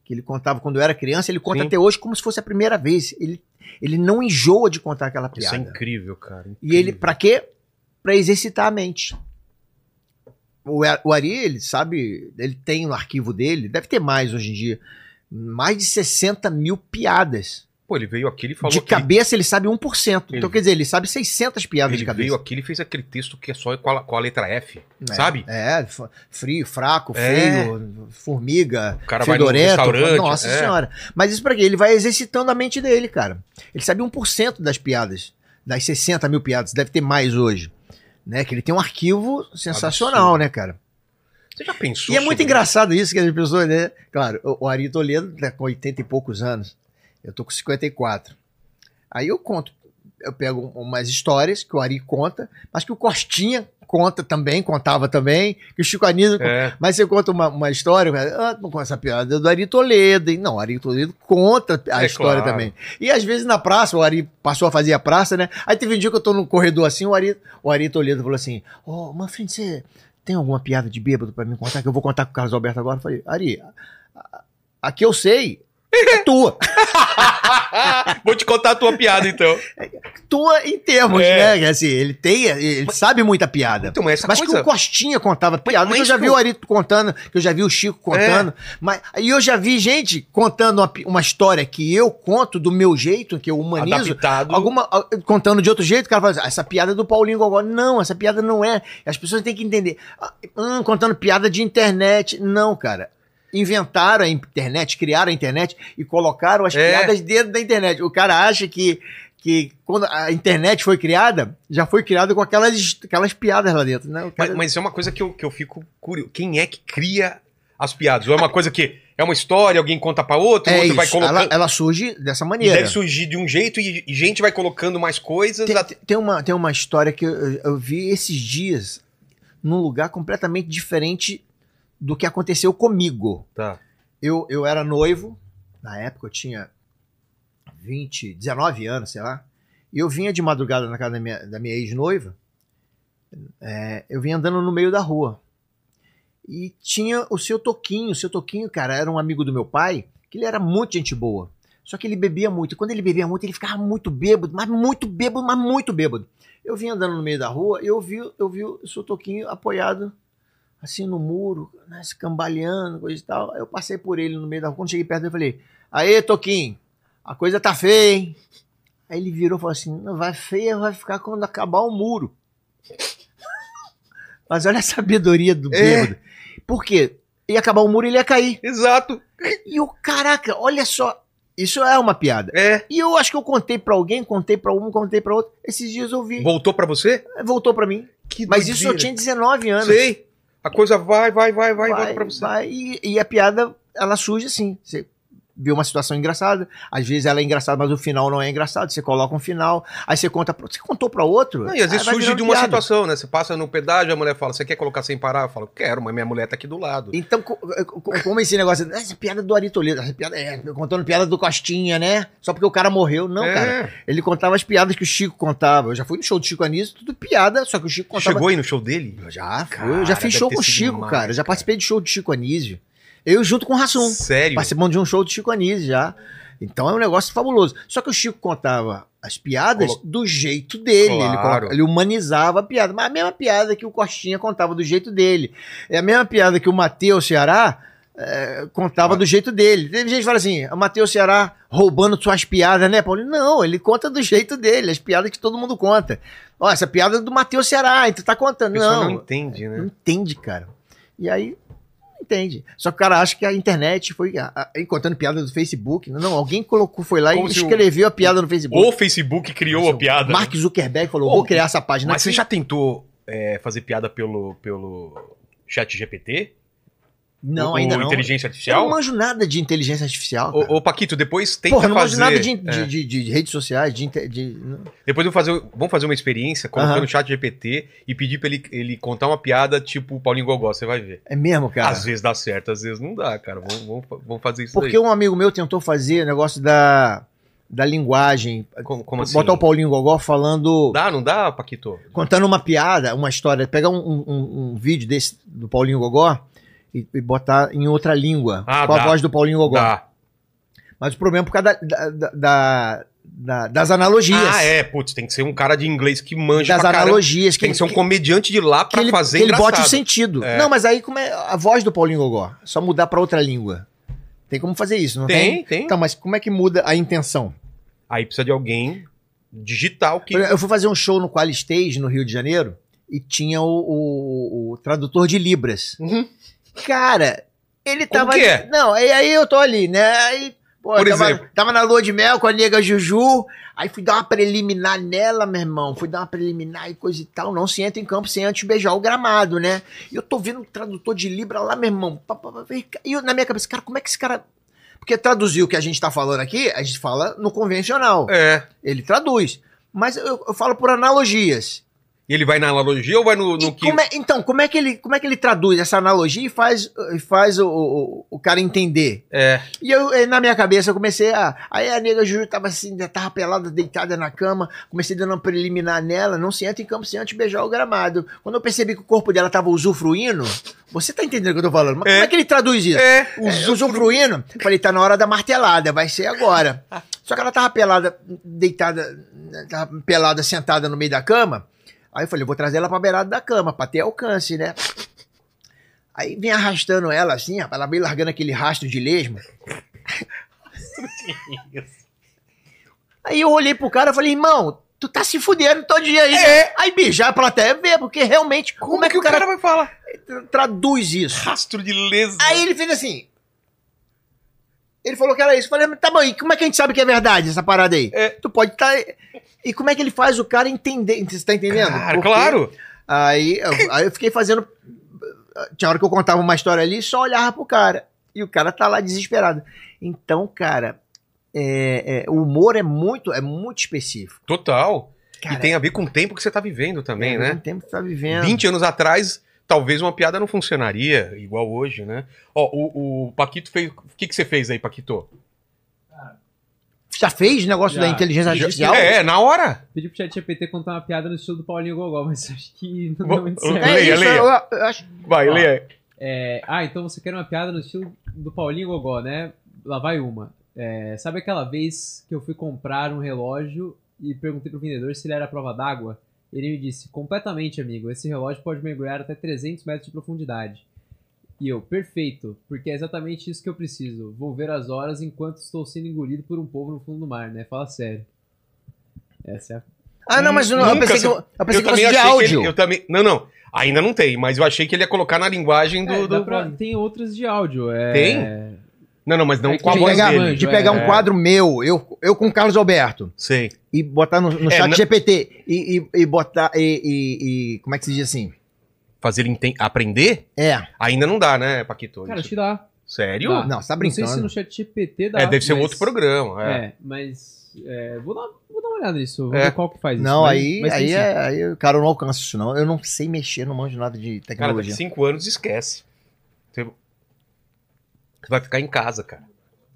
S3: que ele contava quando eu era criança, ele conta
S1: Sim.
S3: até hoje como se fosse a primeira vez. Ele, ele não enjoa de contar aquela
S1: Isso é
S3: piada.
S1: incrível, cara.
S3: e ele, pra quê? Pra exercitar a mente. O, A- o Ari, ele sabe, ele tem no arquivo dele, deve ter mais hoje em dia, mais de 60 mil piadas.
S1: Pô, ele veio aqui, ele falou
S3: de
S1: que ele-
S3: cabeça ele sabe 1%.
S1: Ele-
S3: Então quer dizer, ele sabe 600 piadas
S1: ele,
S3: de cabeça.
S1: veio aqui, ele fez aquele texto que é só com a, com a letra F,
S3: É,
S1: sabe?
S3: É, f- frio, fraco,
S1: É.
S3: feio, formiga,
S1: O cara vai num
S3: fedorento.
S1: restaurante,
S3: nossa
S1: é.
S3: senhora. Mas isso pra quê? Ele vai exercitando a mente dele, cara. Ele sabe 1% das piadas, das 60 mil piadas, deve ter mais hoje. Né? Que ele tem um arquivo sensacional, né, cara?
S1: Você já pensou?
S3: E é muito
S1: sobre-
S3: engraçado isso que as pessoas, né? Claro, o o Ari Toledo tá com 80 e poucos anos. Eu tô com 54. Aí eu conto, eu pego um, umas histórias que o Ari conta, mas que o Costinha conta também, contava também, que o Chico Anísio...
S1: É.
S3: Mas você conta uma, uma história, ah, não conta essa piada do Ari Toledo, hein? Não, o Ari Toledo conta a
S1: É
S3: história
S1: claro.
S3: também. E às vezes na praça, o Ari passou a fazer a praça, né? Aí teve um dia que eu tô no corredor assim, o Ari, o Ari Toledo falou assim: Ô, Manfred, você tem alguma piada de bêbado pra me contar? Que eu vou contar com o Carlos Alberto agora. Eu falei: Ari, a- a que eu sei é tua.
S1: Vou te contar a tua piada, então.
S3: tua em termos,
S1: É.
S3: né? Assim, ele tem, ele sabe muita piada.
S1: Então, mas essa
S3: que
S1: coisa-
S3: o Costinha contava piada,
S1: mas é
S3: que eu
S1: isso que
S3: já
S1: É.
S3: vi
S1: eu-
S3: o Arito contando, que eu já vi o Chico contando. Mas, e eu já vi gente contando uma, pi- uma história que eu conto do meu jeito, que eu humanizo.
S1: Adaptado.
S3: Alguma, a- contando de outro jeito, o cara fala assim, "Ah, essa piada é do Paulinho Gogó. Não, essa piada não é. As pessoas têm que entender. Ah, hum, contando piada de internet. Não, cara. Inventaram a internet, criaram a internet e colocaram as
S1: É.
S3: piadas dentro da internet. O cara acha que, que quando a internet foi criada, já foi criada com aquelas, aquelas piadas lá dentro. Não, o
S1: Mas,
S3: cara-
S1: mas é uma coisa que eu, que eu fico curioso. Quem é que cria as piadas? Ou é uma coisa que é uma história, alguém conta pra outro,
S3: é
S1: outro
S3: isso.
S1: vai colocando.
S3: ela, ela surge dessa
S1: E
S3: maneira.
S1: deve surgir de um jeito e, e gente vai colocando mais coisas.
S3: Tem,
S1: até-
S3: tem- tem uma, tem uma história que eu, eu vi esses dias num lugar completamente diferente do que aconteceu comigo.
S1: Tá.
S3: Eu, eu era noivo, na época eu tinha 20, 19 anos, sei lá. E eu vinha de madrugada na casa da minha, da minha ex-noiva. é, eu vinha andando no meio da rua. E tinha o seu Toquinho. O seu Toquinho, cara, era um amigo do meu pai, que ele era muito gente boa. Só que ele bebia muito. E quando ele bebia muito, ele ficava muito bêbado, mas muito bêbado, mas muito bêbado. Eu vinha andando no meio da rua e eu vi, eu vi o Sotoquinho apoiado assim no muro, né, se cambaleando, coisa e tal. Aí eu passei por ele no meio da rua. Quando cheguei perto dele, eu falei: Aê, Toquinho, a coisa tá feia, hein? Aí ele virou e falou assim: Não, vai feia, vai ficar quando acabar o muro. Mas olha a sabedoria do bêbado. Por quê? Ia acabar o muro e ele ia cair.
S1: Exato.
S3: E o caraca, olha só. Isso é uma piada.
S1: É.
S3: E eu acho que eu contei pra alguém, contei pra um, contei pra outro. Esses dias eu vi.
S1: Voltou pra você?
S3: Voltou pra mim.
S1: Que
S3: Mas isso eu
S1: doideira.
S3: tinha 19 anos.
S1: Sei. A coisa vai, vai, vai, vai,
S3: Vai,
S1: volta pra você.
S3: vai, e, e a piada, ela surge assim. Você vê uma situação engraçada, às vezes ela é engraçada, mas o final não é engraçado. Você coloca um final, aí você conta pra, você contou pra outro.
S1: Não, e às vezes
S3: aí vai
S1: surge
S3: virando
S1: de uma
S3: piada.
S1: situação, né? Você passa no pedágio, a mulher fala, você quer colocar sem parar? Eu falo, quero, mas minha mulher tá aqui do lado.
S3: Então, co- co- como esse negócio, essa piada é do Ari Toledo, essa piada, é, contando piada do Costinha, né? Só porque o cara morreu. Não,
S1: É.
S3: cara. Ele contava as piadas que o Chico contava. Eu já fui no show do Chico Anísio, tudo piada, só que o Chico contava...
S1: Chegou aí no show dele?
S3: Já,
S1: Cara,
S3: Eu já fiz
S1: deve
S3: show
S1: ter
S3: com o
S1: sido
S3: Chico,
S1: demais,
S3: cara. Eu já participei de show do Chico Anísio. Eu junto com o Rassum.
S1: Sério?
S3: Participamos de um show do Chico Anísio já. Então é um negócio fabuloso. Só que o Chico contava as piadas
S1: Colo-
S3: do jeito dele. Ele
S1: Claro.
S3: colocava- Ele, humanizava a piada. Mas a mesma piada que o Costinha contava do jeito dele. É a mesma piada que o Matheus Ceará eh, contava do jeito dele. Teve gente que fala assim, o Matheus Ceará roubando suas piadas, né, Paulinho? Não, ele conta do jeito dele, as piadas que todo mundo conta. Ó, essa piada é do Matheus Ceará, então tá
S1: A
S3: contando.
S1: pessoa não
S3: não
S1: entende,
S3: não
S1: né?
S3: entende, cara. E aí, não entende. Só que o cara acha que a internet foi a- a- aí contando piada do Facebook. Não, não, alguém colocou, foi lá
S1: Como
S3: e
S1: se o-
S3: escreveu a piada no Facebook.
S1: O Facebook criou a piada. né?
S3: Mark Zuckerberg falou,
S1: Ô,
S3: vou criar essa página
S1: Mas você
S3: aqui.
S1: já tentou é, fazer piada pelo, pelo chat GPT?
S3: Não,
S1: Ou
S3: ainda não.
S1: inteligência
S3: Eu
S1: artificial?
S3: não manjo nada de inteligência artificial. cara.
S1: Ô, ô, Paquito, depois tenta
S3: Porra, eu não manjo
S1: fazer...
S3: nada de, de-
S1: é.
S3: de- de- de redes sociais, de... inte- de- não.
S1: Depois eu vou fazer, vamos fazer uma experiência, colocando
S3: Aham.
S1: no chat GPT e pedir pra ele, ele contar uma piada tipo o Paulinho Gogó, você vai ver.
S3: É mesmo, cara.
S1: Às vezes dá certo, às vezes não dá, cara. Vamos, vamos, vamos fazer isso
S3: Porque
S1: daí.
S3: um amigo meu tentou fazer negócio da, da linguagem.
S1: Como, como assim?
S3: Botar o Paulinho Gogó falando...
S1: Dá, não dá, Paquito?
S3: contando uma piada, uma história, pegar um, um- um- um vídeo desse do Paulinho Gogó e, e botar em outra língua,
S1: Ah,
S3: com
S1: dá.
S3: a voz do Paulinho Gogó.
S1: Dá.
S3: Mas o problema é por causa da- da- da- da- das analogias.
S1: Ah, é, putz, tem que ser um cara de inglês que manja
S3: Das
S1: pra caramba.
S3: analogias.
S1: Tem que ser um comediante de lá
S3: que
S1: pra
S3: ele,
S1: fazer
S3: que ele
S1: engraçado.
S3: bote o sentido.
S1: É.
S3: Não, mas aí como é a voz do Paulinho Gogó? É Só mudar pra outra língua. Tem como fazer isso, não tem?
S1: Tem, tem.
S3: Então, mas como é que muda a intenção?
S1: Aí precisa de alguém digital que...
S3: Por exemplo, Eu fui fazer um show no Qualistage, no Rio de Janeiro, e tinha o, o- o tradutor de Libras.
S1: Uhum.
S3: Cara, ele
S1: Como
S3: tava.
S1: que
S3: ali-
S1: é?
S3: Não, aí, aí eu tô ali, né? Aí, pô,
S1: Por
S3: tava,
S1: exemplo.
S3: tava na lua de mel com a nega Juju, aí fui dar uma preliminar nela, meu irmão. Fui dar uma preliminar e coisa e tal. Não se entra em campo sem antes beijar o gramado, né? E eu tô vendo o tradutor de Libra lá, meu irmão. pá, pá, pá, E eu, na minha cabeça, cara, como é que esse cara. Porque traduzir o que a gente tá falando aqui, a gente fala no convencional.
S1: É.
S3: Ele traduz. Mas eu, eu falo por analogias.
S1: E ele vai na analogia ou vai no, no
S3: E
S1: que...
S3: como é- então, como é, que ele, como é que ele traduz essa analogia e faz, e faz o, o, o cara entender?
S1: É.
S3: E eu, eh, na minha cabeça, eu comecei a. Aí a nega Juju tava assim, já tava pelada, deitada na cama, comecei dando uma preliminar nela, não se entra em campo sem antes beijar o gramado. Quando eu percebi que o corpo dela tava usufruindo, você tá entendendo o que eu tô falando? Mas
S1: É.
S3: como é que ele traduz isso?
S1: É,
S3: É, usufruindo. Falei, tá na hora da martelada, vai ser agora. Só que ela tava pelada, deitada, tava pelada, sentada no meio da cama. Aí eu falei, eu vou trazer ela pra beirada da cama, pra ter alcance, né? Aí vem arrastando ela assim, rapaz, ela vem largando aquele rastro de lesma. Aí eu olhei pro cara e falei, irmão, tu tá se fudendo todo dia aí.
S1: É.
S3: Aí mijar a plateia vê, porque realmente, como, é que, o cara,
S1: vai falar?
S3: tra- traduz isso?
S1: Rastro de lesa.
S3: Aí ele fez assim. Ele falou que era isso. Eu falei, mas tá bom, e como é que a gente sabe que é verdade essa parada aí?
S1: É.
S3: Tu pode estar. E como é que ele faz o cara entender? Você tá entendendo?
S1: Cara,
S3: Porque
S1: claro.
S3: Aí, eu- aí eu fiquei fazendo. Tinha hora que eu contava uma história ali, só olhava pro cara. E o cara tá lá desesperado. Então, cara, é- é, o humor é muito, é muito específico.
S1: Total.
S3: Cara,
S1: e tem a ver com o tempo que você tá vivendo também,
S3: é,
S1: né?
S3: O tempo que tá vivendo.
S1: 20 anos atrás, talvez uma piada não funcionaria igual hoje, né? Ó, o, o Paquito fez. O que, que você fez aí, Paquito?
S3: Já fez negócio da
S2: Já.
S3: inteligência
S2: Já-
S3: artificial?
S1: É, é, na hora.
S2: Pedi pro chat GPT contar uma piada no estilo do Paulinho Gogó, mas acho que não
S1: Bom,
S2: deu muito
S1: eu-
S2: certo.
S1: Leia,
S3: É isso,
S1: leia.
S3: eu- eu acho-
S1: Vai,
S2: Ó.
S1: Leia.
S2: É, ah, então você quer uma piada no estilo do Paulinho Gogó, né? Lá vai uma. É, sabe aquela vez que eu fui comprar um relógio e perguntei pro vendedor se ele era à prova d'água? Ele me disse, completamente, amigo, esse relógio pode mergulhar até 300 metros de profundidade. E eu, perfeito, porque é exatamente isso que eu preciso. Vou ver as horas enquanto estou sendo engolido por um povo no fundo do mar, né? Fala sério. Essa é a...
S3: Ah, não, mas eu, não- eu
S1: Nunca
S3: pensei que
S1: se-
S3: eu, eu pensei que
S1: também
S3: fosse de
S1: achei que
S3: áudio.
S1: ele- eu também, não, não. Ainda não tem, mas eu achei que ele ia colocar na linguagem do.
S2: É, dá
S1: do-
S2: pra- Tem outras de áudio. É...
S1: Tem? Não, não, mas não
S2: É que
S1: com a
S2: de
S1: voz
S2: pegar-
S1: dele.
S3: de pegar
S1: É.
S3: um quadro meu, eu, eu com o Carlos Alberto.
S1: Sei.
S3: E botar no, no
S1: É,
S3: chat
S1: na-
S3: GPT. E, e, e botar. E, e- e- Como é que se diz assim?
S1: Fazer ele enten- aprender?
S3: É.
S1: Ainda não dá, né, Paquito?
S2: Cara,
S1: Isso-
S2: te dá.
S1: Sério?
S2: Dá.
S3: Não, você tá
S2: Não sei
S3: brincando.
S2: se no chat GPT dá.
S1: É, deve ser um
S2: mas-
S1: outro programa.
S2: É,
S1: É.
S2: mas é, vou, dar, vou dar uma olhada nisso. Vou
S1: É.
S2: ver qual que faz isso.
S3: Não,
S2: mas-
S3: aí,
S2: mas tem
S3: aí,
S2: sim.
S3: é, aí, cara, eu não alcanço isso, não. Eu não sei mexer, não manjo nada de
S1: Cara, daqui
S3: tecnologia.
S1: cinco anos esquece. Você você vai ficar em casa, cara.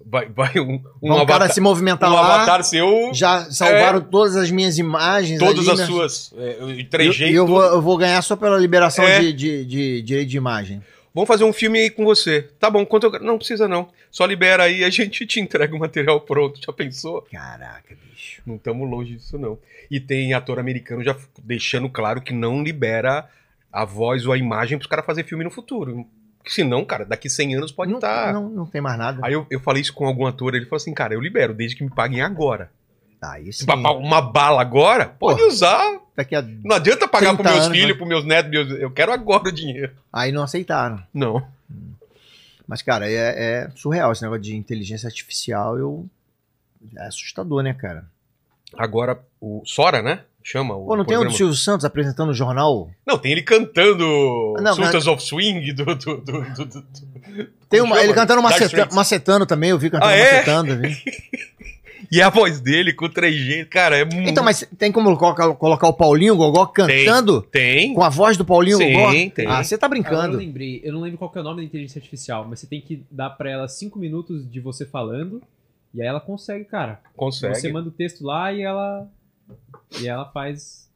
S1: Vai, vai um, um
S3: Vão o cara se movimentar
S1: um
S3: lá.
S1: avatar seu.
S3: Já salvaram todas as minhas imagens.
S1: Todas
S3: ali,
S1: as
S3: né?
S1: suas. É,
S3: E eu,
S1: trejeitos.
S3: e eu vou, eu vou ganhar só pela liberação
S1: É.
S3: de, de, de direito de imagem.
S1: Vamos fazer um filme aí com você. Tá bom, quanto eu... Não precisa não. Só libera aí e a gente te entrega o material pronto. Já pensou?
S3: Caraca, bicho.
S1: Não estamos longe disso não. E tem ator americano já deixando claro que não libera a voz ou a imagem pros caras fazer filme no futuro. Senão, cara, daqui 100 anos pode tá.
S3: não,
S1: estar...
S3: não, não tem mais nada.
S1: Aí eu, eu falei isso com algum ator, ele falou assim, cara, eu libero, desde que me paguem agora.
S3: Tá, isso.
S1: Se papar uma bala agora, pode usar.
S3: Daqui a...
S1: Não adianta pagar pros
S3: 30
S1: meus
S3: anos,
S1: filhos,
S3: né?
S1: pros meus netos, meus- eu quero agora o dinheiro.
S3: Aí não aceitaram.
S1: Não.
S3: Mas, cara, é, é surreal esse negócio de inteligência artificial. Eu... É assustador, né, cara?
S1: Agora, o Sora, né? Chama o
S3: Pô, não tem o do
S1: programa.
S3: Silvio Santos apresentando o jornal?
S1: Não, tem ele cantando
S3: Não,
S1: Sultans of Swing do. do, do, do, do- do-
S3: Tem
S1: como
S3: uma, ele
S1: chama?
S3: cantando
S1: Dire
S3: maceta,
S1: Straits.
S3: macetando também, eu vi cantando
S1: Ah, é?
S3: macetando. né? eu vi.
S1: E a voz dele com 3G, cara, é muito.
S3: Então, mas tem como colocar, colocar o Paulinho Gogó cantando
S1: Tem.
S3: com a voz do Paulinho
S1: Sim,
S3: Gogó?
S1: tem.
S3: Ah, você tá
S2: Agora eu
S3: brincando.
S2: lembrei, eu não lembro qual que é o nome da inteligência artificial, mas você tem que dar pra ela 5 minutos de você falando, e aí ela consegue, cara.
S1: Consegue.
S2: Você manda o texto lá e ela. E ela faz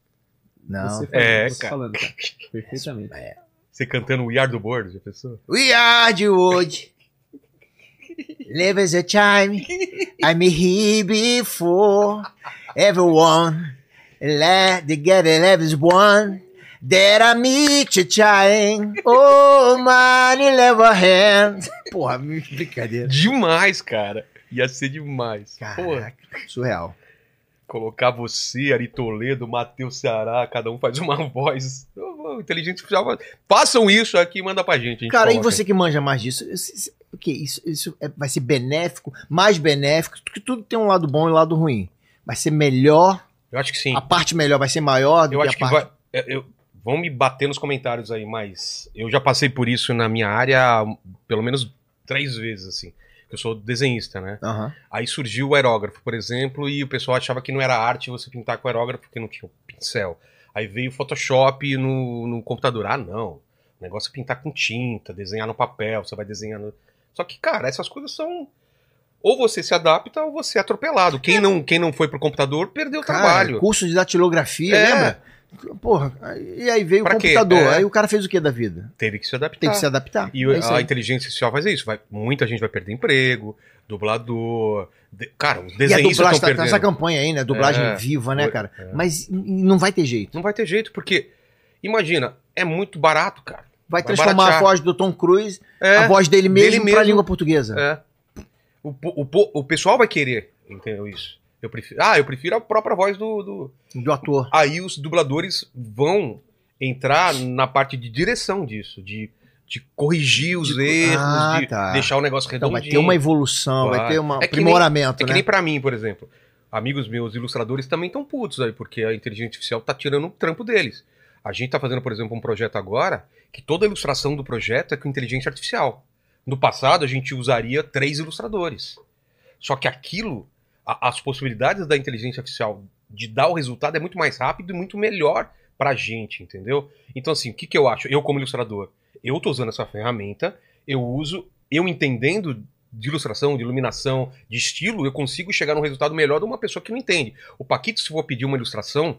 S3: Não.
S2: você,
S1: É,
S2: falando, você
S1: cara.
S2: falando, cara. Perfeitamente.
S1: Você cantando o Yard do Board, já pensou?
S3: We are the world. Live as a time. I'm here before everyone. Let the get it love is one. There I meet you trying. Oh, my level hand. Porra, brincadeira.
S1: Demais, cara. Ia ser demais. Porra,
S3: Caraca, surreal.
S1: colocar você, Ari Toledo, Matheus Ceará, cada um faz uma voz. Eu vou- Inteligente artificial. vai- Façam isso aqui e manda pra gente. a gente
S3: Cara, e
S1: coloca.
S3: você que manja mais disso? Isso, isso- o quê? isso, isso é- vai ser benéfico, mais benéfico, porque tudo tem um lado bom e um lado ruim. Vai ser melhor,
S1: Eu acho que sim.
S3: a parte melhor vai ser maior do
S1: Eu
S3: que
S1: acho
S3: a
S1: que
S3: parte.
S1: vai. é, eu- vão me bater nos comentários aí, mas eu já passei por isso na minha área pelo menos três vezes, assim. Eu sou desenhista, né?
S3: Aham.
S1: Aí surgiu o aerógrafo, por exemplo, e o pessoal achava que não era arte você pintar com aerógrafo porque não tinha um pincel. Aí veio o Photoshop no, no computador. Ah, não. O negócio é pintar com tinta, desenhar no papel, você vai desenhando. Só que, cara, essas coisas são. Ou você se adapta ou você é atropelado. Quem não, quem não foi pro computador perdeu É o
S3: Cara,
S1: trabalho.
S3: curso de datilografia,
S1: É.
S3: lembra? Porra, aí- e aí veio
S1: Pra
S3: o
S1: quê?
S3: computador.
S1: É.
S3: Aí o cara fez o que da vida?
S1: Teve que se adaptar.
S3: Tem que se adaptar.
S1: E ah,
S3: É isso
S1: a
S3: aí.
S1: inteligência artificial faz isso. Vai, muita gente vai perder emprego, dublador. de- cara, os
S3: E a
S1: desenhistas
S3: dublagem
S1: estão
S3: tá, tá
S1: perdendo.
S3: essa campanha aí, né? Dublagem
S1: É.
S3: viva, né, cara?
S1: É.
S3: Mas n- n- não vai ter jeito.
S1: Não vai ter jeito, porque, imagina, é muito barato, cara.
S3: Vai
S1: Vai
S3: transformar a
S1: baratear.
S3: voz do Tom Cruise,
S1: É,
S3: a voz dele mesmo,
S1: dele
S3: pra
S1: mesmo.
S3: língua portuguesa.
S1: é. O, po- o, po- o pessoal vai querer, entendeu isso? Eu prefiro, ah, eu prefiro a própria voz do, do...
S3: Do ator.
S1: Aí os dubladores vão entrar na parte de direção disso, de, de corrigir os erros,
S3: Ah,
S1: de
S3: tá.
S1: deixar o negócio
S3: Então
S1: redondinho.
S3: vai ter uma evolução, vai,
S1: Vai.
S3: ter um
S1: É que nem-
S3: aprimoramento,
S1: É que
S3: né?
S1: nem pra mim, por exemplo. Amigos meus ilustradores também estão putos aí, porque a inteligência artificial tá tirando o trampo deles. A gente tá fazendo, por exemplo, um projeto agora que toda a ilustração do projeto é com inteligência artificial. No passado, a gente usaria três ilustradores. Só que aquilo, a- as possibilidades da inteligência artificial de dar o resultado é muito mais rápido e muito melhor pra gente, entendeu? Então, assim, o que, que eu acho? Eu, como ilustrador, eu tô usando essa ferramenta, eu uso, eu entendendo de ilustração, de iluminação, de estilo, eu consigo chegar num resultado melhor de uma pessoa que não entende. O Paquito, se for pedir uma ilustração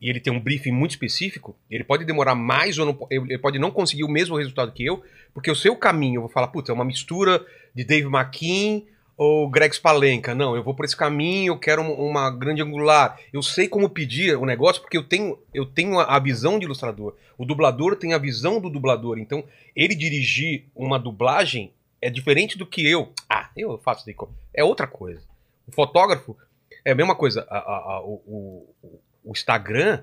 S1: e ele tem um briefing muito específico, ele pode demorar mais ou não, po- ele pode não conseguir o mesmo resultado que eu, porque o seu caminho, eu vou falar, puta, é uma mistura de Dave McKean ou Greg Spalenka. Não, eu vou por esse caminho, eu quero um- uma grande angular. Eu sei como pedir o negócio porque eu tenho, eu tenho a a visão de ilustrador. O dublador tem a visão do dublador. Então, ele dirigir uma dublagem é diferente do que eu. Ah, eu faço isso aí. É outra coisa. O fotógrafo é a mesma coisa. A- a- a- o- o, o- o Instagram,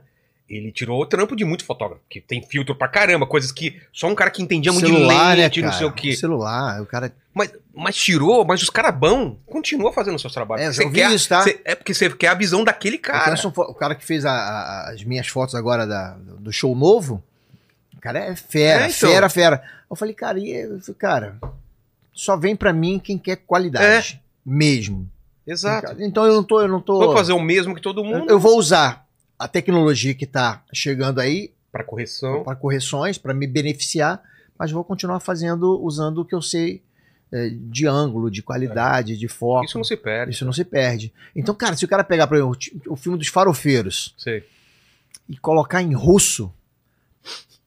S1: ele tirou o trampo de muito fotógrafo, que tem filtro pra caramba, coisas que só um cara que entendia muito de lente, não sei o quê.
S3: né, Celular, o cara.
S1: Mas, mas tirou, mas os caras bão continuam fazendo os seus trabalhos. Porque
S3: É, já
S1: você
S3: ouvi
S1: quer-
S3: isso, tá?
S1: você- é porque você quer a visão daquele
S3: Eu
S1: cara.
S3: conheço um fo- o cara que fez a- a- as minhas fotos agora da- do show novo, o cara é fera,
S1: É, então.
S3: fera, fera. Eu falei, cara, e, eu falei, cara, só vem pra mim quem quer qualidade. Mesmo.
S1: É. Exato.
S3: Então eu não tô, eu não tô.
S1: Vou fazer um o mesmo que todo mundo.
S3: Eu vou usar a tecnologia que tá chegando aí
S1: Pra correção.
S3: para correções, para me beneficiar, mas vou continuar fazendo, usando o que eu sei eh, de ângulo, de qualidade, de foco.
S1: Isso não se perde.
S3: Isso não se perde. Então, cara, se o cara pegar, por exemplo, o ti- o filme dos farofeiros
S1: Sei.
S3: e colocar em russo,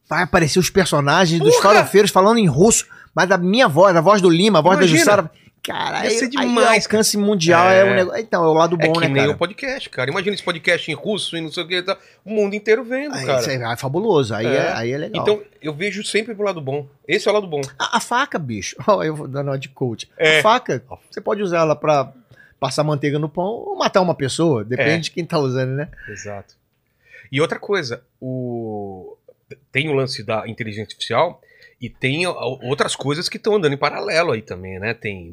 S3: vai aparecer os personagens dos
S1: Porra!
S3: farofeiros falando em russo, mas da minha voz, da voz do Lima, a voz
S1: Imagina.
S3: da Jussara. Cara,
S1: Ia
S3: aí,
S1: ser
S3: aí o
S1: demais,
S3: alcance mundial é. um negócio. Então, é o lado
S1: É
S3: bom,
S1: que
S3: né,
S1: nem
S3: cara?
S1: o podcast, cara. Imagina esse podcast em russo e não sei o que. e tal. O mundo inteiro vendo,
S3: Aí,
S1: cara.
S3: isso aí é fabuloso, aí é, aí é legal.
S1: Então, eu vejo sempre pro lado bom. Esse é o lado bom.
S3: A, a faca, bicho. Ó, eu vou dando uma de coach.
S1: É.
S3: A faca, você pode usar ela pra passar manteiga no pão ou matar uma pessoa. Depende
S1: É.
S3: de quem tá usando, né?
S1: Exato. E outra coisa, o... tem o lance da inteligência artificial e tem o- outras coisas que estão andando em paralelo aí também, né? Tem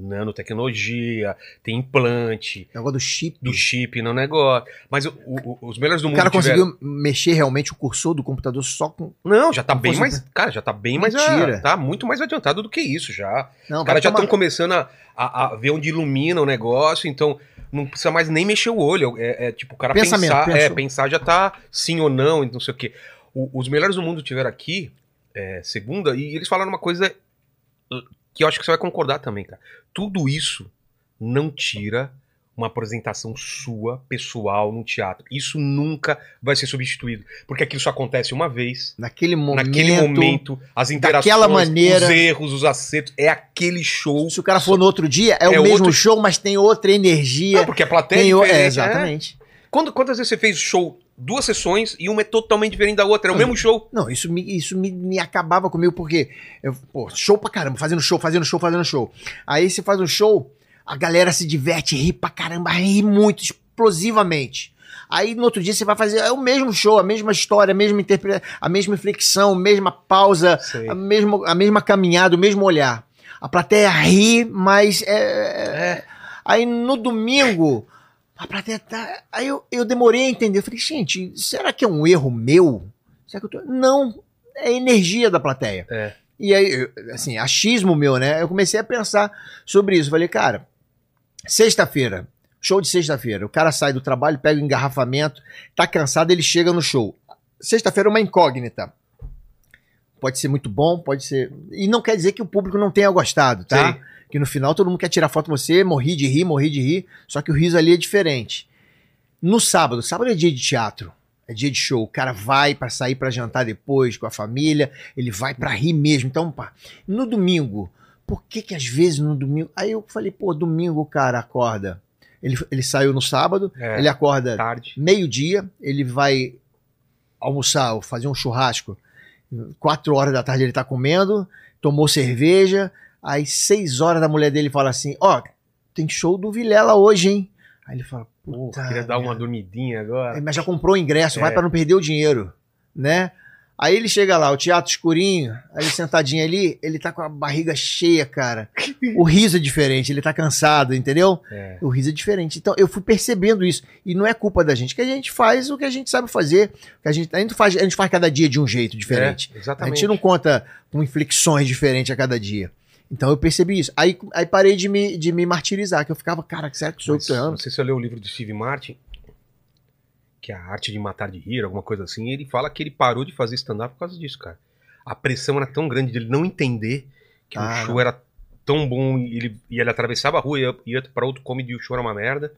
S1: nanotecnologia, tem implante.
S3: É Negócio do chip.
S1: Do chip no negócio. Mas o- o- os melhores do
S3: O
S1: mundo
S3: cara
S1: tiveram-
S3: conseguiu mexer realmente o cursor do computador só com.
S1: Não, já tá bem
S3: fosse-
S1: mais. Cara, já tá bem mais.
S3: Mentira.
S1: ah, Tá muito mais adiantado do que isso já.
S3: Não,
S1: Os caras
S3: vai
S1: já tá um
S3: tomar-
S1: estão começando a, a- a ver onde ilumina o negócio, então não precisa mais nem mexer o olho. É, é tipo, o cara
S3: Pensamento,
S1: pensar. É,
S3: pensou.
S1: pensar já tá sim ou não, e não sei o quê. O- os melhores do mundo tiveram aqui, é, segunda, e eles falaram uma coisa que eu acho que você vai concordar também, cara. Tudo isso não tira uma apresentação sua, pessoal, no teatro. Isso nunca vai ser substituído, porque aquilo só acontece uma vez.
S3: Naquele momento.
S1: Naquele momento, as interações,
S3: daquela maneira.
S1: os erros, os acertos, é aquele show.
S3: Se o cara for no outro dia, é,
S1: É
S3: o mesmo
S1: outro-
S3: show, mas tem outra energia.
S1: Não, porque a plateia
S3: tem
S1: é
S3: o-
S1: diferente.
S3: é, exatamente.
S1: é. Quando, quantas vezes você fez show, duas sessões, e uma é totalmente diferente da outra, é o mesmo show.
S3: Não, isso me, isso me, me acabava comigo, porque eu, pô, show pra caramba, fazendo show, fazendo show, fazendo show. Aí você faz um show, a galera se diverte, ri pra caramba, ri muito, explosivamente. Aí no outro dia você vai fazer é o mesmo show, a mesma história, a mesma interpretação, a mesma inflexão, a mesma pausa, a, mesmo, a mesma caminhada, o mesmo olhar. A plateia ri, mas é- Aí no domingo, a plateia tá. Aí eu, eu demorei a entender. Eu falei, gente, será que é um erro meu? Será que eu tô. Não, é a energia da plateia.
S1: É.
S3: E aí, eu- assim, achismo meu, né? Eu comecei a pensar sobre isso. Falei, cara, sexta-feira, show de sexta-feira. O cara sai do trabalho, pega o engarrafamento, tá cansado, ele chega no show. Sexta-feira é uma incógnita. Pode ser muito bom, pode ser. E não quer dizer que o público não tenha gostado, tá?
S1: Sim.
S3: Que no final todo mundo quer tirar foto com você, morri de rir, morri de rir. Só que o riso ali é diferente. No sábado, sábado é dia de teatro, é dia de show. O cara vai pra sair pra jantar depois com a família, ele vai pra rir mesmo. Então, pá. No domingo, por que que às vezes no domingo. Aí eu falei, pô, domingo o cara acorda. Ele, ele saiu no sábado,
S1: É,
S3: ele acorda
S1: tarde.
S3: meio-dia, ele vai almoçar ou fazer um churrasco. Quatro horas da tarde ele tá comendo, tomou cerveja. Aí seis horas da mulher dele fala assim: Ó, tem show do Vilela hoje, hein? Aí ele fala: Puta,
S1: Queria dar uma dormidinha agora.
S3: mas já comprou o ingresso, vai
S1: É.
S3: pra não perder o dinheiro, né? Aí ele chega lá, o teatro escurinho, aí ele sentadinho ali, ele tá com a barriga cheia, cara. O riso é diferente, ele tá cansado, entendeu?
S1: É.
S3: O riso é diferente. Então eu fui percebendo isso. E não é culpa da gente, que a gente faz o que a gente sabe fazer. o Que a, gente, a, gente faz, a gente faz cada dia de um jeito diferente.
S1: É, exatamente.
S3: A gente não conta com inflexões diferentes a cada dia. Então eu percebi isso. Aí, aí parei de me, de me martirizar, que eu ficava, cara, será que sou eu
S1: Mas,
S3: que tô errando?
S1: Não sei se você leu o livro do Steve Martin, que é a arte de matar de rir, alguma coisa assim. e ele fala que ele parou de fazer stand-up por causa disso, cara. A pressão era tão grande dele não entender que
S3: Ah,
S1: o show
S3: não.
S1: era tão bom e ele, e ele atravessava a rua e ia, ia pra outro comedy e o show era uma merda.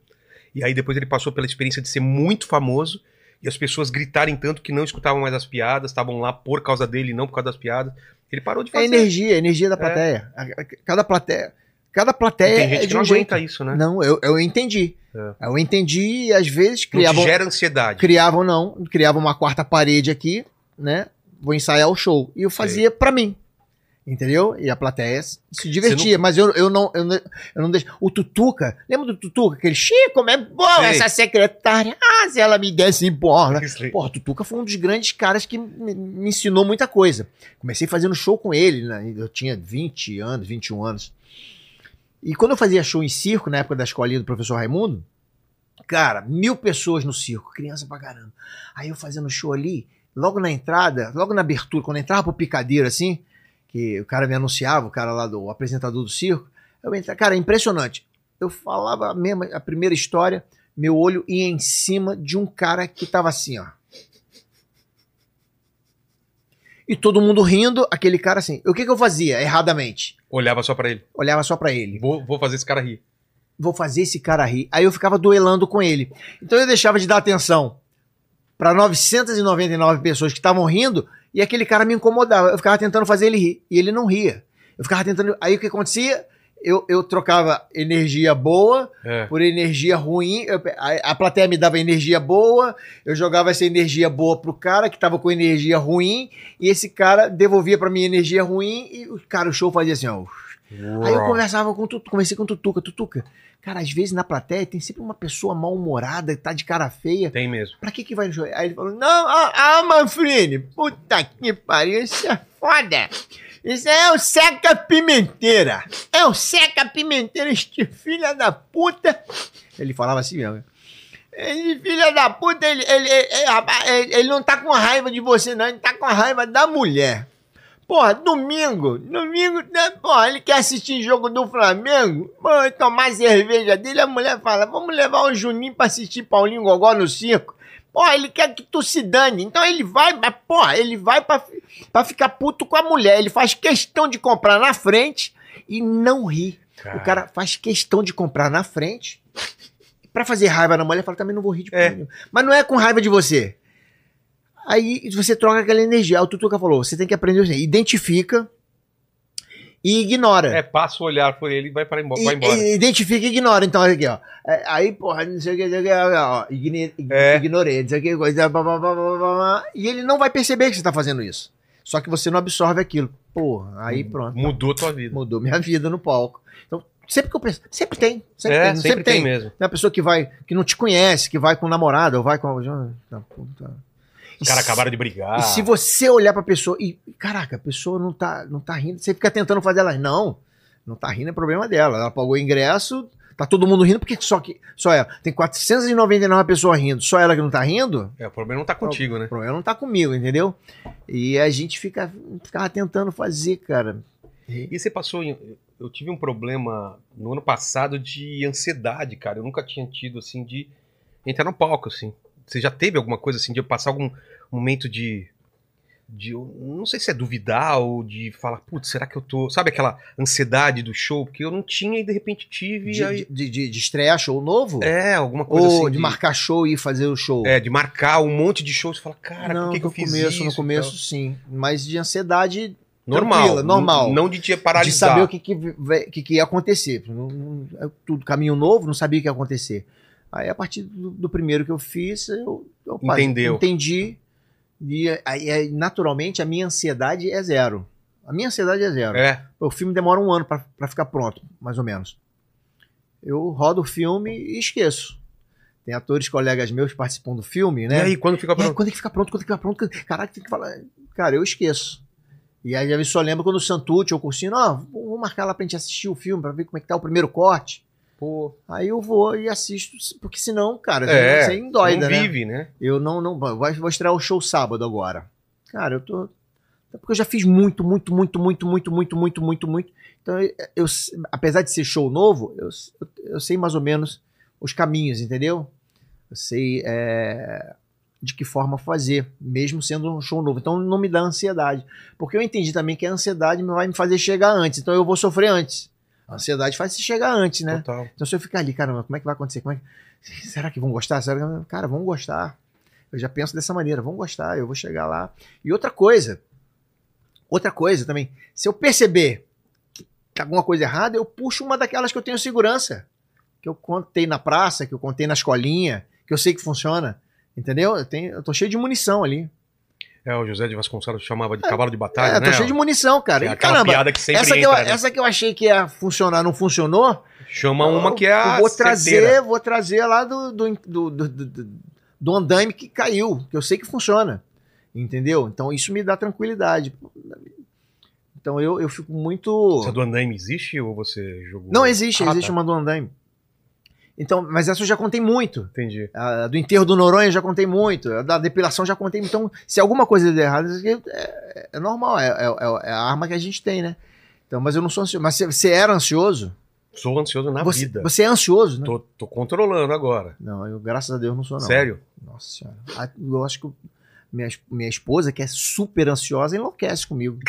S1: E aí depois ele passou pela experiência de ser muito famoso e as pessoas gritarem tanto que não escutavam mais as piadas, estavam lá por causa dele, não por causa das piadas. Ele parou de
S3: É
S1: fazer.
S3: energia, a energia da
S1: É.
S3: plateia. A- a- Cada plateia. Cada plateia. é
S1: Tem gente que não aguenta isso, né?
S3: um Não, eu, eu entendi.
S1: É.
S3: Eu entendi e às vezes
S1: Não
S3: criavam.
S1: te gera ansiedade.
S3: Criavam, não. Criavam uma quarta parede aqui, né? Vou ensaiar o show. E eu fazia pra mim. Entendeu? E a plateia se divertia, mas eu, eu não. Eu não, eu não deixo. O Tutuca, lembra do Tutuca? Aquele Chico, é bom
S7: Sei.
S3: essa secretária. Ah, se ela me desse borra. Porra, o Tutuca foi um dos grandes caras que me, me ensinou muita coisa. Comecei fazendo show com ele, né? Eu tinha 20 anos, 21 anos. E quando eu fazia show em circo, na época da escolinha do professor Raimundo, cara, mil pessoas no circo, criança pra caramba. Aí eu fazendo show ali, logo na entrada, logo na abertura, quando eu entrava pro picadeiro assim, que o cara me anunciava, o cara lá do o apresentador do circo, eu entrava, cara, é impressionante. Eu falava a mesma, a primeira história, meu olho ia em cima de um cara que tava assim, ó. E todo mundo rindo, aquele cara assim. O que, que eu fazia erradamente?
S1: Olhava só pra ele.
S3: Olhava só pra ele.
S1: Vou, vou fazer esse cara rir.
S3: vou fazer esse cara rir. Aí eu ficava duelando com ele. Então eu deixava de dar atenção para 999 pessoas que estavam rindo e aquele cara me incomodava. Eu ficava tentando fazer ele rir e ele não ria. Eu ficava tentando. Aí o que acontecia? Eu, eu trocava energia boa
S7: É.
S3: por energia ruim. Eu pe- a, a plateia me dava energia boa, eu jogava essa energia boa pro cara que tava com energia ruim, e esse cara devolvia pra mim energia ruim, e o cara, o show fazia assim, ó. Aí eu conversava com o Tutu, comecei com o Tutuca. Tutuca, cara, às vezes na plateia tem sempre uma pessoa mal-humorada, tá de cara feia.
S1: Tem mesmo.
S3: Pra que que vai no show? Aí ele falou, não, ah, ah Manfrini, puta que pariu, isso é foda. Isso é o Seca Pimenteira. É o Seca Pimenteira, este filha da puta. Ele falava assim mesmo. Ele, filha da puta, ele, ele, ele, rapaz, ele- ele não tá com raiva de você, não. Ele tá com raiva da mulher. Porra, domingo, domingo, né, porra, ele quer assistir jogo do Flamengo, vai tomar cerveja dele, a mulher fala, vamos levar o Juninho pra assistir Paulinho Gogó no circo. Porra, ele quer que tu se dane, então ele vai, mas, porra, ele vai pra, fi- pra ficar puto com a mulher, ele faz questão de comprar na frente e não ri. O cara faz questão de comprar na frente pra fazer raiva na mulher, fala, também não vou rir de porra nenhuma. Mas não é com raiva de você. Aí você troca aquela energia. Aí O Tutuca falou, você tem que aprender o seguinte, identifica e ignora.
S1: É, passa o olhar por ele e vai, para embora,
S3: I-
S1: vai embora.
S3: i- identifica e ignora, então, olha aqui, ó. É, Aí, porra, não sei o que, não sei o que, ó, igne, ig-
S1: É.
S3: ignorei, não sei o que, coisa, blá, blá, blá, blá, blá, blá. e ele não vai perceber que você tá fazendo isso. Só que você não absorve aquilo. Porra, aí
S1: Uhum.
S3: pronto.
S1: Mudou tua vida.
S3: Mudou minha vida no palco. Então, sempre que eu penso, sempre tem, sempre
S1: É,
S3: tem,
S1: sempre tem mesmo.
S3: Tem uma pessoa que vai, que não te conhece, que vai com o namorado, ou vai com a... Tá, puta.
S1: Os caras acabaram de brigar.
S3: E se você olhar pra pessoa e, caraca, a pessoa não tá, não tá rindo, você fica tentando fazer ela, não, não tá rindo é problema dela. Ela pagou o ingresso, tá todo mundo rindo, porque só que só ela. Tem 499 pessoas rindo, só ela que não tá rindo?
S1: É, o problema não tá contigo, né?
S3: O problema não tá comigo, entendeu? E a gente fica ficava tentando fazer, cara.
S1: E você passou. em- Eu tive um problema no ano passado de ansiedade, cara. Eu nunca tinha tido, assim, de entrar no palco, assim. Você já teve alguma coisa, assim, de eu passar algum momento de. de eu não sei se é duvidar ou de falar, putz, será que eu tô. Sabe aquela ansiedade do show? Porque eu não tinha e de repente tive.
S3: De,
S1: aí...
S3: de, de, de estrear show novo?
S1: É, alguma coisa
S3: Ou
S1: assim
S3: de
S1: de-
S3: marcar show e fazer o show.
S1: É, de marcar um monte de shows e falar, cara,
S3: não,
S1: por que, que eu
S3: no
S1: fiz
S3: começo,
S1: isso?
S3: no
S1: e
S3: começo
S1: tal?
S3: sim, mas de ansiedade
S1: Normal,
S3: tranquila, normal.
S1: n- não de te paralisar.
S3: De saber o que, que, vai- que, que ia acontecer. Não- não- é tudo caminho novo, não sabia o que ia acontecer. Aí a partir do, do primeiro que eu fiz, eu, eu pa-
S1: Entendeu.
S3: entendi. E é, aí, aí, naturalmente a minha ansiedade é zero. A minha ansiedade é zero.
S1: É.
S3: O filme demora um ano pra pra ficar pronto, mais ou menos. Eu rodo o filme e esqueço. Tem atores, colegas meus que participam do filme, né?
S1: E aí, quando fica
S3: pronto? quando é que fica pronto? Quando é que fica pronto? Caraca, tem que falar. Cara, eu esqueço. E aí a gente só lembra quando o Santucci ou o Cursino, ó, vou vou marcar lá pra gente assistir o filme, pra ver como é que tá o primeiro corte.
S1: Pô.
S3: Aí eu vou e assisto, porque senão, cara,
S1: É,
S3: você endoida,
S1: não
S3: né?
S1: vive, né?
S3: Eu não, não, vai- vou estrear o show sábado agora. Cara, eu tô, até porque eu já fiz muito, muito, muito, muito, muito, muito, muito, muito, muito. Então, eu, eu- apesar de ser show novo, eu, eu sei mais ou menos os caminhos, entendeu? Eu sei é, de que forma fazer, mesmo sendo um show novo. Então, não me dá ansiedade. Porque eu entendi também que a ansiedade vai me fazer chegar antes. Então, eu vou sofrer antes. A ansiedade faz se chegar antes, né?
S1: Total.
S3: Então, se eu ficar ali, caramba, como é que vai acontecer? Como é que- Será que vão gostar? Será que... Cara, vão gostar. Eu já penso dessa maneira, vão gostar, eu vou chegar lá. E outra coisa, Outra coisa também, se eu perceber que tá alguma coisa errada, eu puxo uma daquelas que eu tenho segurança. Que eu contei na praça, que eu contei na escolinha, que eu sei que funciona. Entendeu? Eu, tenho, eu tô cheio de munição ali.
S1: É, o José de Vasconcelos chamava de cavalo de batalha,
S3: É, eu
S1: né?
S3: tô cheio de munição, cara.
S1: É
S3: E,
S1: aquela
S3: caramba,
S1: piada que sempre
S3: essa, que eu,
S1: entra, né?
S3: essa que eu achei que ia funcionar, não funcionou.
S1: Chama
S3: eu-
S1: uma que é a
S3: eu vou trazer,
S1: certeira.
S3: vou trazer lá do, do, do, do, do- do andaime que caiu, que eu sei que funciona. Entendeu? Então isso me dá tranquilidade. Então eu, eu fico muito.
S1: Essa do andaime existe ou você jogou?
S3: Não, existe,
S1: Ah,
S3: existe
S1: tá.
S3: uma do andaime. Então, mas essa eu já contei muito.
S1: Entendi.
S3: A do enterro do Noronha eu já contei muito. A da depilação eu já contei. Então, se alguma coisa der errado, isso aqui é, é normal. É, é- é a arma que a gente tem, né? Então, mas eu não sou ansioso. Mas você- você era ansioso?
S1: Sou ansioso na
S3: você,
S1: vida.
S3: Você é ansioso, né?
S1: Tô, tô controlando agora.
S3: Não, eu graças a Deus não sou, não.
S1: Sério?
S3: Nossa senhora. Ah, Eu acho que eu- minha, es- minha esposa, que é super ansiosa, enlouquece comigo.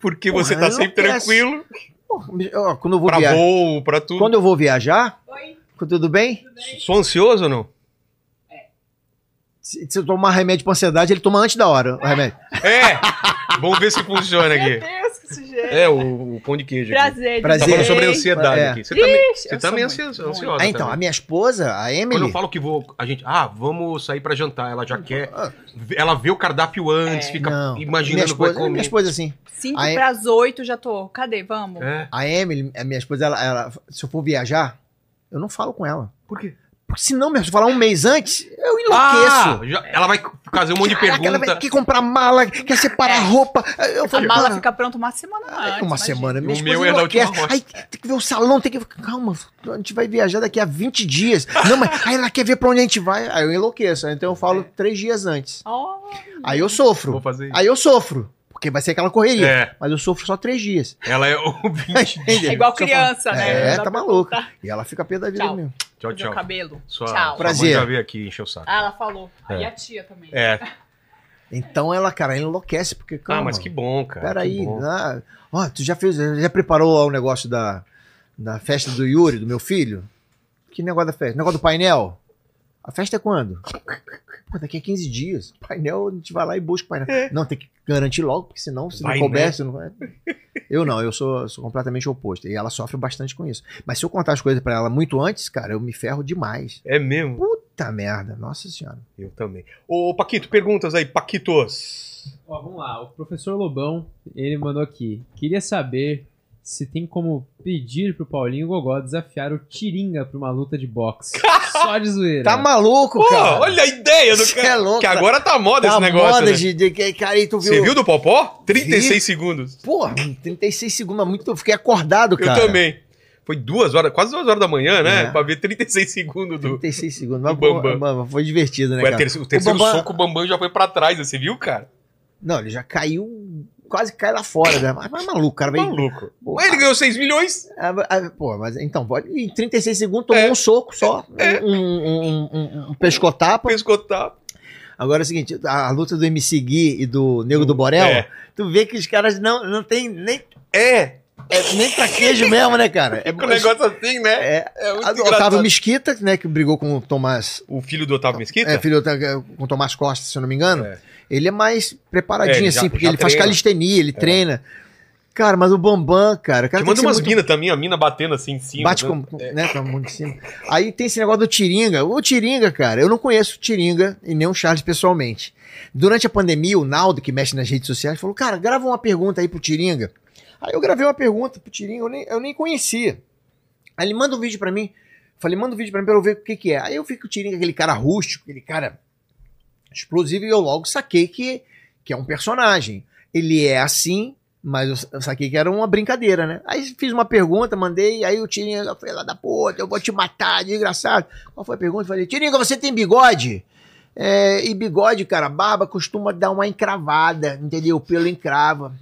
S1: Porque você tá sempre tranquilo.
S3: Ó, quando eu vou
S1: Pra
S3: viajar.
S1: voo, pra tudo.
S3: Quando é- eu vou viajar. Oi. Tudo bem?
S1: Sou ansioso ou não?
S3: Se, se eu tomar remédio pra ansiedade, ele toma antes da hora o remédio.
S1: É! Vamos ver se funciona aqui.
S12: Deus, que sujeito.
S1: É, o, o pão de queijo. aqui.
S12: Prazer,
S1: Tá falando
S3: Prazer.
S1: sobre ansiedade
S3: É.
S1: aqui. Você também,
S12: Ixi,
S1: você
S12: eu
S1: tá
S12: sou
S1: meio
S12: muito
S1: ansiosa.
S12: ruim.
S1: ansiosa
S3: Ah, então,
S1: também.
S3: a minha esposa, a
S1: Quando
S3: Emily.
S1: eu falo que vou, a gente, ah, vamos sair pra jantar, ela já quer, ela vê o cardápio antes,
S12: É,
S1: fica
S3: Ah. Não. minha
S1: imaginando o que vai
S3: esposa,
S1: comer.
S3: minha esposa assim.
S12: 5
S3: Aí-
S12: pras 8 já tô. Cadê?
S1: É.
S12: Vamos.
S3: A Emily, a minha esposa, ela, ela- se eu for viajar, eu não falo com ela.
S1: Por quê?
S3: Porque senão, meu, se eu falar um mês antes, eu
S1: Ah,
S3: enlouqueço.
S1: já- ela vai fazer um monte de
S3: Caraca, ela
S1: pergunta.
S3: vai quer comprar mala, quer separar roupa. Eu
S12: A
S3: falo, "Ah,
S12: mala
S3: cara,
S12: fica pronta uma semana antes.
S3: É, uma semana. Minha
S1: O
S3: esposa
S1: meu é da última
S3: enlouquece.
S1: rocha.
S3: Aí tem que ver o salão, tem que. Calma, a gente vai viajar daqui a 20 dias. Não, mas aí ela quer ver pra onde a gente vai. Aí eu enlouqueço. Então eu falo três dias antes. Aí eu sofro.
S1: Vou fazer isso.
S3: Aí eu sofro. Porque vai ser aquela correria.
S1: É.
S3: Mas eu sofro só três dias.
S1: Ela é o 20 dias.
S12: É igual criança, né?
S3: É,
S12: Dá
S3: tá
S12: pra
S3: maluco.
S12: contar.
S3: E ela fica pé da vida
S12: Tchau.
S3: mesmo.
S1: Tchau,
S12: Fazer o
S1: tchau.
S12: cabelo.
S1: Sua,
S12: Tchau.
S1: Prazer. Sua
S3: Prazer.
S1: mãe já veio aqui encher o saco.
S12: Ah, ela falou.
S1: É.
S12: E a tia também.
S1: É.
S3: Então ela, cara, enlouquece, porque, calma.
S1: Ah, mas que bom, cara.
S3: Peraí.
S1: que bom.
S3: ah, ó, tu já fez, já preparou lá o negócio da, da festa do Yuri, do meu filho? Que negócio da festa? Negócio do painel? A festa é quando? Pô, daqui a 15 dias. Painel, a gente vai lá e busca o painel. Não, tem que garantir logo, porque senão, se
S1: É. Vai,
S3: não couber,
S1: né?
S3: se não. é. Eu não, eu sou, sou completamente oposto. E ela sofre bastante com isso. Mas se eu contar as coisas pra ela muito antes, cara, eu me ferro demais.
S1: É mesmo?
S3: Puta merda, nossa senhora.
S1: Eu também. Ô, Paquito, perguntas aí, Paquitos.
S2: Ó, vamos lá. O professor Lobão, ele mandou aqui. Queria saber se tem como pedir pro Paulinho Gogó desafiar o Tiringa pra uma luta de boxe. Só de zoeira.
S3: Tá maluco,
S1: Pô,
S3: cara?
S1: olha a ideia do
S3: Cê
S1: cara.
S3: é louco,
S1: que
S3: tá-
S1: agora tá moda
S3: Tá
S1: esse negócio.
S3: moda
S1: né?
S3: de, de, que- cara, e tu viu?
S1: Você viu do Popó? 36
S3: Vi.
S1: segundos.
S3: Porra, 36 segundos é muito. Eu fiquei acordado,
S1: Eu
S3: cara.
S1: também. Foi duas horas, quase duas horas da manhã, né?
S3: É.
S1: Pra ver 36 segundos do.
S3: 36 segundos. Mas,
S1: O Bambam.
S3: pô, mas foi divertido, né,
S1: Foi a
S3: cara?
S1: terce- o terceiro
S3: Bambam-
S1: soco, o Bambam já foi pra trás, você viu, cara? Tá
S3: Não, ele já caiu. Quase cai lá fora, né? Mas, mas maluco, cara. Veio...
S1: Maluco.
S3: Pô,
S1: Mas ele É. ganhou 6 milhões.
S3: ah, ah, pô, mas então, pode- em 36 segundos tomou um soco só.
S1: É.
S3: Um, um, um, um- um pescotapa.
S1: Pescotapa.
S3: Agora é o seguinte: a, a luta do MC Gui e do Nego do Borel,
S1: É.
S3: tu vê que os caras não, não tem nem.
S1: É.
S3: é nem traquejo mesmo, né, cara? É,
S1: Com um negócio assim, né?
S3: é,
S1: É muito
S3: a do
S1: engraçado.
S3: Otávio Mesquita, né, que brigou com o Tomás
S1: O filho do Otávio Mesquita?
S3: É, filho tá, com o Tomás Costa, se eu não me engano.
S1: É.
S3: Ele é mais
S1: É,
S3: preparadinho,
S1: ele já-
S3: assim, porque
S1: já
S3: ele faz
S1: treina. É.
S3: calistenia, ele treina. Cara, mas o Bambam, cara. o cara
S1: Te
S3: tem
S1: manda
S3: que ser
S1: umas
S3: muito-
S1: minas também, a mina batendo assim em cima.
S3: Bate
S1: né?
S3: com, né, com a mão de cima. Aí tem esse negócio do Tiringa. O Tiringa, cara, eu não conheço o Tiringa e nem o Charles pessoalmente. Durante a pandemia, o Naldo, que mexe nas redes sociais, falou: cara, grava uma pergunta aí pro Tiringa. Aí eu gravei uma pergunta pro Tiringa, eu nem, eu nem conhecia. Aí ele manda um vídeo pra mim. Falei, manda um vídeo pra mim pra eu ver o que que é. Aí eu vi que o Tiringa, é aquele cara rústico, aquele cara explosivo, e eu logo saquei que, que é um personagem. Ele é assim, mas eu, eu saquei que era uma brincadeira, né? Aí fiz uma pergunta, mandei, aí o Tiringa foi lá da puta, eu vou te matar, desgraçado. Qual foi a pergunta? Eu Falei, Tiringa, você tem bigode? É, e bigode, cara, barba costuma dar uma encravada, entendeu? O pelo encrava.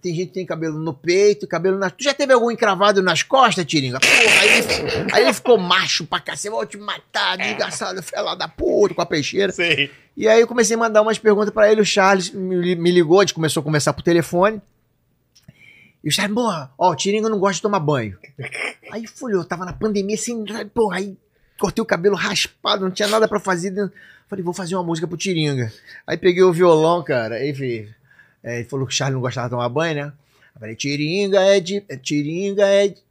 S3: Tem gente que tem cabelo no peito, cabelo nas. Tu já teve algum encravado nas costas, Tiringa? Porra, aí, ele- aí ele ficou macho pra cacete, vou te matar, desgraçado, foi lá da puta com a peixeira.
S1: Sei.
S3: E aí eu comecei a mandar umas perguntas pra ele, o Charles me, me ligou, a gente começou a conversar por telefone. E o Charles, porra, ó, o Tiringa não gosta de tomar banho. Aí fui, eu tava na pandemia sem. Porra, aí cortei o cabelo raspado, não tinha nada pra fazer. né? Falei, vou fazer uma música pro Tiringa. Aí peguei o violão, cara, aí fiz. é, ele falou que o Charles não gostava de tomar banho, né? Eu falei, Tiringa é de. é Tiringa é de.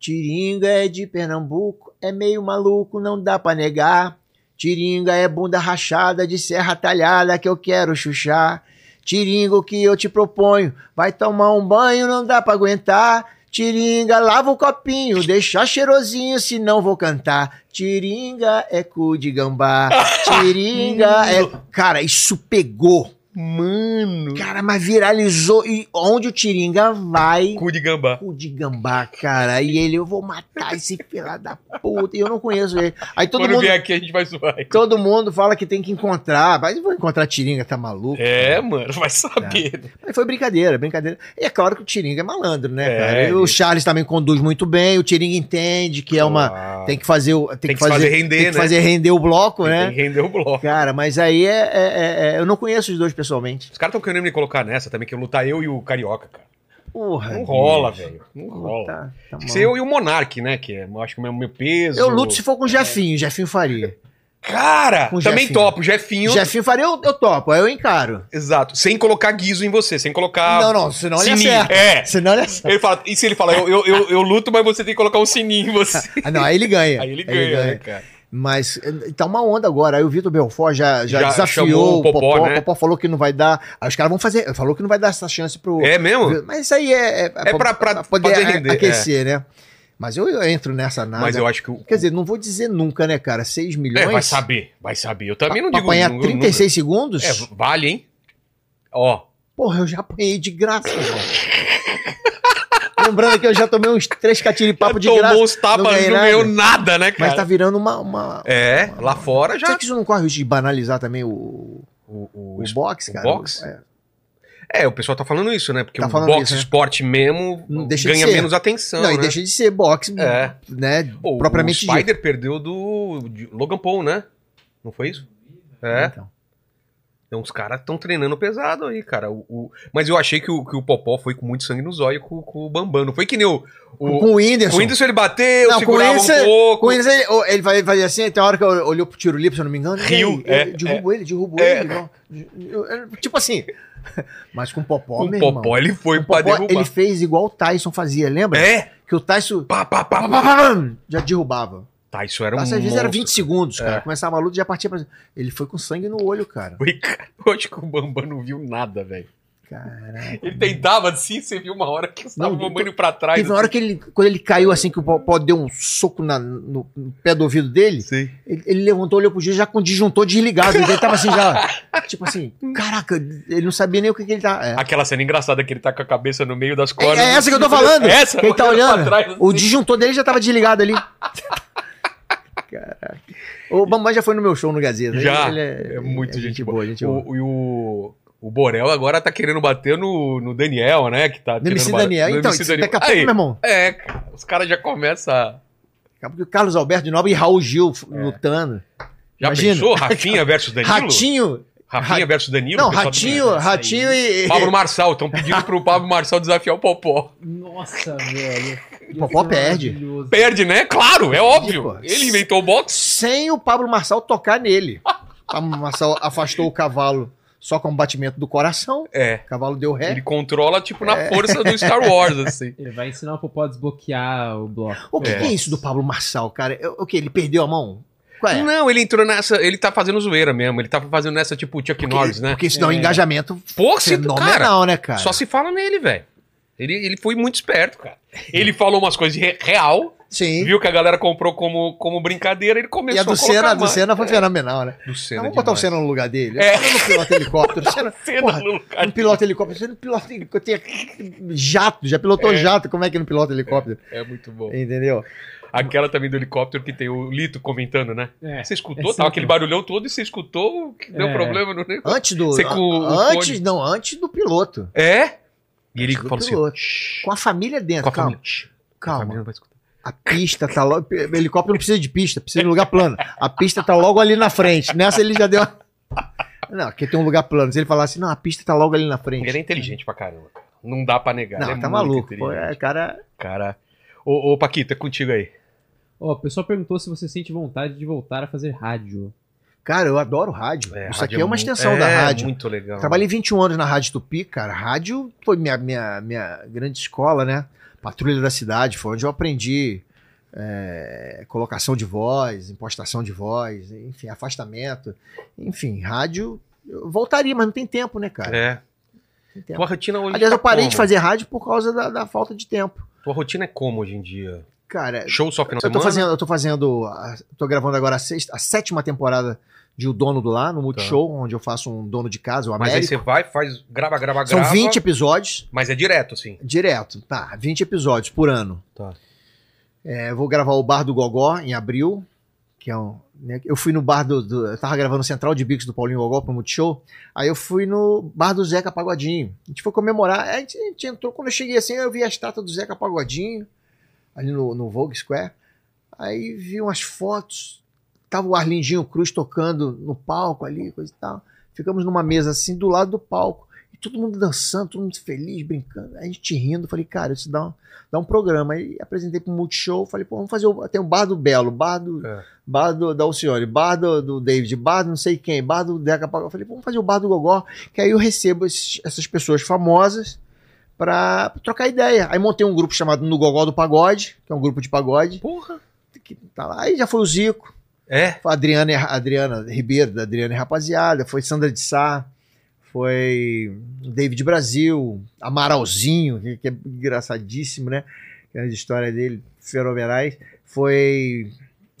S3: Tiringa é de Pernambuco, é meio maluco, não dá pra negar. Tiringa é bunda rachada de serra talhada que eu quero chuchar. Tiringa, o que eu te proponho? Vai tomar um banho, não dá pra aguentar. Tiringa, lava o copinho, deixa cheirosinho, senão vou cantar. Tiringa é cu de gambá. Tiringa é. Cara, isso pegou. Mano. Cara, mas viralizou. E onde o Tiringa vai.
S1: Cu de gambá.
S3: Cu de gambá, cara. E ele, eu vou matar esse filho da puta. E eu não conheço ele. Aí todo
S1: Quando
S3: mundo.
S1: vier aqui, a gente vai zoar. ele.
S3: Todo mundo fala que tem que encontrar. Mas eu vou encontrar Tiringa, tá maluco?
S1: É, mano, vai saber.
S3: Mas foi brincadeira, brincadeira. E é claro que o Tiringa é malandro, né,
S1: É,
S3: cara? E
S1: ele-
S3: O Charles também conduz muito bem, o Tiringa entende que é uma.
S1: Claro.
S3: Tem que fazer o. Tem,
S1: que fazer render,
S3: Tem que
S1: né?
S3: fazer render o bloco,
S1: Tem
S3: né?
S1: que render o bloco.
S3: Cara, mas aí é, é- é- é- Eu não conheço os dois pessoalmente.
S1: Os caras estão querendo me colocar nessa também, que eu lutar eu e o Carioca, cara.
S3: Porra.
S1: Não
S3: bicho.
S1: rola, velho. Não
S3: Puta,
S1: rola.
S3: tá
S1: Tem que
S3: bom.
S1: ser eu e o Monark, né? Que é, eu acho que é o meu peso.
S3: Eu luto se for com o Jefinho, Jefinho faria.
S1: Cara,
S3: Com o
S1: também
S3: Jefinho.
S1: topo. Jefinho.
S3: Jefinho faria, eu, eu topo, aí eu encaro.
S1: Exato. Sem colocar guiso em você, sem colocar.
S3: Não, não, senão ele
S1: sininho.
S3: acerta.
S1: É.
S3: Senão ele acerta.
S1: Ele fala, e se ele fala, eu, eu, eu, eu luto, mas você tem que colocar um sininho em você.
S3: Ah, não, aí ele ganha.
S1: Aí ele ganha, né, cara?
S3: Mas eh, tá uma onda agora. Aí o Vitor Belfort já, já,
S1: Já
S3: desafiou
S1: chamou
S3: o
S1: o
S3: Popó.
S1: Popó,
S3: O
S1: né?
S3: Popó falou que não vai dar. Aí os caras vão fazer. Falou que não vai dar essa chance pro.
S1: É mesmo?
S3: Mas isso aí é. É,
S1: É pra- pra
S3: poder
S1: fazer
S3: a-
S1: render, é.
S3: aquecer, né? Mas eu, eu entro nessa nada.
S1: Mas eu acho que o.
S3: Quer dizer, não vou dizer nunca, né, cara? 6 milhões.
S1: É, vai saber, vai saber. Eu também não
S3: pra
S1: digo.
S3: apanhar
S1: não-
S3: 36 segundos?
S1: É, vale, hein? Ó.
S3: Porra, eu já apanhei de graça, velho. Lembrando que eu já tomei uns três catiripapos de
S1: tomou
S3: graça.
S1: os tapas,
S3: ganhei
S1: não ganhou nada, né, cara?
S3: Mas tá virando uma- uma,
S1: É, lá fora já.
S3: Será que isso não corre o risco de banalizar também o,
S1: o,
S3: boxe, cara?
S1: boxe?
S3: É.
S1: É, o pessoal tá falando isso, né? Porque
S3: Tá
S1: o
S3: falando
S1: boxe
S3: isso, né?
S1: esporte mesmo
S3: Não deixa de
S1: ganha
S3: ser.
S1: menos atenção.
S3: Não,
S1: né?
S3: e deixa de ser boxe,
S1: É.
S3: né?
S1: Pô,
S3: propriamente
S1: O
S3: dito.
S1: Spider perdeu do de Logan Paul, né? Não foi isso? É.
S3: Então.
S1: Então os caras estão treinando pesado aí, cara. O, o- Mas eu achei que o, que o Popó foi com muito sangue nos olhos com, com o Bambam. Não foi que nem o. o
S3: Com o Whindersson.
S1: Com o Whindersson ele bateu,
S3: Não, com
S1: segurava
S3: esse,
S1: um pouco.
S3: com esse ele, ou ele vai fazer assim, tem uma hora que eu- olhou pro tiro livre, se eu não me engano.
S1: Riu,
S3: e aí,
S1: é,
S3: eu derrubo ele, derrubo ele. não. Eu- eu- tipo assim. Mas com o Popó,
S1: Com o
S3: meu
S1: Popó
S3: irmão.
S1: ele foi
S3: Com o
S1: pra
S3: Popó,
S1: derrubar.
S3: Ele fez igual o Tyson fazia, lembra?
S1: É?
S3: Que o Tyson
S1: Pá, pá, pá,
S3: pá,
S1: pá.
S3: pá, pá, já derrubava.
S1: Tá, isso era um.
S3: Às vezes era
S1: monstro.
S3: 20 segundos, cara.
S1: É.
S3: Começava a luta e já partia pra... Ele foi com sangue no olho, cara.
S1: Foi, cara, eu acho que o Bambam não viu nada, velho.
S3: Caraca.
S1: Ele tentava assim, você viu uma hora que estava
S3: Não,
S1: o Bambam indo pra trás. assim.
S3: Teve uma hora que ele, quando ele caiu assim, que o Popó deu um soco na- no, no pé do ouvido dele, ele, ele levantou, olhou pro dia já com o disjuntor desligado. Ele tava assim já, tipo assim, caraca, ele não sabia nem o que, que ele tava. É.
S1: Aquela cena engraçada que ele tá com a cabeça no meio das cordas. assim.
S3: É essa que eu tô falando.
S1: Essa?
S3: Quem tá
S1: Olhando pra
S3: olhando?
S1: trás,
S3: O
S1: assim.
S3: disjuntor dele já tava desligado ali. Caraca. O Bambam já foi no meu show no Gazeta.
S1: Já.
S3: Ele, ele
S1: é, muito gente, boa.
S3: gente
S1: o, E o, o Borel agora tá querendo bater no, no Daniel, né? Que tá
S3: No MC
S1: querendo bater-
S3: Daniel.
S1: no
S3: Então,
S1: MC
S3: isso daqui a pouco, meu irmão.
S1: É, cara, os caras já começam. a-
S3: é... Porque o Carlos Alberto de Nobre e Raul Gil f- lutando.
S1: É. Já pensou? Rafinha versus Danilo?
S3: Ratinho.
S1: Rafinha versus Danilo?
S3: Não,
S1: o pessoal
S3: Ratinho, é-
S1: do-
S3: Ratinho e.
S1: Pablo Marçal, estão pedindo pro Pablo Marçal desafiar o Popó.
S2: Nossa, velho. é
S3: O Popó perde.
S1: Perde, né? Claro, é óbvio.
S3: Pô,
S1: Ele inventou o boxe.
S3: Sem o Pablo Marçal tocar nele. O Pablo Marçal afastou o cavalo só com um batimento do coração.
S1: É.
S3: O cavalo deu ré.
S1: Ele controla, tipo, na
S3: É.
S1: força do Star Wars, assim.
S2: Ele vai ensinar o Popó a desbloquear o bloco.
S3: O que que é. isso do Pablo Marçal, cara? Eu- O que? Ele perdeu a mão? Qual é?
S1: Não, ele entrou nessa. Ele tá fazendo zoeira mesmo. Ele tá fazendo nessa, tipo, Chuck Norris, né?
S3: Porque isso dá um engajamento
S1: Pô, se-
S3: fenomenal,
S1: cara,
S3: né, cara?
S1: Só se fala nele, velho. Ele, ele foi muito esperto, cara. Ele falou umas coisas re- real.
S3: Sim.
S1: Viu que a galera comprou como, como brincadeira, ele começou
S3: E a do
S1: a colocar
S3: Senna, a do
S1: mais.
S3: Senna foi fenomenal, né?
S1: Do Senna
S3: Não, vamos botar o
S1: demais.
S3: Senna no lugar dele.
S1: É.
S3: O Senna não pilota helicóptero. O Senna,
S1: Senna
S3: porra,
S1: no
S3: não pilota helicóptero. O Senna pilota helicóptero. Tem jato, já pilotou
S1: É.
S3: jato. Como é que não pilota helicóptero?
S1: É muito bom.
S3: Entendeu?
S1: Aquela também do helicóptero que tem o Lito comentando, né?
S2: É.
S1: Você escutou?
S2: Essa
S1: Tava
S2: é
S1: aquele
S2: boa.
S1: barulhão todo e você escutou? Que Deu
S2: É.
S1: problema no negócio.
S3: Antes do.
S1: Você com o
S3: antes,
S1: fone.
S3: não, antes do piloto.
S1: É? E ele
S3: Do
S1: falou assim:
S3: piloto. com a família dentro,
S1: com a
S3: calma.
S1: família. Shh, a
S3: Calma.
S1: família não vai escutar.
S3: A pista tá logo. O helicóptero não precisa de pista, precisa de um lugar plano. A pista tá logo ali na frente. Nessa ele já deu. uma- Não, porque tem um lugar plano. Se ele falasse, não, a pista tá logo ali na frente.
S1: Ele é inteligente pra caramba. cara. Não dá pra negar.
S3: Não,
S1: ele é
S3: tá
S1: muito
S3: maluco. Pô,
S1: inteligente.
S3: é, cara.
S1: Cara. Ô, ô, Paquito, é contigo aí.
S2: Ó, o pessoal perguntou se você sente vontade de voltar a fazer rádio.
S3: Cara, eu adoro rádio. Isso
S1: rádio
S3: aqui
S1: é
S3: é uma
S1: mu-
S3: extensão
S1: é,
S3: da rádio.
S1: muito legal.
S3: Trabalhei 21 anos na Rádio Tupi, cara. Rádio foi minha, minha, minha grande escola, né? Patrulha da Cidade, foi onde eu aprendi é, colocação de voz, impostação de voz, enfim, afastamento. Enfim, rádio. Eu voltaria, mas não tem tempo, né, cara?
S1: É.
S3: Não tem tempo.
S1: Tua rotina hoje
S3: Aliás,
S1: tá
S3: eu parei
S1: como?
S3: de fazer rádio por causa da, da falta de tempo.
S1: Tua rotina é como hoje em dia?
S3: Cara,
S1: Show só final de
S3: É, eu tô
S1: semana?
S3: fazendo, eu tô fazendo, a- tô gravando agora a, sexta, a sétima temporada de O Dono do Lá, no Multishow, onde eu faço um dono de casa, o
S1: Tá. Mas aí
S3: Américo.
S1: você vai, faz, grava, grava,
S3: São
S1: grava.
S3: 20 episódios,
S1: Mas é direto, assim.
S3: direto, tá, 20 episódios por ano.
S1: Tá.
S3: É, eu vou gravar o Bar do Gogó em abril, que é um... né, eu fui no bar do, do- Eu tava gravando Central de Bicos do Paulinho Gogó pro Multishow, aí eu fui no bar do Zeca Pagodinho. A gente foi comemorar, a gente, a gente entrou, quando eu cheguei assim, eu vi a estátua do Zeca Pagodinho, ali no, no Vogue Square, Aí vi umas fotos, tava o Arlindinho Cruz tocando no palco ali, coisa e tal. Ficamos numa mesa assim, do lado do palco. E todo mundo dançando, todo mundo feliz, brincando. A gente rindo. Falei, cara, isso dá um, dá um programa. Aí apresentei pro Multishow. Falei, pô, vamos fazer. O, tem o Bar do Belo, Bar do, bar do da Alcione, Bar do, do David, Bar do não sei quem, Bar do Deca Pagó. Falei, pô, vamos fazer o Bar do Gogó, que aí eu recebo esses- essas pessoas famosas pra trocar ideia. Aí montei um grupo chamado No Gogó do Pagode, que é um grupo de pagode.
S1: Porra!
S3: Tá lá. Aí já foi o Zico.
S1: É?
S3: Foi a Adriana, e- Adriana Ribeiro, da Adriana e Rapaziada. Foi Sandra de Sá. Foi o David Brasil. Amaralzinho, que, que é engraçadíssimo, né? Que é a história dele, fenomenais. Foi.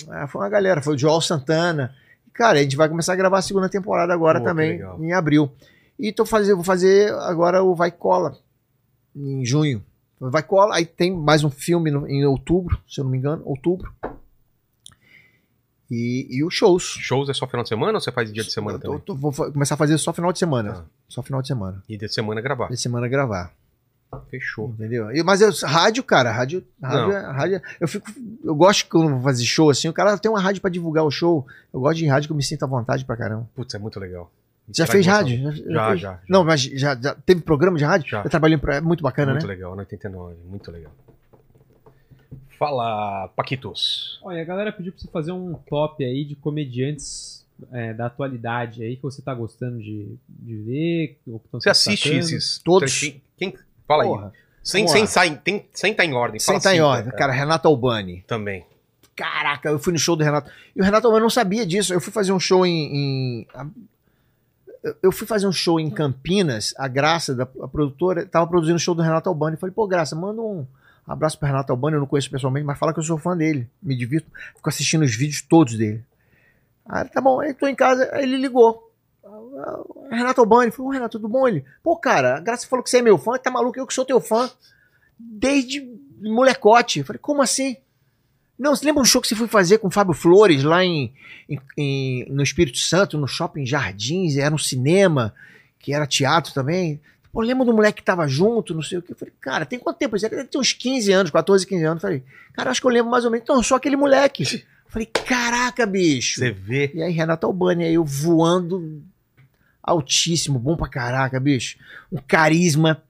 S3: ah, foi uma galera. Foi o Joel Santana. Cara, a gente vai começar a gravar a segunda temporada agora
S1: Pô, que
S3: também,
S1: legal.
S3: em abril. E tô fazendo, vou fazer agora o Vai Cola, em junho. Vai Cola, aí tem mais um filme no- em outubro, se eu não me engano, outubro. E, e os shows.
S1: Shows é só final de semana ou você faz dia de semana
S3: Eu
S1: também? Tá.
S3: tô- vou fa- começar a fazer só final de semana. Só final de semana.
S1: E de semana é gravar.
S3: De semana gravar.
S1: Fechou.
S3: Entendeu? E- mas eu, rádio, cara, rádio, rádio,
S1: Não.
S3: é- rádio. Eu fico. Eu gosto quando eu vou fazer show assim. O cara tem uma rádio pra divulgar o show. Eu gosto de rádio que eu me sinto à vontade pra caramba.
S1: Putz, é muito legal.
S3: Você já
S1: Traz
S3: fez
S1: emoção.
S3: rádio?
S1: Já,
S3: fez?
S1: já, já.
S3: Não, mas já, já teve programa de rádio?
S1: Já.
S3: Eu trabalhei em pro- é muito bacana,
S1: muito
S3: né?
S1: legal, na 89. Muito legal. Fala, Paquitos.
S2: Olha, a galera pediu pra você fazer um top aí de comediantes é, da atualidade aí que você tá gostando de, de ver. ou que tão se
S1: Você assiste
S2: destacando.
S1: esses trechinhos? Quem... Fala
S3: Porra.
S1: aí. Sem,
S3: Vamos
S1: sem,
S3: lá.
S1: sai, tem, sem tá em ordem.
S3: Sem
S1: fala
S3: tá em
S1: cinco,
S3: ordem, cara. Renato Albani.
S1: Também.
S3: Caraca, eu fui no show do Renato. E o Renato Albani não sabia disso. Eu fui fazer um show em. em- eu- eu fui fazer um show em Campinas, a Graça, da, a produtora, tava produzindo o show do Renato Albani. Falei, pô, Graça, manda um abraço pro Renato Albani, eu não conheço pessoalmente, mas fala que eu sou fã dele. Me divirto, fico assistindo os vídeos todos dele. Ah, tá bom, aí tô em casa, aí ele ligou. Ah, Renato Albani, falou, Renato, tudo bom? Ele, pô, cara, a Graça falou que você é meu fã, tá maluco? Eu que sou teu fã. Desde molecote. Eu falei, como assim? Não, você lembra um show que você foi fazer com o Fábio Flores lá em, em- em- no Espírito Santo, no Shopping Jardins, era um cinema, que era teatro também? Pô, lembra do moleque que tava junto, não sei o quê? Eu falei, cara, tem quanto tempo? isso? Ele tem uns 15 anos, 14, 15 anos. Eu falei, cara, acho que eu lembro mais ou menos. Então, eu sou aquele moleque. Eu falei, caraca, bicho.
S1: Você vê.
S3: E aí, Renato Albani, aí eu voando altíssimo, bom pra caraca, bicho. Um carisma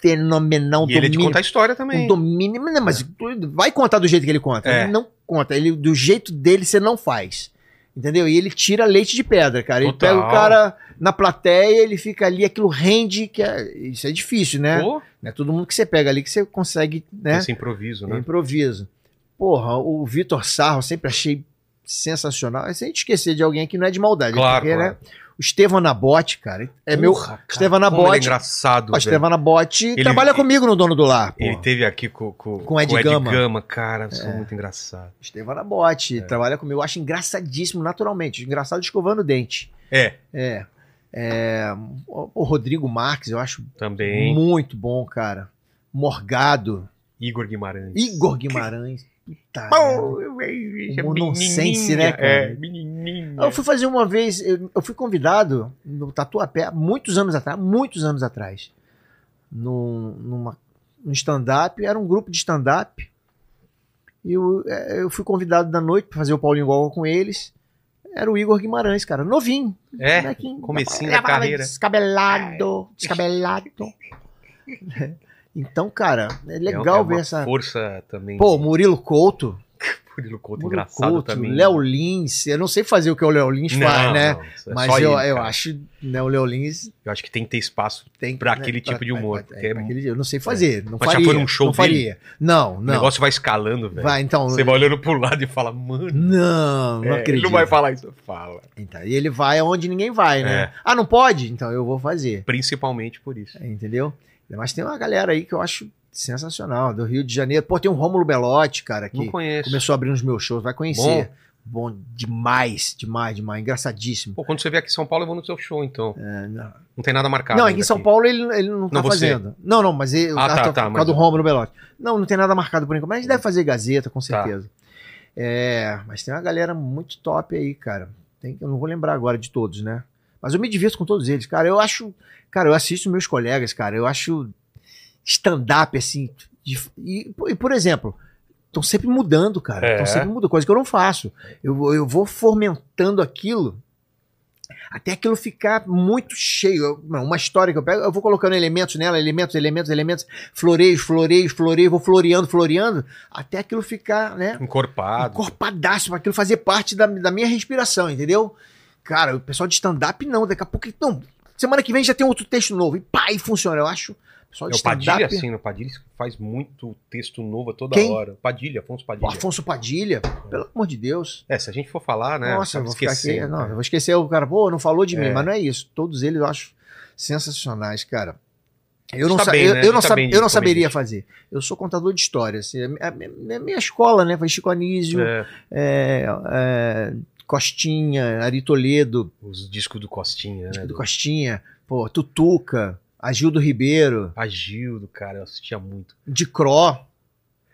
S3: fenomenal.
S1: E ele é de contar a história também.
S3: Um domínio, mas, mas tu- vai contar do jeito que ele conta.
S1: É.
S3: Ele não conta, ele, do jeito dele você não faz. Entendeu? E ele tira leite de pedra, cara. Ele
S1: Total.
S3: pega o cara na plateia, ele fica ali, aquilo rende, que é- isso é difícil, né?
S1: Pô.
S3: Não é todo mundo que você pega ali que você consegue, né?
S1: Esse improviso,
S3: É
S1: né?
S3: improviso. Porra, o Vitor Sarro eu sempre achei sensacional. Sem esquecer de alguém que não é de maldade.
S1: Claro, claro.
S3: O Estevão Nabote, cara, é meu.
S1: Porra, cara,
S3: Estevão
S1: como ele é
S3: Nabote.
S1: engraçado,
S3: O Estevão Nabote
S1: Ele-
S3: trabalha comigo no Dono do Lar.
S1: Ele teve aqui com, com,
S3: Com o Ed
S1: o
S3: Gama.
S1: cara. Isso é muito engraçado.
S3: Estevão
S1: É.
S3: Nabote trabalha comigo. Eu acho engraçadíssimo, naturalmente. Engraçado escovando o dente.
S1: É,
S3: É. É, O Rodrigo Marques, eu acho
S1: também.
S3: muito bom, cara. Morgado.
S1: Igor Guimarães.
S3: Igor Guimarães. Puta. merda.
S1: Humor
S3: Humor nonsense, né, cara?
S1: É, menininha.
S3: Eu fui fazer uma vez, eu, eu fui convidado no Tatuapé, há muitos anos atrás, muitos anos atrás, num, numa, num stand-up, era um grupo de stand-up, e eu, eh, eu fui convidado da noite pra fazer o Paulinho Gol com eles, era o Igor Guimarães, cara, novinho,
S1: É,
S3: molequinho,
S1: comecinho
S3: rapaz,
S1: da carreira.
S3: Descabelado, descabelado. Então, cara, é
S1: É-
S3: legal
S1: é uma
S3: ver essa...
S1: Força também.
S3: Pô, Murilo Couto,
S1: Murilo Couto,
S3: Murilo
S1: engraçado
S3: Couto,
S1: também. né?
S3: Léo Lins, eu não sei fazer o que o Léo Lins
S1: Não,
S3: faz, né?
S1: não, isso é só
S3: Mas eu,
S1: ele,
S3: eu
S1: cara.
S3: acho, né, o Léo Lins
S1: Eu acho que tem que ter espaço pra aquele
S3: pra-
S1: tipo de humor.
S3: pra-
S1: porque é-
S3: aquele- eu não sei fazer, não
S1: Mas já
S3: faria.
S1: foi num show
S3: não
S1: dele?
S3: faria. Não,
S1: O
S3: não.
S1: negócio vai escalando, velho.
S3: Vai, então-
S1: Você vai olhando pro lado e fala, mano.
S3: Não, não
S1: É,
S3: acredito.
S1: Ele não vai falar isso. Fala.
S3: Então, e ele vai aonde ninguém vai, né?
S1: É.
S3: Ah, não pode? Então eu vou fazer.
S1: Principalmente por
S3: É
S1: isso.
S3: Entendeu? Mas tem uma galera aí que eu acho sensacional, do Rio de Janeiro. Pô, tem um Rômulo Belotti, cara, que
S1: Não conheço.
S3: começou a abrir nos meus shows, vai conhecer. Bom, demais, demais, demais. Engraçadíssimo.
S1: Pô, quando você vier aqui em São Paulo, eu vou no seu show, então. não. tem nada marcado.
S3: É. não, aqui
S1: ainda
S3: em São Paulo ele, ele não tá
S1: Não, você.
S3: fazendo. Não, não, mas ele,
S1: Ah, tá, tá, mas-
S3: por
S1: Hum.
S3: causa do Rômulo Belotti. Não, não tem nada marcado por enquanto, mas deve fazer
S1: Tá.
S3: Gazeta, com certeza. É, mas tem uma galera muito top aí, cara. Tem, eu não vou lembrar agora de todos, né? Mas eu me divirto com todos eles, cara. Eu acho. Cara, eu assisto meus colegas, cara. Eu acho stand-up, assim. de- e, e, por exemplo, estão sempre mudando, cara.
S13: É.
S3: Estão sempre mudando, coisa que eu não faço. Eu, vou- eu vou fomentando aquilo até aquilo ficar muito cheio. Eu- não, uma história que eu pego, eu vou colocando elementos nela, elementos, elementos, elementos, floreios, floreios, floreios, vou floreando, floreando, até aquilo ficar, né?
S1: Encorpado.
S3: Encorpadaço, pra aquilo fazer parte da, da minha respiração, entendeu? Cara, o pessoal de stand-up não, daqui a pouco. Não, semana que vem já tem outro texto novo. E pá, e funciona, eu acho. O pessoal de
S1: É, o Padilha,
S3: stand-up.
S1: assim, né? o Padilha faz muito texto novo a toda
S3: Quem?
S1: hora. Padilha, Afonso Padilha.
S3: Afonso Padilha, pelo amor de Deus.
S1: É, se a gente for falar, né?
S3: Nossa, eu
S1: acaba
S3: vou ficar aqui.
S1: esquecendo,
S3: não,
S1: cara.
S3: eu vou esquecer o cara, pô, não falou de
S1: É.
S3: mim, mas não é isso. Todos eles eu acho sensacionais, cara.
S1: A
S3: Eu
S1: gente
S3: não,
S1: tá
S3: sa-
S1: bem, né?
S3: eu,
S1: A
S3: eu
S1: gente
S3: não,
S1: tá
S3: sa-
S1: bem de
S3: eu não saberia
S1: comediante.
S3: fazer. Eu sou contador de história. Assim, é minha, minha- minha escola, né? Foi Chico Anísio,
S1: É.
S3: é, é, Costinha, Ari Toledo,
S1: Os discos do Costinha, né?
S3: do Costinha, pô, Tutuca, Agildo Ribeiro,
S1: Agildo, cara, eu assistia muito.
S3: de Cro,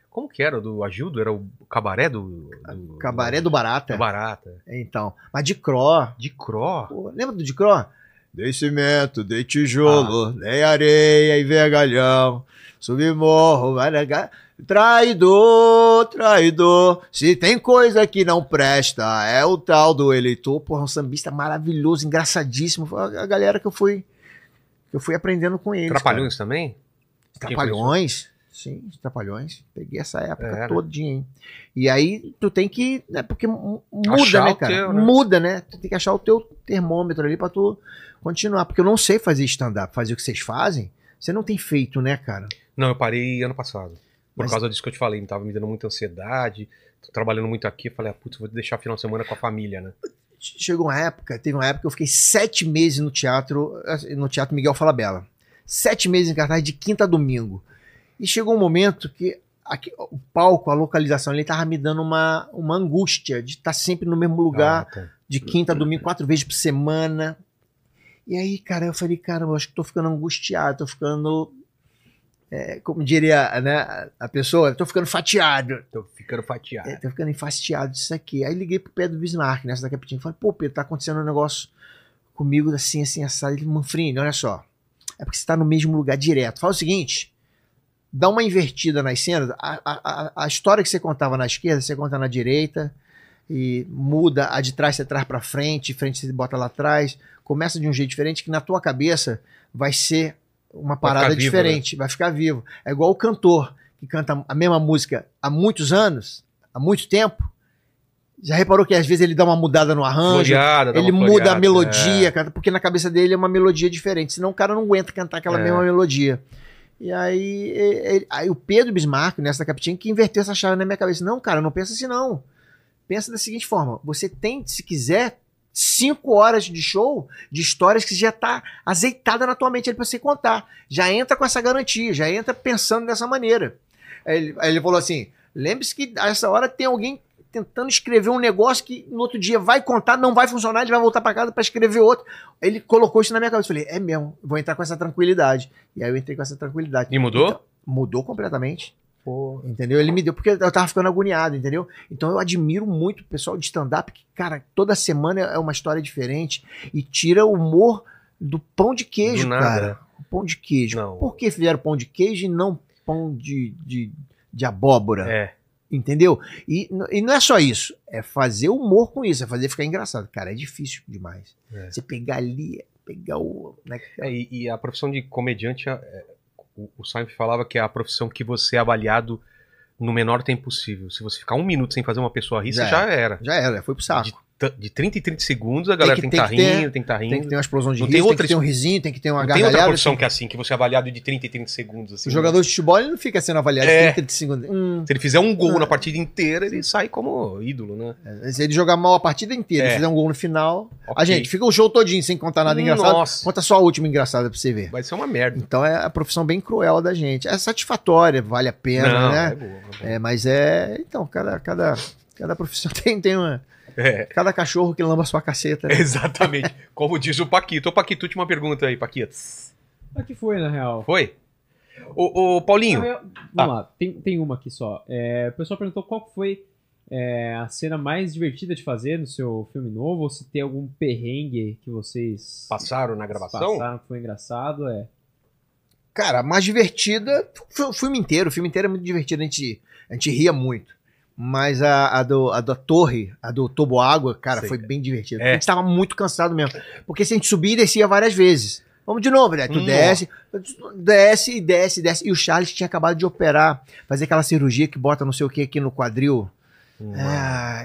S1: Como que era? o Do Agildo? Era o cabaré do. do
S3: Ah, Cabaré do Barata.
S1: do Barata.
S3: Então, mas de Cro.
S1: De Cro?
S3: lembra do de Cro? Dei cimento, dei tijolo, dei areia e vergalhão. Subi morro, vai negar. Traidor, traidor. Se tem coisa que não presta, é o tal do eleitor. Porra, um sambista maravilhoso, engraçadíssimo. Foi a galera que eu fui, que eu fui aprendendo com eles.
S1: Trapalhões também?
S3: cara. Trapalhões. Sim, os Trapalhões. Peguei essa época
S1: Era.
S3: todinha, hein? E aí tu tem que. Né, porque mu- muda,
S1: Achar
S3: né,
S1: o
S3: cara?
S1: teu, né?
S3: Muda, né? Tu tem que achar o teu termômetro ali pra tu continuar. Porque eu não sei fazer stand-up, fazer o que vocês fazem. Você não tem feito, né, cara?
S1: Não, eu parei ano passado. Por
S3: Mas-
S1: causa disso que eu te falei, me tava me dando muita ansiedade, tô trabalhando muito aqui. Eu falei, ah, putz, vou deixar final de semana com a família, né?
S3: chegou uma época, teve uma época que eu fiquei sete meses no teatro, eh, no Teatro Miguel Falabella. Sete meses em cartaz de quinta a domingo. E chegou um momento que aqui- o palco, a localização ali tava me dando uma, uma angústia de estar sempre no mesmo lugar,
S1: Ah, tá.
S3: de quinta a domingo, quatro vezes por semana. E aí, cara, eu falei, cara, eu acho que tô ficando angustiado, tô ficando. eh, como diria né, a- a pessoa, tô ficando fatiado.
S1: Tô ficando fatiado.
S3: É, tá ficando enfastiado disso aqui. Aí liguei pro Pedro Bismarck, nessa daqui a pouquinho. Falei, pô, Pedro, tá acontecendo um negócio comigo assim, assim, assado. Ele, Manfrini, olha só. É porque você tá no mesmo lugar direto. Fala o seguinte: dá uma invertida nas cenas. A, a- a- a história que você contava na esquerda, você conta na direita. E muda a de trás, você traz pra frente, frente você bota lá atrás. Começa de um jeito diferente, que na tua cabeça vai ser uma
S1: Vai
S3: parada
S1: ficar vivo,
S3: diferente
S1: né?
S3: vai ficar vivo. É igual o cantor que canta a mesma música há muitos anos, há muito tempo. Já reparou que às vezes ele dá uma mudada no arranjo,
S1: Floreada, dá
S3: ele
S1: uma
S3: muda a
S1: floreada,
S3: melodia,
S1: é.
S3: cara, porque na cabeça dele é uma melodia diferente, senão o cara não aguenta cantar aquela
S1: É.
S3: mesma melodia. E aí, e- e- aí o Pedro Bismarck, nessa capitinha, que inverteu essa chave na minha cabeça. Não, cara, não pensa assim, não. Pensa da seguinte forma: você tem, se quiser, cinco horas de show de histórias que já tá azeitada na tua mente ali pra você contar. Já entra com essa garantia, já entra pensando dessa maneira. Aí ele, aí ele falou assim: lembre-se que a essa hora tem alguém tentando escrever um negócio que no outro dia vai contar, não vai funcionar, ele vai voltar pra casa pra escrever outro. Aí ele colocou isso na minha cabeça. Eu falei, é mesmo, vou entrar com essa tranquilidade. E aí eu entrei com essa tranquilidade.
S1: E mudou?
S3: Então, mudou completamente. Entendeu? Ele me deu, porque eu tava ficando agoniado, entendeu? Então eu admiro muito o pessoal de stand-up, que, cara, toda semana é uma história diferente e tira o humor do pão de queijo,
S1: Do nada, né?
S3: cara. Pão de queijo.
S1: Não.
S3: Por que fizeram pão de queijo e não pão de, de, de abóbora?
S1: É.
S3: Entendeu? E, n- e não é só isso. É fazer humor com isso, é fazer ficar engraçado. Cara, é difícil demais.
S1: É.
S3: Você pegar ali, pegar o. né?
S1: É, e, e a profissão de comediante, é, o, o Simon falava que é a profissão que você é avaliado no menor tempo possível. Se você ficar um minuto sem fazer uma pessoa rir,
S3: Já
S1: você já era.
S3: Já era, foi pro saco.
S1: T- De 30 em 30 segundos, a galera tem que estar
S3: ter-
S1: rindo, tem que estar rindo.
S3: Tem que ter uma explosão de
S1: Não
S3: riso,
S1: tem
S3: tem,
S1: outra
S3: que ter um
S1: es-
S3: risinho, tem que ter uma
S1: Não tem outra
S3: gargalhada.
S1: profissão que é assim, que você é avaliado de 30 em 30 segundos. Assim,
S3: O jogador de futebol ele não fica sendo avaliado
S1: É.
S3: de 30 de segundos. Hum,
S1: Se ele fizer um gol na partida inteira, ele sai como ídolo, né?
S3: se ele jogar mal a partida inteira,
S1: É.
S3: se fizer um gol no final.
S1: Ok. Hum,
S3: A gente fica o show todinho sem contar nada engraçado.
S1: Nossa.
S3: Conta só a última engraçada pra você ver.
S1: Vai ser uma merda.
S3: Então é a profissão bem cruel da gente. É satisfatória, vale a pena,
S1: Não,
S3: né?
S1: é boa, é
S3: É, mas é. Então, cada, cada, cada profissão tem, tem uma.
S1: É.
S3: Cada cachorro que lamba a sua caceta. né?
S1: Exatamente. Como diz o Paquito. Ô, Paquito, última pergunta aí, Paquito.
S2: O que foi, na real?
S1: Foi? Ô, ô, Paulinho.
S2: Ah, eu- Vamos
S1: Ah.
S2: lá, tem, tem uma aqui só. É, o pessoal perguntou qual foi é, a cena mais divertida de fazer no seu filme novo, ou se tem algum perrengue que vocês
S1: Passaram na gravação?
S2: passaram que foi engraçado, é.
S3: Cara, a mais divertida foi o filme inteiro. O filme inteiro é muito divertido, a gente, a gente ria muito. Mas a, a do, a da torre, a do Tobo Água, cara,
S1: Sei.
S3: foi bem divertida.
S1: É.
S3: A gente tava muito cansado mesmo. Porque se a gente subia e descia várias vezes. Vamos de novo, né? Tu
S1: Nossa.
S3: desce, desce, e desce, e desce. E o Charles tinha acabado de operar, fazer aquela cirurgia que bota não sei o que aqui no quadril. Ah,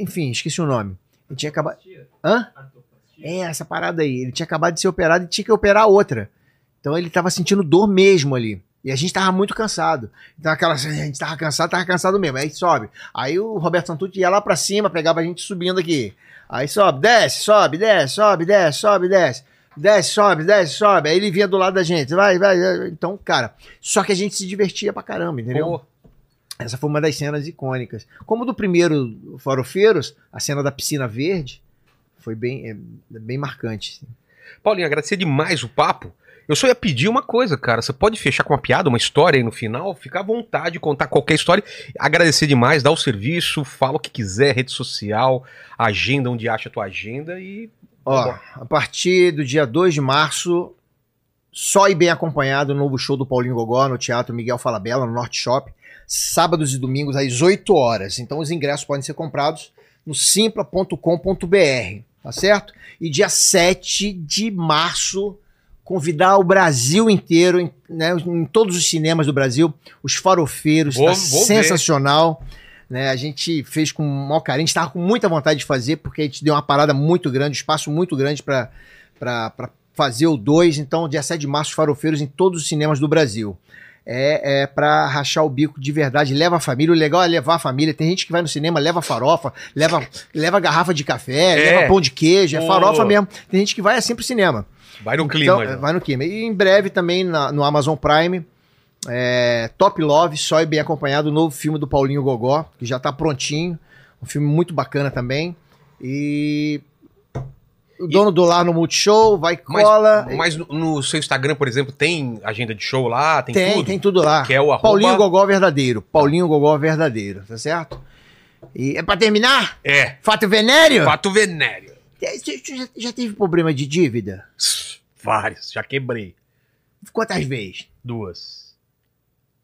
S3: enfim, esqueci o nome. Ele tinha acabado. Hã? É, essa parada aí. Ele tinha acabado de ser operado e tinha que operar outra. Então ele tava sentindo dor mesmo ali. E a gente tava muito cansado. Então aquela. A gente tava cansado, tava cansado mesmo. Aí sobe. Aí o Roberto Santucci ia lá pra cima, pegava a gente subindo aqui. Aí sobe, desce, sobe, desce, sobe, desce, sobe, desce. Desce, sobe, desce, sobe. Aí ele vinha do lado da gente. Vai, vai. vai. Então, cara. Só que a gente se divertia pra caramba, entendeu?
S1: Pô.
S3: Essa foi uma das cenas icônicas. Como do primeiro Farofeiros, a cena da piscina verde foi bem, é, bem marcante.
S1: Paulinho, agradecer demais o papo. Eu só ia pedir uma coisa, cara. Você pode fechar com uma piada, uma história aí no final? Fica à vontade, contar qualquer história. Agradecer demais, dar o serviço, fala o que quiser, rede social, agenda onde acha a tua agenda e.
S3: Ó,
S1: Tá
S3: a partir do dia 2 de março, só e bem acompanhado o novo show do Paulinho Gogó no Teatro Miguel Falabella, no Norte Shop, sábados e domingos às 8 horas. Então os ingressos podem ser comprados no simpla.com.br, tá certo? E dia 7 de março, convidar o Brasil inteiro, em, né, em todos os cinemas do Brasil, os farofeiros,
S1: Vou-
S3: tá
S1: vou ver.
S3: sensacional. Né, a gente fez com o maior carinho, a gente estava com muita vontade de fazer, porque a gente deu uma parada muito grande, um espaço muito grande para fazer o 2. Então, dia 7 de março, farofeiros em todos os cinemas do Brasil. É, é para rachar o bico de verdade. Leva a família. O legal é levar a família. Tem gente que vai no cinema, leva farofa, leva, leva garrafa de café,
S1: É.
S3: leva pão de queijo, é
S1: Pô.
S3: farofa mesmo. Tem gente que vai é sempre pro cinema.
S1: Vai no
S3: Então,
S1: clima.
S3: é,
S1: já.
S3: vai no clima. E em breve também na- no Amazon Prime. é, Top Love, só e bem acompanhado, o novo filme do Paulinho Gogó, que já tá prontinho. Um filme muito bacana também. E. O dono do lar no Multishow, vai
S1: Mas,
S3: cola.
S1: mas no, no seu Instagram, por exemplo, tem agenda de show lá, tem,
S3: Tem,
S1: tudo?
S3: tem tudo lá.
S1: Que é o arroba-
S3: Paulinho Gogó Verdadeiro. Paulinho Gogó Verdadeiro, tá certo? E é pra terminar?
S1: É.
S3: Fato venéreo?
S1: Fato venéreo.
S3: Você já, já teve problema de dívida?
S1: Vários, já quebrei.
S3: Quantas vezes?
S1: Duas.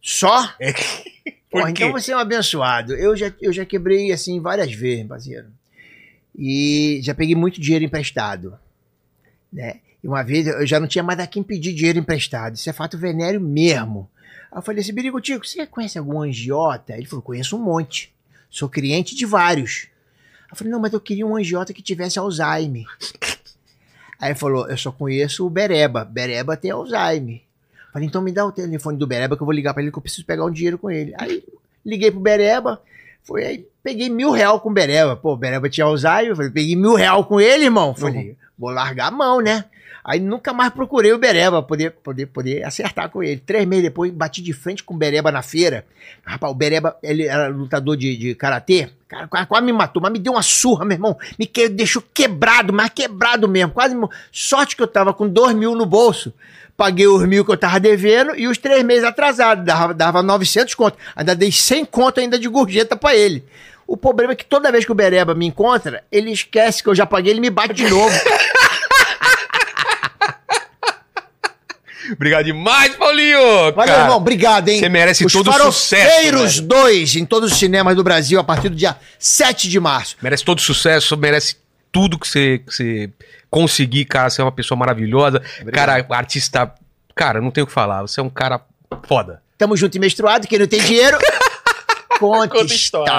S3: Só?
S1: É.
S3: Porra,
S1: Por quê?
S3: então você é um abençoado. Eu já, eu já quebrei assim várias vezes, parceiro. E já peguei muito dinheiro emprestado. Né? E uma vez eu já não tinha mais a quem pedir dinheiro emprestado. Isso é fato venéreo mesmo. Aí eu falei assim, Birigo Tico, você conhece algum angiota? Ele falou, conheço um monte. Sou cliente de vários. Eu falei, não, mas eu queria um angiota que tivesse Alzheimer. Aí ele falou, eu só conheço o Bereba. Bereba tem Alzheimer. Falei, então me dá o telefone do Bereba que eu vou ligar pra ele que eu preciso pegar um dinheiro com ele. Aí liguei pro Bereba, foi aí, peguei mil real com o Bereba. Pô, o Bereba tinha Alzheimer, eu falei, peguei mil real com ele, irmão. Falei, vou largar a mão, né? Aí nunca mais procurei o Bereba, pra poder, poder, poder acertar com ele. Três meses depois, bati de frente com o Bereba na feira. Rapaz, o Bereba, ele era lutador de, de karatê. Cara, quase, quase me matou, mas me deu uma surra, meu irmão. Me que, deixou quebrado, mas quebrado mesmo. Quase. mo- Sorte que eu tava com dois mil no bolso. Paguei os mil que eu tava devendo e os três meses atrasados. Dava, dava 900 conto. Ainda dei 100 conto ainda de gorjeta pra ele. O problema é que toda vez que o Bereba me encontra, ele esquece que eu já paguei, ele me bate de novo.
S1: Obrigado demais, Paulinho!
S3: Valeu,
S1: cara.
S3: irmão. Obrigado, hein?
S1: Você merece
S3: Os
S1: todo o
S3: Farofeiros
S1: sucesso. né? velho.
S3: 2 em todos os cinemas do Brasil a partir do dia 7 de março.
S1: Merece todo o sucesso, merece tudo que você, que você conseguir, cara. Você é uma pessoa maravilhosa. Cara, artista. Cara, não tenho o que falar. Você é um cara foda.
S3: Tamo junto e menstruado, quem não tem dinheiro. Conta,
S1: Conta
S3: história.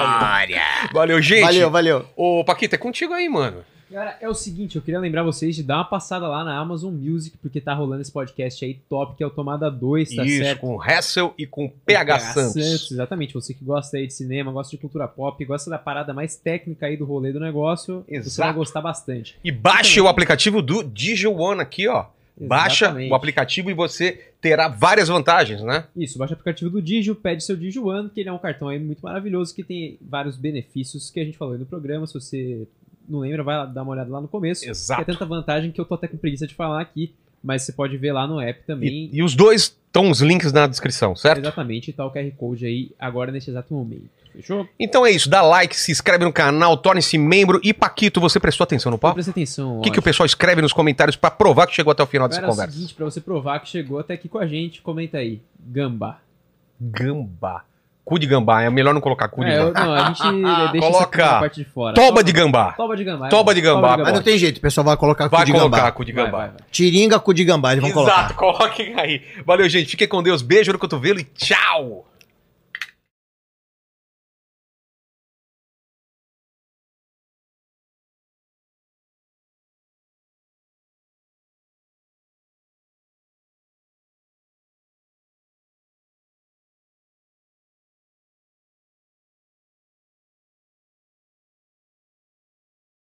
S1: Valeu, gente.
S3: Valeu, valeu.
S1: Ô, Paquita, é contigo aí, mano.
S2: Cara, é o seguinte, eu queria lembrar vocês de dar uma passada lá na Amazon Music, porque tá rolando esse podcast aí top, que é o Tomada 2, tá
S1: Isso,
S2: certo? É,
S1: com o Hassel e com o PH Santos.
S2: Exatamente, você que gosta aí de cinema, gosta de cultura pop, gosta da parada mais técnica aí do rolê do negócio, você vai
S1: Exato.
S2: gostar bastante.
S1: E baixe o aplicativo do Digital One aqui, ó. Baixa
S2: Exatamente.
S1: o aplicativo e você terá várias vantagens, né?
S2: Isso, baixa o aplicativo do Digio, pede seu Digio One, que ele é um cartão aí muito maravilhoso, que tem vários benefícios que a gente falou aí no programa. Se você não lembra, vai lá dar uma olhada lá no começo.
S1: Exato.
S2: Que é tanta vantagem que eu tô até com preguiça de falar aqui, mas você pode ver lá no app também.
S1: E os dois estão os links na descrição, certo?
S2: Exatamente, tá o QR Code aí agora nesse exato momento. Fechou?
S1: Então é isso, dá like, se inscreve no canal, torne-se membro. E Paquito, você prestou atenção no papo?
S2: Presta atenção.
S1: O que, que o pessoal escreve nos comentários pra provar que chegou até o final dessa
S2: Agora é o
S1: conversa?
S2: seguinte, pra você provar que chegou até aqui com a gente, comenta aí. Gambá.
S1: Gambá. Cu de gambá, é melhor não colocar cu de
S2: É, eu-
S1: gambá.
S2: não, a gente deixa essa
S1: Coloca
S2: parte de fora.
S1: toba de gambá.
S2: Toba de gambá.
S1: Toba de gambá.
S3: Mas não tem jeito, o pessoal vai colocar
S1: Vai
S3: cu de
S1: colocar
S3: gambá.
S1: cu de gambá. Vai, vai,
S3: Tiringa cu de gambá, eles vão colocar.
S1: Exato, coloquem aí. Valeu, gente. Fiquem com Deus. Beijo no cotovelo e tchau.